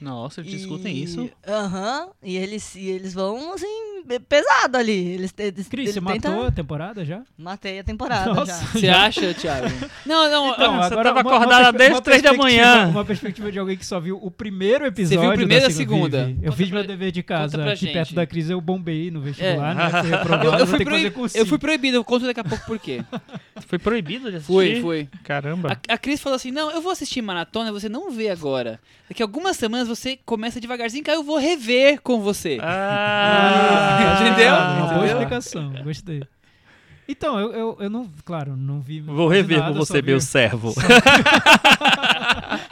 Nossa, eles
E-
discutem isso.
Aham. e, eles, e eles vão, assim, be- pesado ali. Eles, eles,
Cris,
ele
você
tenta-
matou a temporada já?
Matei a temporada já.
Nossa.
Você acha, Thiago? Não, não,
Então,
ah,
você tava acordada
perspe-
desde três da
perspectiva-
manhã.
Uma perspectiva de alguém que só viu o primeiro episódio.
viu o primeiro
da
e a segunda?
Vive. Eu
Conta
fiz meu
pra-
dever de
conta pra
casa. Que
gente.
perto da Cris eu bombei no
É.
vestibular, né? Fui reprovado,
eu, eu
vou
fui
ter que fazer
proib...
cursinho.
eu fui proibido, eu conto daqui a pouco por quê.
Foi proibido de assistir?
Foi, foi.
Caramba.
A, a Cris falou assim: não, eu vou assistir maratona, você não vê agora. Daqui a algumas semanas você começa devagarzinho, que aí eu vou rever com você.
Ah,
Entendeu?
Uma boa
Entendeu?
explicação, gostei. Então, eu, eu, eu não, claro, não vi.
Vou rever com você, meu
meu
servo.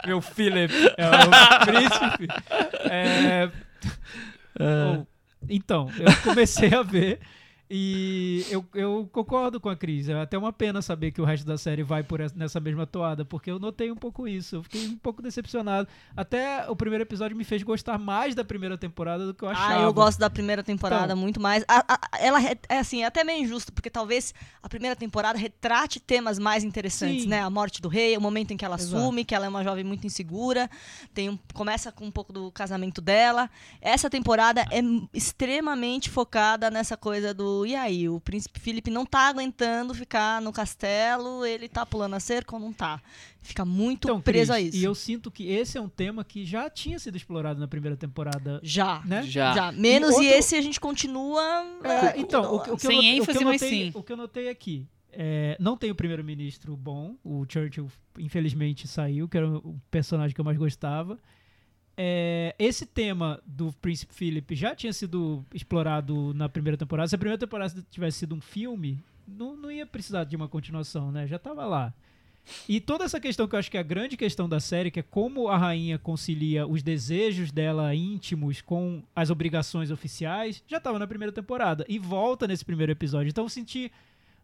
Meu Philip. É o príncipe. É, Bom, então, eu comecei a ver e eu, eu concordo com a Cris. É até uma pena saber que o resto da série vai por essa- nessa mesma toada, porque eu notei um pouco isso. Eu fiquei um pouco decepcionado. Até o primeiro episódio me fez gostar mais da primeira temporada do que eu achava.
Ah, eu gosto da primeira temporada
Então.
muito mais. A- a- a- ela re- é assim, é até meio injusto, porque talvez a primeira temporada retrate temas mais interessantes,
Sim.
né? A morte do rei, o momento em que ela
Exato.
assume, que ela é uma jovem muito insegura, tem um- começa com um pouco do casamento dela. Essa temporada é m- extremamente focada nessa coisa do e aí, o príncipe Felipe não tá aguentando ficar no castelo, ele tá pulando a cerca ou não tá? Fica muito
Então,
preso
Cris,
a isso.
E eu sinto que esse é um tema que já tinha sido explorado na primeira temporada.
Já.
Né?
Já.
Já. Menos e,
outro-
esse a gente continua.
É, então, o, que- o que eu
Sem
note- o que eu
ênfase, mas
notei-
sim.
O que eu notei aqui, é, não tem o primeiro-ministro bom, o Churchill infelizmente saiu, que era o personagem que eu mais gostava. É, esse tema do Príncipe Philip já tinha sido explorado na primeira temporada. Se a primeira temporada tivesse sido um filme, não, não ia precisar de uma continuação, né? Já tava lá. E toda essa questão que eu acho que é a grande questão da série, que é como a rainha concilia os desejos dela íntimos com as obrigações oficiais, já estava na primeira temporada. E volta nesse primeiro episódio. Então eu senti.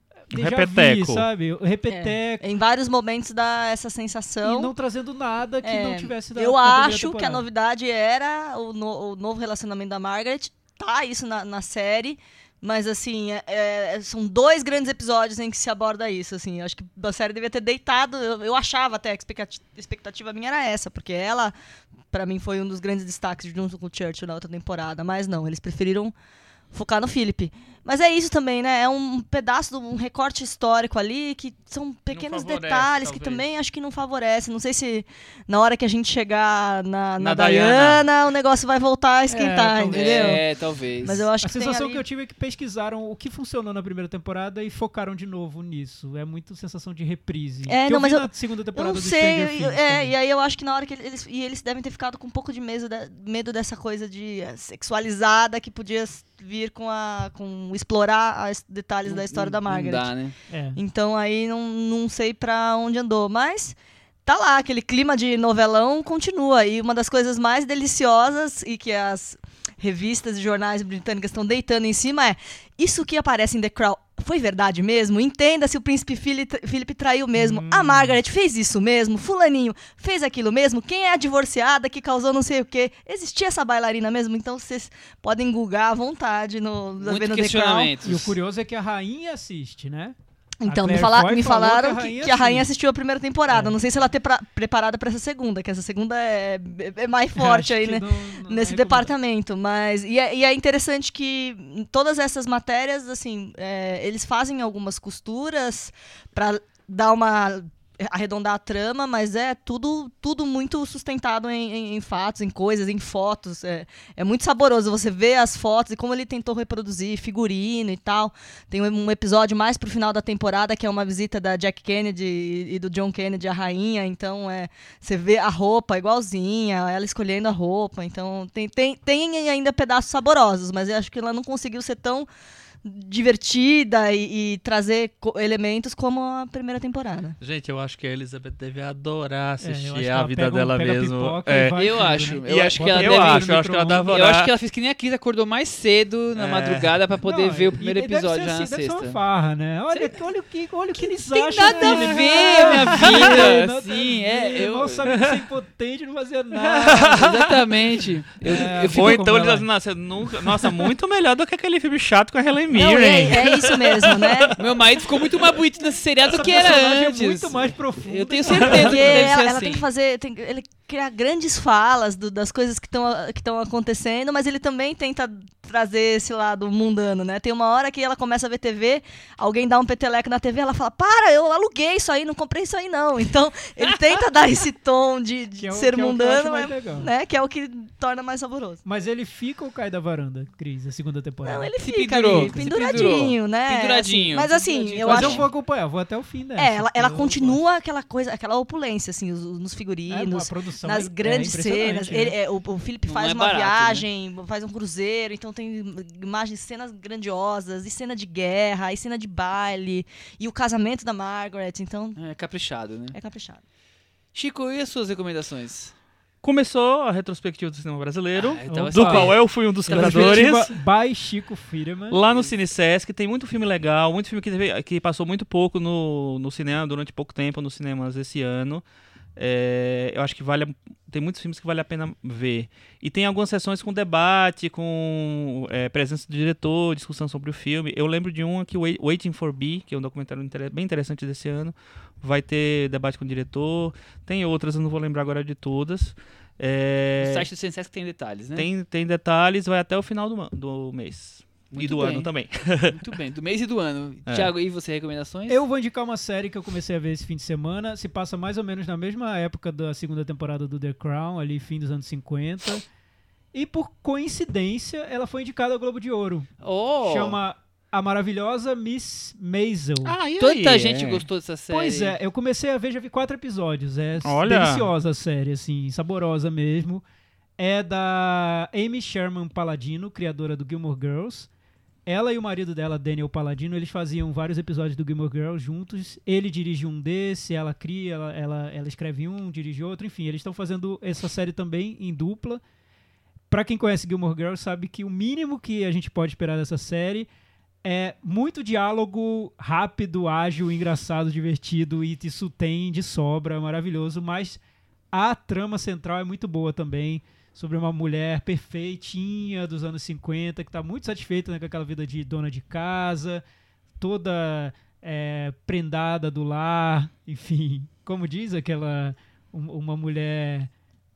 eh, déjà vu,
Repeteco.
sabe? Repeteco.
Em vários momentos dá essa
E
sensação.
não trazendo nada que
Então, É,
não tivesse da
Eu
na primeira
acho que a
temporada.
novidade era o, no- o novo relacionamento da Margaret. Tá isso na, na série. Mas, assim, é- é- são dois grandes episódios em que se aborda isso, assim. Eu Acho que a série devia ter deitado... Eu, eu achava até, a expectati- expectativa minha era essa. Porque ela, pra mim, foi um dos grandes destaques junto com o Churchill na outra temporada. Mas não, eles preferiram focar no Philip. Mas é isso também, né? É um pedaço, de um recorte histórico ali, que são pequenos
favorece,
detalhes que
talvez.
também acho que não favorece. Não sei se na hora que a gente chegar na, na,
Na
Diana, o negócio vai voltar a esquentar,
talvez.
entendeu?
É, talvez.
Mas eu acho
A
que tem
sensação
ali-
que eu tive é que pesquisaram o que funcionou na primeira temporada e focaram de novo nisso. É muito sensação de reprise.
É,
que
não,
eu
mas
vi
eu-
na segunda
Eu
temporada do
não sei,
Stranger
eu-
Things
é,
também.
e aí eu acho que na hora que eles. E eles devem ter ficado com um pouco de medo, da- medo dessa coisa de eh, sexualizada que podia s- vir com a. com explorar os detalhes da história da Margaret.
Não dá, né?
É.
Então aí não, não sei pra onde andou, mas tá lá, aquele clima de novelão continua. E uma das coisas mais deliciosas e que as revistas e jornais britânicas estão deitando em cima é isso que aparece em The Crown Foi verdade mesmo? Entenda se o príncipe Fili- Felipe traiu mesmo. A Margaret fez isso mesmo. Fulaninho fez aquilo mesmo. Quem é a divorciada que causou não sei o quê? Existia essa bailarina mesmo? Então vocês podem googar à vontade no da
Muito
Vênus de Crown.
questionamentos.
E o curioso é que a rainha assiste, né?
Então,
A
me,
Claire
fala-
Foy
me
falou
falaram
que a
que,
rainha
que a
assiste. É.
rainha assistiu a primeira temporada. Não sei se ela ter pra- preparada para essa segunda, que essa segunda é, é mais forte
Acho
aí,
que
né?
não- não é
nesse
recomendado.
departamento, mas e é, e é interessante que em todas essas matérias, assim, é, eles fazem algumas costuras para dar uma arredondar a trama, mas é tudo tudo muito sustentado em, em- em fatos, em coisas, em fotos. É, é muito saboroso você ver as fotos e como ele tentou reproduzir figurino e tal. Tem um um episódio mais pro final da temporada que é uma visita da Jack Kennedy e- e do John Kennedy à rainha, então é você vê a roupa igualzinha, ela escolhendo a roupa. Então, tem, tem, tem ainda pedaços saborosos, mas eu acho que ela não conseguiu ser tão divertida e, e trazer co- elementos como a primeira temporada.
Gente, eu acho que a Elizabeth deve adorar
É, eu acho
assistir
que
a
ela
vida
pega um-
dela
pega a
mesmo.
pipoca e
É.
vai
Eu
junto,
acho,
né?
eu
E
acho que
bota
ela
a
eu
deve-
pipoca no
acho, eu acho que ela
micro-ondas.
dava
Eu acho que ela fez que nem a Cris acordou mais cedo na
É.
madrugada pra poder
Não,
ver o
e-
primeiro
e deve ser
episódio já na
assim, deve ser uma
sexta.
farra, né? Olha, olha, o que, olha o que eles
Tem
acham.
nada a
né?
ver, minha vida,
Nada a
assim,
ver,
é,
ele
eu-
Mal sabia que ser impotente não fazia nada.
Exatamente. Eu,
É,
eu fico-
Ou
Ou Fica
então
então como eles ela
eles
é.
nossa, muito melhor do que aquele filme chato com a Helen
Não,
Mirren.
é, é isso mesmo, né?
meu marido ficou muito mais bonito nesse seriado do que era
personagem
antes.
é muito mais profundo.
Eu tenho certeza que
Porque
deve
ela,
ser
ela
assim.
tem que fazer, tem, que- ele criar grandes falas do- das coisas que estão acontecendo, mas ele também tenta trazer esse lado mundano, né? Tem uma hora que ela começa a ver TV, alguém dá um peteleco na TV, ela fala: Para, eu aluguei isso aí, não comprei isso aí não. Então ele tenta dar esse tom de, de
Que é o-
ser
que é o que eu
mundano,
acho mais
mas-
legal.
né? Que é o que torna mais saboroso.
Mas ele fica ou cai da varanda, Cris, a segunda temporada?
Não, ele
Se
fica
pendurou,
ali,
se
penduradinho, né?
Penduradinho.
Mas assim, eu
Mas
acho
eu vou acompanhar, vou até o fim dessa.
É, ela, ela
porque eu gosto.
continua aquela coisa, aquela opulência, assim, os- os- nos
É,
figurinos,
a produção
nas
é- é
grandes
impressionante,
cenas.
né?
Ele- é, o, o Felipe
Não
faz
é
uma
barato, né?
viagem, faz um cruzeiro, então tem imagens, cenas grandiosas, e cena de guerra, e cena de baile, e o casamento da Margaret, então
É caprichado, né?
é caprichado.
Chico, e as suas recomendações?
Começou a retrospectiva do cinema brasileiro,
Ah, eu tava
do
esperando.
é.
qual eu fui um dos criadores.
Perspectiva é By Chico Firman.
Lá no Cine Sesc tem muito filme legal, muito filme que, teve- que passou muito pouco no, no cinema, durante pouco tempo nos cinemas esse ano. É, eu acho que vale. a- Tem muitos filmes que vale a pena ver. E tem algumas sessões com debate, com é, presença do diretor, discussão sobre o filme. Eu lembro de uma que o Wai- Waiting for B, que é um documentário inter- bem interessante desse ano, vai ter debate com o diretor. Tem outras, eu não vou lembrar agora de todas. É,
O site do Sensesc tem detalhes, né?
tem, tem detalhes, vai até o final do, ma- do mês. e
Muito
do
bem.
ano também.
Muito bem, do mês e do ano.
É.
Tiago, e você, recomendações?
Eu vou indicar uma série que eu comecei a ver esse fim de semana. Se passa mais ou menos na mesma época da segunda temporada do The Crown, ali fim dos anos 50. E por coincidência, ela foi indicada ao Globo de Ouro.
Oh,
Chama A Maravilhosa Miss Maisel.
Ah,
Tanta gente gostou dessa série.
Pois é, eu comecei a ver, já vi quatro episódios. É
Olha.
deliciosa a série, assim, saborosa mesmo. É da Amy Sherman Paladino, criadora do Gilmore Girls. Ela e o marido dela, Daniel Paladino, eles faziam vários episódios do Gilmore Girls juntos. Ele dirige um desse, ela cria, ela, ela, ela escreve um, dirige outro. Enfim, eles estão fazendo essa série também em dupla. Pra quem conhece Gilmore Girls sabe que o mínimo que a gente pode esperar dessa série é muito diálogo rápido, ágil, engraçado, divertido e isso tem de sobra, é maravilhoso, mas a trama central é muito boa também, sobre uma mulher perfeitinha dos anos 50 que tá muito satisfeita né, com aquela vida de dona de casa, toda é, prendada do lar, enfim, como diz aquela um- uma mulher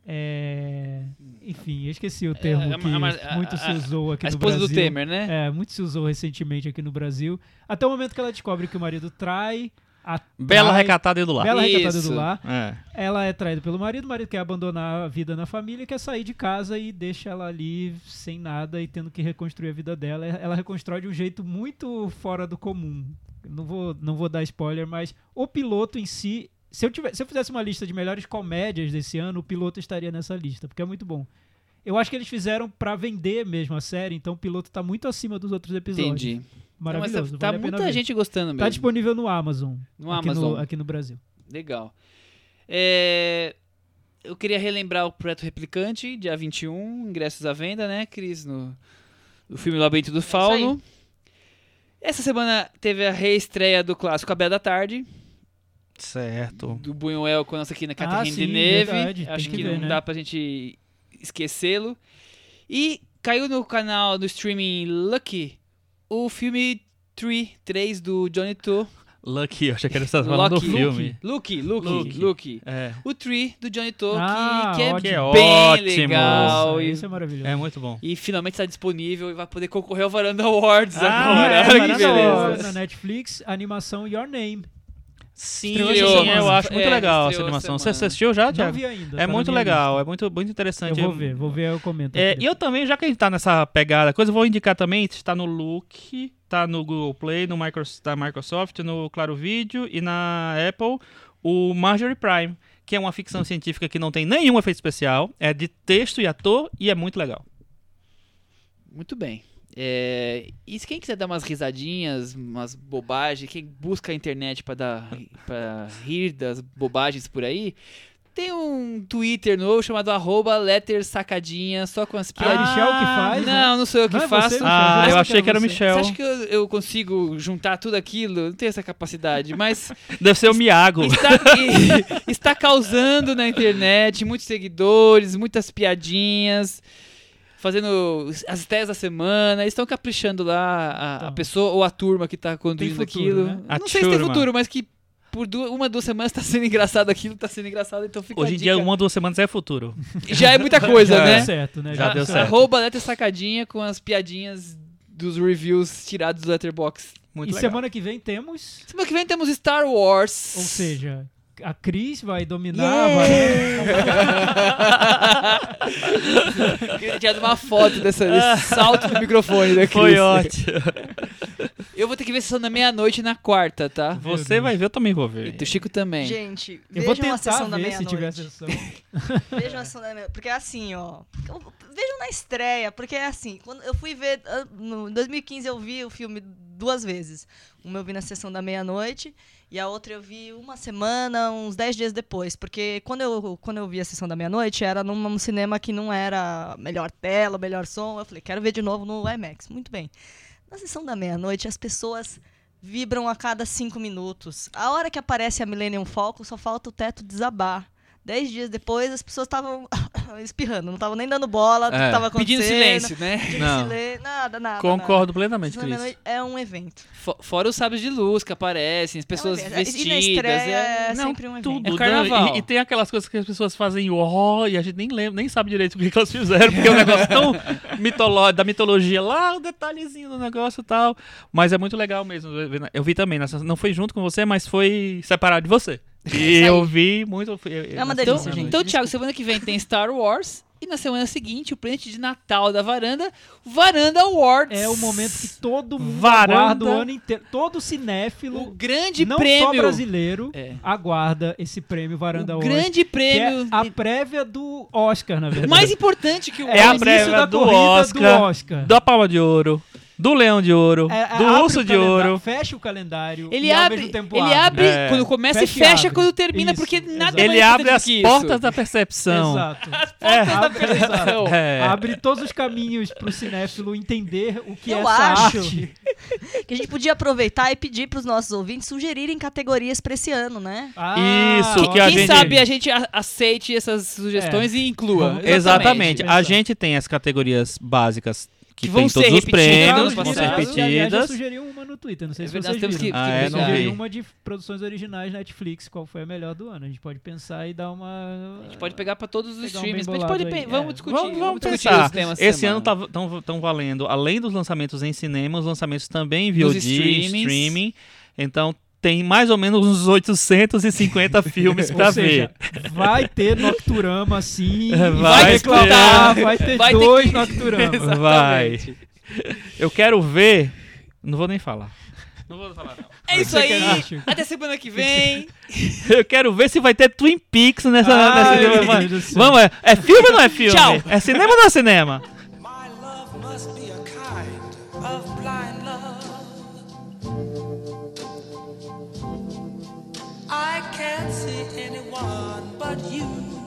é, enfim, eu esqueci o termo
a- a-
que
é a-
muito se
a-
usou aqui
A
no
esposa
Brasil.
do Temer, né?
É, muito se usou recentemente aqui no Brasil. Até o momento que ela descobre que o marido trai. A
Bela
trai-
recatada e do lar.
Bela recatada
Ah, Isso.
do lar.
É.
Ela é traída pelo marido, o marido quer abandonar a vida na família, quer sair de casa e deixa ela ali sem nada e tendo que reconstruir a vida dela. Ela reconstrói de um jeito muito fora do comum. Não vou, não vou dar spoiler, mas o piloto em si. Se eu, tiver, se eu fizesse uma lista de melhores comédias desse ano, o piloto estaria nessa lista, porque é muito bom. Eu acho que eles fizeram pra vender mesmo a série, então o piloto tá muito acima dos outros episódios.
Entendi.
é
Não, mas tá-
Maravilhoso.
tá
vale a pena
muita
ver.
gente gostando mesmo.
Tá disponível no Amazon.
No
aqui
Amazon.
aqui no Brasil.
Legal. É, Eu queria relembrar o projeto Replicante, dia 21, ingressos à venda, né, Cris? No, no filme Labirinto do
aí.
Fauno. Essa semana teve a reestreia do clássico A Bela da Tarde,
Certo.
do Buñuel com a nossa querida Catherine
Ah, sim,
de Neve.
verdade, tem
Acho
que
que,
ver,
não
né?
dá pra gente esquecê-lo. E caiu no canal do streaming Lucky o filme 3, 3 do Johnny To.
Lucky, eu achei que era essa Tá falando do
Lucky.
filme.
Lucky, Lucky,
Lucky.
Lucky.
É,
O 3 do Johnny To, que-
Ah,
que, é
ótimo.
que
bem
é ótimo.
legal.
Nossa,
e-
isso é maravilhoso.
Ah, É muito bom.
E finalmente está disponível e vai poder concorrer ao Varanda Awards
Ah,
agora.
é,
Olha que
Varanda Awards
beleza.
na Netflix, a animação Your Name.
Sim,
Estreou essa
sim, eu
semana.
acho muito
É,
legal essa
estreou
animação.
essa
Você
semana.
assistiu já,
Não
Thiago?
vi ainda.
É
tá na
muito
minha
legal,
lista.
é muito, muito interessante.
Eu vou ver, vou ver, eu comento.
É,
aqui
e eu também, já que a gente tá nessa pegada, coisa, eu vou indicar também, está no Look, tá no Google Play, no Micro, da Microsoft, no Claro Vídeo e na Apple, o Marjorie Prime, que é uma ficção científica que não tem nenhum efeito especial, é de texto e ator e é muito legal.
Muito bem. É, e se quem quiser dar umas risadinhas, umas bobagens, quem busca a internet pra dar para rir das bobagens por aí, tem um Twitter novo chamado arroba lettersacadinha, só com as
depois. Que é a
piadas.
Michel que faz, né?
não, não sou eu que
Não é você,
faço.
Michel?
Ah,
Ah,
eu
eu
achei que era o
você.
Você
Michel.
acha que eu, eu consigo juntar tudo aquilo? Não tenho essa capacidade, mas
Deve ser o Miago.
está, e- está causando na internet muitos seguidores, muitas piadinhas, fazendo as teses da semana. Eles estão caprichando lá a, a
Então.
pessoa ou a turma que está conduzindo
futuro,
aquilo.
né?
A
Não sei se tem
turma.
futuro, mas que por duas, uma, duas semanas está sendo engraçado aquilo, está sendo engraçado, então fica a
Hoje em dia,
dica.
uma ou duas semanas é futuro.
já é muita coisa,
Já
Deu
né?
certo, né?
Já deu certo.
Arroba Letra Sacadinha com as piadinhas dos reviews tirados do Letterboxd.
Muito
E
legal.
semana que vem temos,
Semana que vem temos Star Wars.
ou seja, a Cris vai dominar, vai...
Queria tirar uma foto dessa, desse salto do microfone da
Foi
Cris.
ótimo.
Eu vou ter que ver sessão da meia-noite na quarta, tá?
Você vai ver, eu também vou ver.
E o Chico também.
Gente,
Eu vou
vejam a
tentar
sessão da
ver se tiver
meia-noite.
sessão.
Vejam a sessão da meia Porque é assim, ó. Eu- Vejam na estreia, porque é assim. Quando eu fui ver. ah, no- Em 2015 eu vi o filme duas vezes. Uma eu vi na sessão da meia-noite e a outra eu vi uma semana, uns dez dias depois. Porque quando eu, quando eu vi a sessão da meia-noite era num, num cinema que não era melhor tela, melhor som. Eu falei, quero ver de novo no IMAX. Muito bem. Na sessão da meia-noite as pessoas. Vibram a cada cinco minutos. A hora que aparece a Millennium Falcon, só falta o teto desabar. Dez dias depois, as pessoas estavam espirrando, não estavam nem dando bola, do
É,
que estava acontecendo.
Pedindo silêncio, né?
pedindo
Não.
silêncio, nada, nada.
Concordo
nada.
plenamente,
Sessão da
Cris.
meia-noite É um evento.
Fo- Fora os sábios de luz que aparecem, as pessoas
é um evento.
vestidas. né?
E na estreia é,
Não,
sempre um evento.
Tudo.
É carnaval.
né? E, e tem aquelas coisas que as pessoas fazem ó, e a gente nem lembra, nem sabe direito o que, que elas fizeram, porque é um negócio tão mitolo- da mitologia lá, o detalhezinho do negócio e tal. Mas é muito legal mesmo. Eu vi também, nessa- não foi junto com você, mas foi separado de você. E
aí.
eu vi muito. eu fui- eu-
É uma
nessa
Então,
delícia,
semana.
gente.
então Thiago, semana que vem tem Star Wars. E na semana seguinte, o presente de Natal da varanda, Varanda Awards.
É o momento que todo mundo
Varanda.
aguarda o ano inteiro. Todo
O
cinéfilo,
grande
não
prêmio.
só brasileiro,
É.
aguarda esse prêmio Varanda
o
Awards,
grande
que é
prêmio.
a prévia do Oscar, na verdade.
Mais importante que o
É a
início da
prévia do
corrida do
Oscar,
Oscar.
da Palma de Ouro, do Leão de Ouro,
É, é,
do
abre
Urso
o
de
calendário,
Ouro.
Fecha o calendário
Ele
e ao
abre,
mesmo tempo
ele abre
É.
quando começa
Fecha
e
e
fecha
abre.
quando termina,
Isso,
porque nada
exato.
mais
Ele abre
importante
as
que isso.
portas da percepção.
Exato. É.
Portas da percepção.
É.
Abre todos os caminhos pro cinéfilo entender o que é
Eu
essa
acho.
arte.
É Que a gente podia aproveitar e pedir para os nossos ouvintes sugerirem categorias para esse ano, né?
Ah,
Isso,
olha.
que a
Quem
gente- É.
sabe a gente a- aceite essas sugestões e inclua.
Exatamente. A
Exato.
gente tem as categorias básicas que,
Que vão
tem todos
ser
os
repetidas
prêmios,
no
Carlos
vão ser
passado.
Gonçalves, aliás, já
repetidas.
sugeriu uma no Twitter, não sei
É
se
verdade,
vocês
temos que,
viram.
Ah,
que
é,
Eu
não
verificar.
sugeri
vi.
uma de produções originais Netflix, qual foi a melhor do ano. A gente pode pensar e dar uma...
A gente pode pegar pra todos os
Pegar um bem
streams, mas a gente pode
bolado
pe-
aí. É.
vamos discutir,
Vamos, vamos
discutir
pensar.
os temas
Esse
semana.
ano estão valendo, além dos lançamentos em cinema, os lançamentos também em VOD,
streamings.
streaming. Então tem mais ou menos uns 850 filmes pra
Ou seja,
ver.
vai ter Nocturama sim,
Vai
vai reclamar,
ter.
vai ter
Vai ter
dois
que-
Nocturamas.
Vai. Eu quero ver. Não vou nem falar. tá
É isso
Você
aí.
quer acho?
Até semana que vem.
Eu quero ver se vai ter Twin Peaks nessa.
Ai,
nessa-
meu Deus do céu.
Vamos, é, é filme ou não é filme?
Tchau.
É cinema ou não é cinema?
My love must be a kind of blind love. I can't see anyone but you.